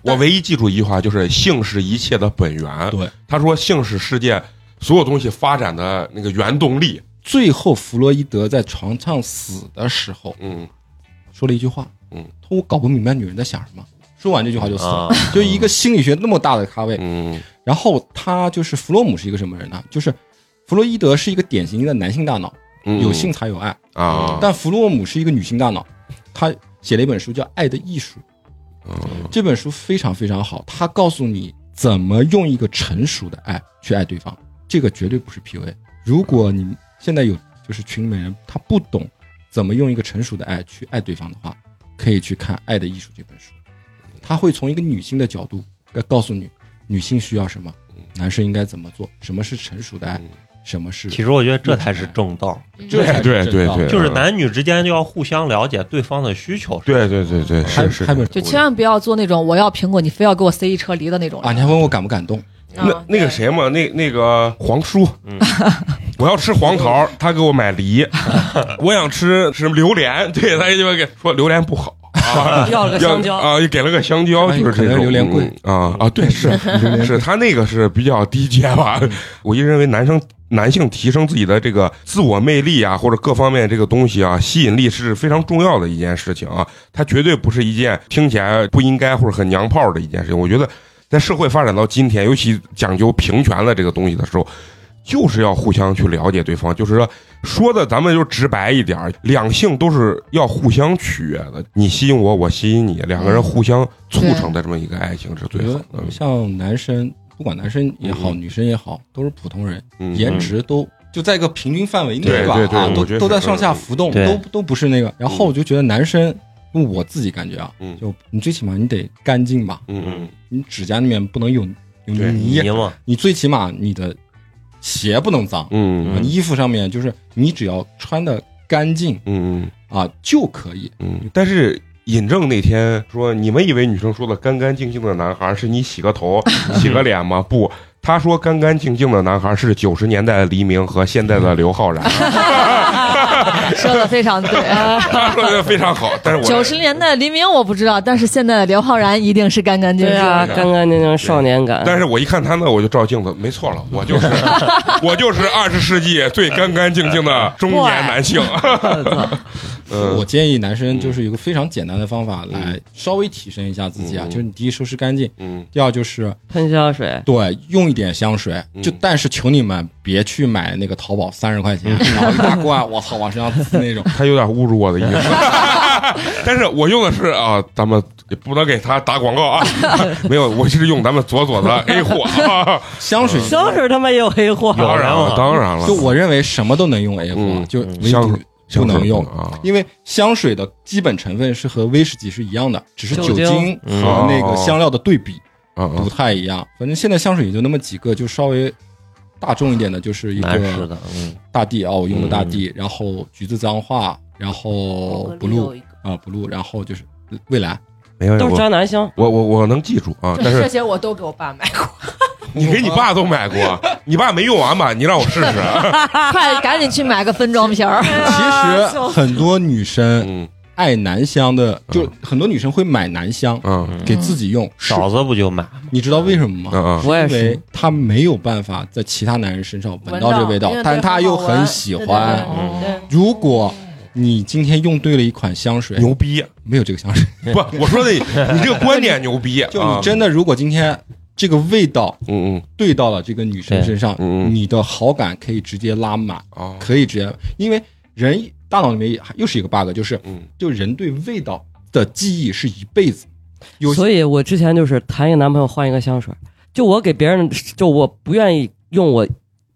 S1: 我唯一记住一句话就是“性是一切的本源”，
S4: 对，
S1: 他说性是世界所有东西发展的那个原动力。
S4: 最后弗洛伊德在床上死的时候
S1: 嗯
S4: 说了一句话，
S1: 嗯，
S4: 他说我搞不明白女人在想什么。说完这句话就死了，
S6: 啊
S4: 就一个心理学那么大的咖位，
S1: 嗯
S4: 然后他就是弗洛姆是一个什么人呢？就是弗洛伊德是一个典型的男性大脑，
S1: 嗯，
S4: 有性才有爱，
S1: 啊，
S4: 但弗洛姆是一个女性大脑，她写了一本书叫《爱的艺术》，
S1: 嗯
S4: 这本书非常非常好，它告诉你怎么用一个成熟的爱去爱对方，这个绝对不是 PUA。如果你现在有就是群里面人他不懂怎么用一个成熟的爱去爱对方的话，可以去看《爱的艺术》这本书，他会从一个女性的角度来告诉你，女性需要什么
S1: 嗯，
S4: 男生应该怎么做，什么是成熟的爱
S1: 嗯，
S4: 什么是
S6: 其实我觉得这才是正道，
S4: 这才是
S1: 对
S4: 正
S1: 对
S4: 道
S1: 对
S6: 就是男女之间就要互相了解对方的需求。
S1: 对对对对，
S4: 还
S1: 是是
S4: 还。没有
S5: 就千万不要做那种我要苹果，你非要给我塞一车梨的那种人。
S4: 啊！你还问我感不感动？
S2: 啊
S1: 那那个谁嘛，那那个黄叔，
S6: 嗯
S1: 我要吃黄桃，他给我买梨； 我想吃什么榴莲，对他就给说榴莲不好，啊
S2: 要了个香蕉
S1: 要啊，又给了个香蕉，
S4: 哎
S1: 就是这
S4: 可
S1: 种
S4: 能榴莲贵
S1: 嗯啊啊，对是 是，他那个是比较低阶吧。我一直认为男生男性提升自己的这个自我魅力啊，或者各方面这个东西啊，吸引力是非常重要的一件事情啊。它绝对不是一件听起来不应该或者很娘炮的一件事情。我觉得在社会发展到今天，尤其讲究平权了这个东西的时候，就是要互相去了解对方，就是说说的咱们就直白一点儿，两性都是要互相取悦的，你吸引我，我吸引你，两个人互相促成的这么一个爱情是
S4: 我
S1: 最
S4: 觉
S1: 好
S4: 得
S1: 的。
S4: 像男生，不管男生也好，
S1: 嗯
S4: 女生也好，都是普通人，
S1: 嗯
S4: 颜值都就在一个平均范围内
S1: 对
S4: 吧，
S1: 对对
S4: 啊，
S1: 我
S4: 都
S1: 觉得
S4: 都在
S1: 是
S4: 上下浮动，
S6: 对
S4: 都都不是那个。然后
S1: 嗯
S4: 我就觉得男生，用我自己感觉啊，
S1: 嗯
S4: 就你最起码你得干净吧，
S1: 嗯嗯
S4: 你指甲里面不能有有
S1: 对
S4: 泥，
S6: 你嘛，
S4: 你最起码你的鞋不能脏，
S1: 嗯
S4: 啊
S1: 嗯
S4: 你衣服上面就是你只要穿的干净
S1: 嗯
S4: 啊就可以。
S1: 嗯，但是。尹正那天说：“你们以为女生说的干干净净的男孩是你洗个 头、洗个脸吗？不，他说干干净净的男孩是九十年代的黎明和现在的刘昊 然。
S5: 说的非 常对。
S1: 他说的非常好，但是我
S5: 九十年代黎明我不知道，但是现在的刘昊然一定是干干净
S2: 对
S5: 净。
S2: 啊，干干净净少年感。
S1: 但是我一看他那，我就照镜子，没错了，我 就是我就是二十世纪最干干净净的中年男性。
S4: 我
S1: 嗯
S4: 建议男生就是有个非常简单的方法来稍微提升一下自己啊，
S1: 嗯
S4: 就是你第一收拾干净，
S1: 嗯
S4: 第二就是
S2: 喷香水，
S4: 对，用一点香水，
S1: 嗯
S4: 就但是求你们别去买那个淘宝三十块钱，
S1: 嗯
S4: 然后一大罐，我操，往身上
S1: 。
S4: 呲那种
S1: 他有点侮辱我的意思。 但是我用的是啊，咱们也不能给他打广告 啊，没有，我是用咱们左左的 A 货、啊。
S4: 香水，
S2: 香水他妈也有黑货，
S6: 有
S1: 当然了，当然了，
S4: 就我认为什么都能用 A 货，
S1: 嗯
S4: 就唯
S1: 香水
S4: 独不能用。
S1: 啊，
S4: 因为香水的基本成分是和威士忌是一样的，只是酒
S2: 酒
S4: 精
S2: 精
S1: 嗯
S4: 和那个香料的对比
S1: 啊啊
S4: 不太一样。反正现在香水也就那么几个，就稍微大众一点的，就是一
S6: 男士
S4: 个
S6: 的，嗯，
S4: 大地啊，我用的大
S1: 嗯
S4: 地，然后橘子脏话，然后 blue 啊 blue，然后就是未来。
S1: 没有
S2: 都是
S1: 我
S2: 渣男香。
S1: 我我我能记住啊，但
S3: 这
S1: 是
S3: 些我都给我爸买过，
S1: 你给你爸都买 过，你爸没用完吧？你让我试啊试。
S2: 啊
S5: 快赶紧去买个分装 瓶儿。
S4: 其实很多女生
S1: 嗯
S4: 爱男香的，
S1: 嗯
S4: 就很多女生会买男香
S1: 嗯
S4: 给自己用。是
S6: 嫂子不就买？
S4: 你知道为什么
S1: 嗯
S4: 吗？
S1: 嗯
S2: 我也
S4: 因
S2: 是
S4: 为，她没有办法在其他男人身上闻
S3: 闻
S4: 到这味道
S3: 因为，
S4: 但
S3: 对
S4: 她
S3: 很
S4: 又
S3: 好闻
S4: 很喜
S3: 对对
S4: 欢。
S1: 嗯
S3: 对对
S4: 如果你今天用对了一款香水，
S1: 牛逼！
S4: 没有这个香水，
S1: 不，我说 的你这个观点牛逼，
S4: 就
S1: 啊
S4: 你真的如果今天这个味道
S1: 嗯嗯
S4: 对到了这个女生
S6: 对
S4: 身上
S1: 嗯，嗯
S4: 你的好感可以直接拉满，
S1: 哦
S4: 可以直接，因为人大脑里面又是一个 bug，就是
S1: 嗯
S4: 就人对味道的记忆是一辈子。有
S2: 所以我之前就是谈一个男朋友换一个香水，就我给别人，就我不愿意用我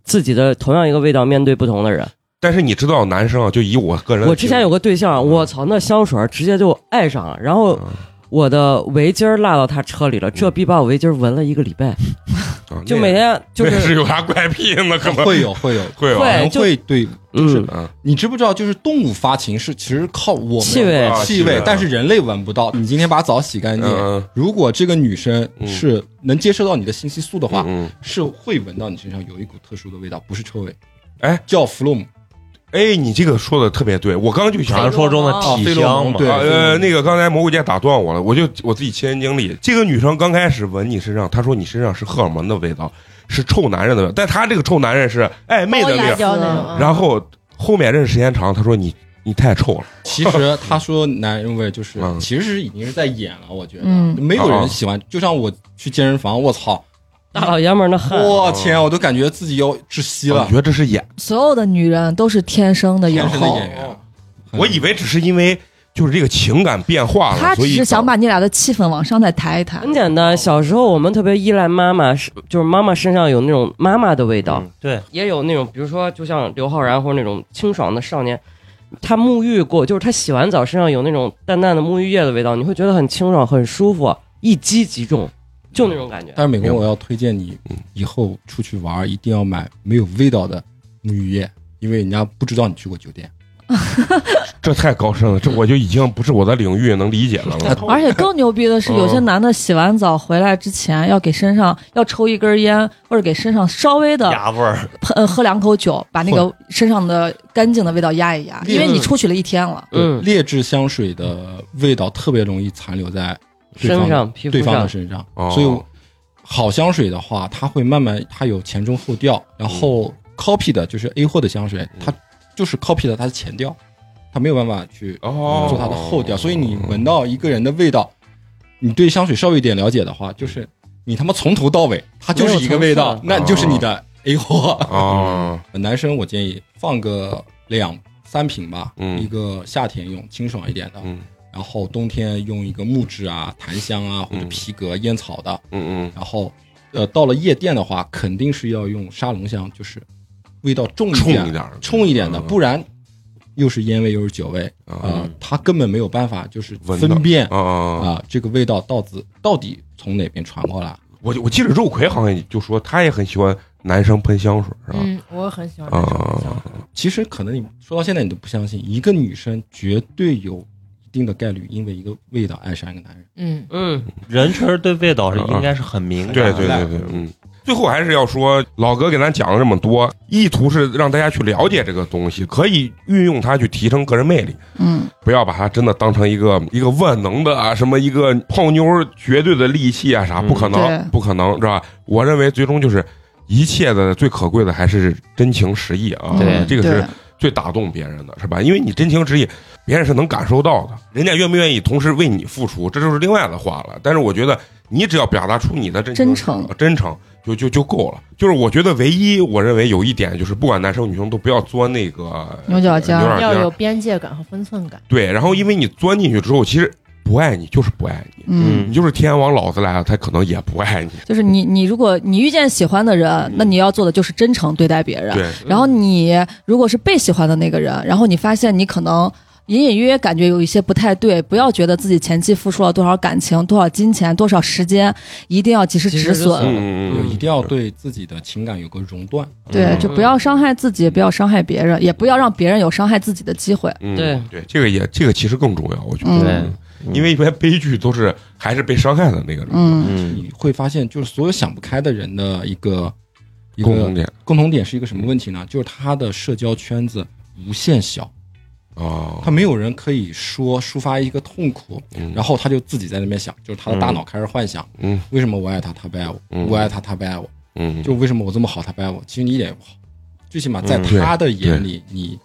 S2: 自己的同样一个味道面对不同的人。
S1: 但是你知道，男生啊，就以我个人，
S2: 我之前有个对象，啊我操，那香水直接就爱上了，然后我的围巾落到他车里了，这逼把我围巾闻了一个礼拜，
S1: 啊
S2: 就每天就
S1: 那也
S2: 是
S1: 是有啥怪癖呢？可能
S4: 会有会有，
S1: 会有
S2: 会
S1: 啊
S4: 人
S2: 就
S4: 会对，
S2: 嗯，
S4: 你知不知道？就是动物发情是其实靠我们
S2: 气味
S1: 啊
S4: 气
S1: 气味
S4: 味
S1: 啊，
S4: 但是人类闻不到。你今天把澡洗干
S1: 嗯
S4: 净，
S1: 嗯
S4: 如果这个女生
S1: 嗯
S4: 是能接受到你的信息素的话，
S1: 嗯，嗯
S4: 是会闻到你身上有一股特殊的味道，不是臭味，
S1: 哎，
S4: 叫弗洛姆
S1: 哎，你这个说的特别对，我刚刚就想
S6: 传说中的
S4: 啊，
S6: 体
S4: 费洛
S6: 香
S4: 蒙
S6: 嘛，
S4: 对，
S1: 啊呃，那个
S4: 个
S1: 刚才蘑菇姐打断我了，我就我自己亲身经历，这个女生刚开始闻你身上，她说你身上是荷尔蒙的味道，是臭男人的味道，但她这个臭男人是暧昧的那
S2: 嗯
S7: 辣
S1: 个，
S7: 椒那种，
S1: 然后后面认识时间长，她说你你太臭了，
S4: 其实他说男人味就是
S1: 嗯，
S4: 其实是已经是在演了，我觉得
S5: 嗯
S4: 没有
S1: 啊
S4: 人喜欢。就像我去健身房，我操，
S2: 大老爷们儿那汗，
S4: 我
S1: 嗯
S4: 天，我都感觉自己要窒息
S1: 我
S4: 了
S1: 觉。得这是演。
S5: 所有的女人都是天生的有
S4: 天生的
S5: 后，
S4: 演
S2: 哦
S4: 员，嗯
S1: 我以为只是因为就是这个情感变化
S5: 她
S1: 了，
S5: 只
S1: 啊所以
S5: 是想把你俩的气氛往上再抬一抬。
S2: 很简单。小时候我们特别依赖妈妈，是就是妈妈身上有那种妈妈的味道，
S6: 嗯对，
S2: 也有那种，比如说就像刘昊然或者那种清爽的少年，他沐浴过，就是他洗完澡身上有那种淡淡的沐浴液的味道，你会觉得很清爽、很舒服。一击即中，就那种感觉。
S4: 但是美工，我要推荐你
S1: 嗯
S4: 以后出去玩儿一定要买没有味道的沐浴液，因为人家不知道你去过酒店。
S1: 这太高深了，这我就已经不是我的领域能理解 了。
S4: 哎
S5: 而且更牛逼的是，
S1: 嗯
S5: 有些男的洗完澡回来之前要给身上要抽一根烟，或者给身上稍微的
S6: 鸭味儿，
S5: 喷呃喝两口酒，把那个身上的干净的味道压一压，
S4: 嗯
S5: 因为你出去了一天了。
S2: 嗯，
S4: 劣质香水的味道特别容易残留在对方
S2: 身上、皮肤
S4: 对方的
S2: 上，
S4: 身上，
S1: 哦
S4: 所以好香水的话，它会慢慢它有前中后调，然
S1: 嗯
S4: 后 copy 的就是 A 货的香水，它就是 copy 的它的前调，它没有办法去
S1: 哦，
S4: 做它的后调，所以你闻到一个人的味道，你对香水稍微有点了解的话，
S1: 嗯
S4: 就是你他妈从头到尾它就是一个味
S2: 没有
S4: 道
S2: 层，
S1: 次
S4: 那你就是你的 A 货。
S1: 哦，
S4: 男生我建议放个两三瓶吧，
S1: 嗯
S4: 一个夏天用清爽一点的，
S1: 嗯
S4: 然后冬天用一个木质啊、檀香啊或者
S1: 嗯
S4: 皮革、烟草的，
S1: 嗯
S4: 然后呃到了夜店的话，肯定是要用沙龙香，就是味道
S1: 嗯，
S4: 重一
S1: 冲
S4: 点、
S1: 一点，
S4: 冲一点的，
S1: 嗯
S4: 不然又是烟味又是酒味，
S1: 啊
S4: 呃，他根本没有办法就是
S1: 闻到
S4: 分辨
S1: 啊啊！
S4: 啊这个味道到底到底从哪边传过来。
S1: 我就我记得肉葵好像就说他也很喜欢男生喷香水，啊是吧？
S3: 嗯，我很喜欢这种香水
S1: 啊，
S4: 其实可能你说到现在你都不相信，一个女生绝对有一定的概率因为一个味道爱上一个男人。
S3: 嗯，
S2: 嗯，
S6: 人确实对味道是应该是很敏感
S1: 对
S6: 的。
S1: 对对对，嗯。最后还是要说，老哥给咱讲了这么多，意图是让大家去了解这个东西，可以运用它去提升个人魅力，
S5: 嗯，
S1: 不要把它真的当成一个一个万能的啊，什么一个泡妞儿绝对的利器啊啥，
S6: 嗯
S1: 不可能，
S5: 对
S1: 不可能，是吧？我认为最终就是一切的最可贵的还是真情实意啊，
S2: 对
S1: 这个是
S5: 对
S1: 最打动别人的是吧？因为你真情实意，别人是能感受到的。人家愿不愿意同时为你付出，这就是另外的话了。但是我觉得，你只要表达出你的真情
S5: 真诚
S1: 呃真诚就就就够了。就是我觉得唯一我认为有一点就是，不管男生女生都不要钻那个
S5: 牛角尖
S1: 牛
S5: 儿
S1: 角尖
S3: 要有
S1: 儿。
S3: 边界感和分寸感。
S1: 对，然后因为你钻进去之后，其实不爱你就是不爱你，
S5: 嗯，
S1: 你就是天王老子来了，他可能也不爱你。
S5: 就是你你如果你遇见喜欢的人，那你要做的就是真诚对待别人。
S1: 嗯对，
S5: 然后你如果是被喜欢的那个人，然后你发现你可能隐隐约约感觉有一些不太对，不要觉得自己前期付出了多少感情、多少金钱、多少时间，一定要及时
S2: 及时
S5: 止
S2: 止
S5: 损。
S2: 损
S1: 嗯
S4: 就一定要对自己的情感有个熔断。
S5: 对
S1: 嗯，
S5: 就不要伤害自己，不要伤害别人，也不要让别人有伤害自己的机会。
S1: 嗯
S2: 对
S1: 对，这个也这个其实更重要，我觉得，
S6: 嗯对
S1: 因为一般悲剧都是还是被伤害的那个人。
S5: 嗯，
S6: 嗯
S4: 你会发现，就是所有想不开的人的一个一
S1: 共同
S4: 个
S1: 点
S4: 共同点是一个什么问题呢？就是他的社交圈子无限小，
S1: 哦，
S4: 他没有人可以说抒发一个痛苦，
S1: 嗯
S4: 然后他就自己在那边想，就是他的大脑开始幻想，
S1: 嗯
S4: 为什么我爱他，他不爱我，
S1: 嗯
S4: 我爱他，他不爱我，
S1: 嗯，
S4: 就为什么我这么好，他不爱我？其实你一点也不好，最起码在
S1: 嗯
S4: 他的眼
S1: 对
S4: 里你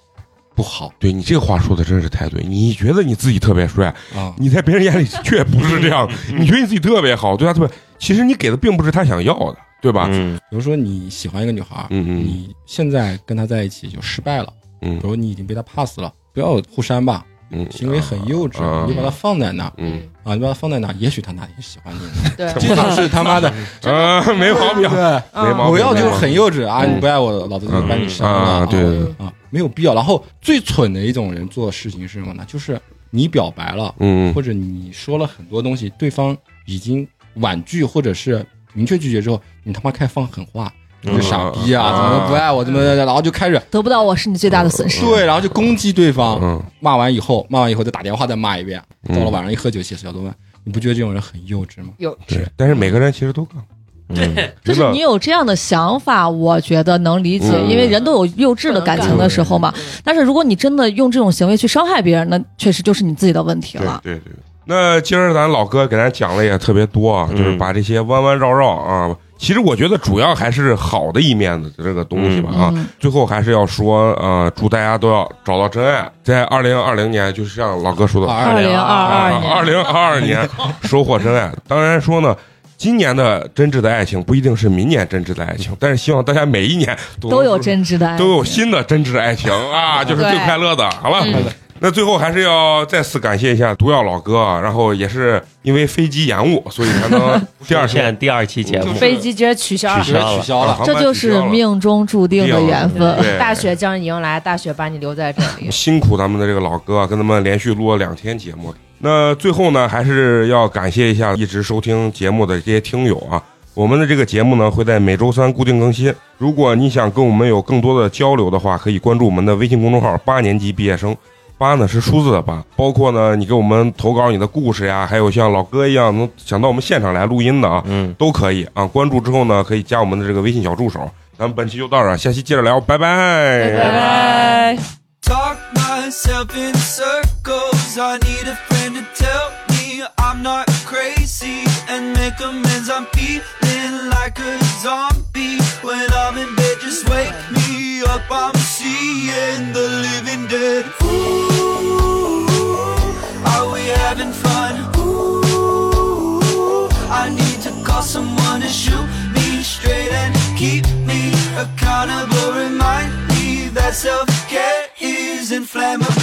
S4: 不好
S1: 对你这个话说的真是太对。你觉得你自己特别帅，
S4: 啊。
S1: 你在别人眼里 却不是这样。 你觉得你自己特别好，对他特别，其实你给的并不是他想要的，对吧？
S6: 嗯
S4: 比如说你喜欢一个女孩，
S1: 嗯嗯
S4: 你现在跟她在一起就失败了，
S1: 嗯
S4: 比如你已经被她 pass 了，不要互删吧，
S1: 嗯，
S4: 行为很幼稚，
S1: 啊
S4: 你就把它放在那儿
S1: 嗯
S4: 啊，你把它放在那儿，也许他哪天喜欢你呢。
S3: 对，
S4: 这就是他 妈的，
S5: 嗯
S1: 啊， 没毛病，
S4: 对，
S1: 没毛病。
S4: 我要就是很幼稚啊！
S1: 嗯
S4: 你不爱我，老子就把你删
S1: 啊，
S4: 了。
S1: 对对
S3: 嗯
S1: 对，
S4: 啊，没有必要。然后最蠢的一种人做事情是什么呢？就是你表白了，
S1: 嗯
S4: 或者你说了很多东西，对方已经婉拒或者是明确拒绝之后，你他妈开放狠话，
S1: 嗯
S4: 你是傻逼啊！怎么不爱我？怎么怎么？然后就开始
S5: 得不到我是你最大的损失。
S4: 对，然后就攻击对方。
S1: 嗯
S4: 骂完以后，骂完以后再打电话再骂一遍，
S1: 嗯
S4: 到了晚上一喝酒写小作文，你不觉得这种人很幼稚吗？
S3: 有
S1: 对。但是每个人其实都干，
S6: 嗯，
S5: 就是你有这样的想法，我觉得能理解，
S1: 嗯
S5: 因为人都有幼稚的感情的时
S3: 啊
S5: 候嘛。但是如果你真的用这种行为去伤害别人，那确实就是你自己的问题了。
S1: 对对对。那今儿咱老哥给咱讲了也特别多啊，
S6: 嗯
S1: 就是把这些弯弯绕绕啊，其实我觉得主要还是好的一面的这个东西吧啊，
S5: 嗯，
S1: 最后还是要说，呃，祝大家都要找到真爱，在二零二零年，就是像老哥说的，
S5: 二
S4: 二
S5: 零二二 年，
S1: 二零二二年收获真爱。当然说呢，今年的真挚的爱情不一定是明年真挚的爱情，
S5: 嗯
S1: 但是希望大家每一年都
S5: 都
S1: 能
S5: 有真挚的爱，
S1: 都有新的真挚的爱情啊，就是最
S5: 对
S1: 快乐的。好了
S4: 快
S5: 嗯
S4: 乐，
S1: 那最后还是要再次感谢一下毒药老哥啊，然后也是因为飞机延误，所以才 能第二天啊
S6: 现第二期节目
S1: 就是
S3: 飞机直接取消了
S6: 取
S4: 直接取消了。
S5: 这就是命中注定的缘分。
S1: 对
S3: 大雪将你迎来，大雪把你留在这里。
S1: 辛苦咱们的这个老哥，跟他们连续录了两天节目，那最后呢，还是要感谢一下一直收听节目的这些听友啊。我们的这个节目呢会在每周三固定更新。如果你想跟我们有更多的交流的话，可以关注我们的微信公众号“八年级毕业生”，八呢是数字的八。包括呢，你给我们投稿你的故事呀，还有像老哥一样能想到我们现场来录音的啊，
S6: 嗯，
S1: 都可以啊。关注之后呢，可以加我们的这个微信小助手。咱们本期就到这儿，下期接着聊，拜拜
S5: 拜拜。
S8: Talk myself in circles. I need a friend to tell me I'm not crazy and make amends. I'm feeling like a zombie when I'm in bed. Just wake me up. I'm seeing the living dead. Ooh, are we having fun? Ooh, I need to call someone to shoot me straight and keep me accountable. Remind me that self care is inflammable.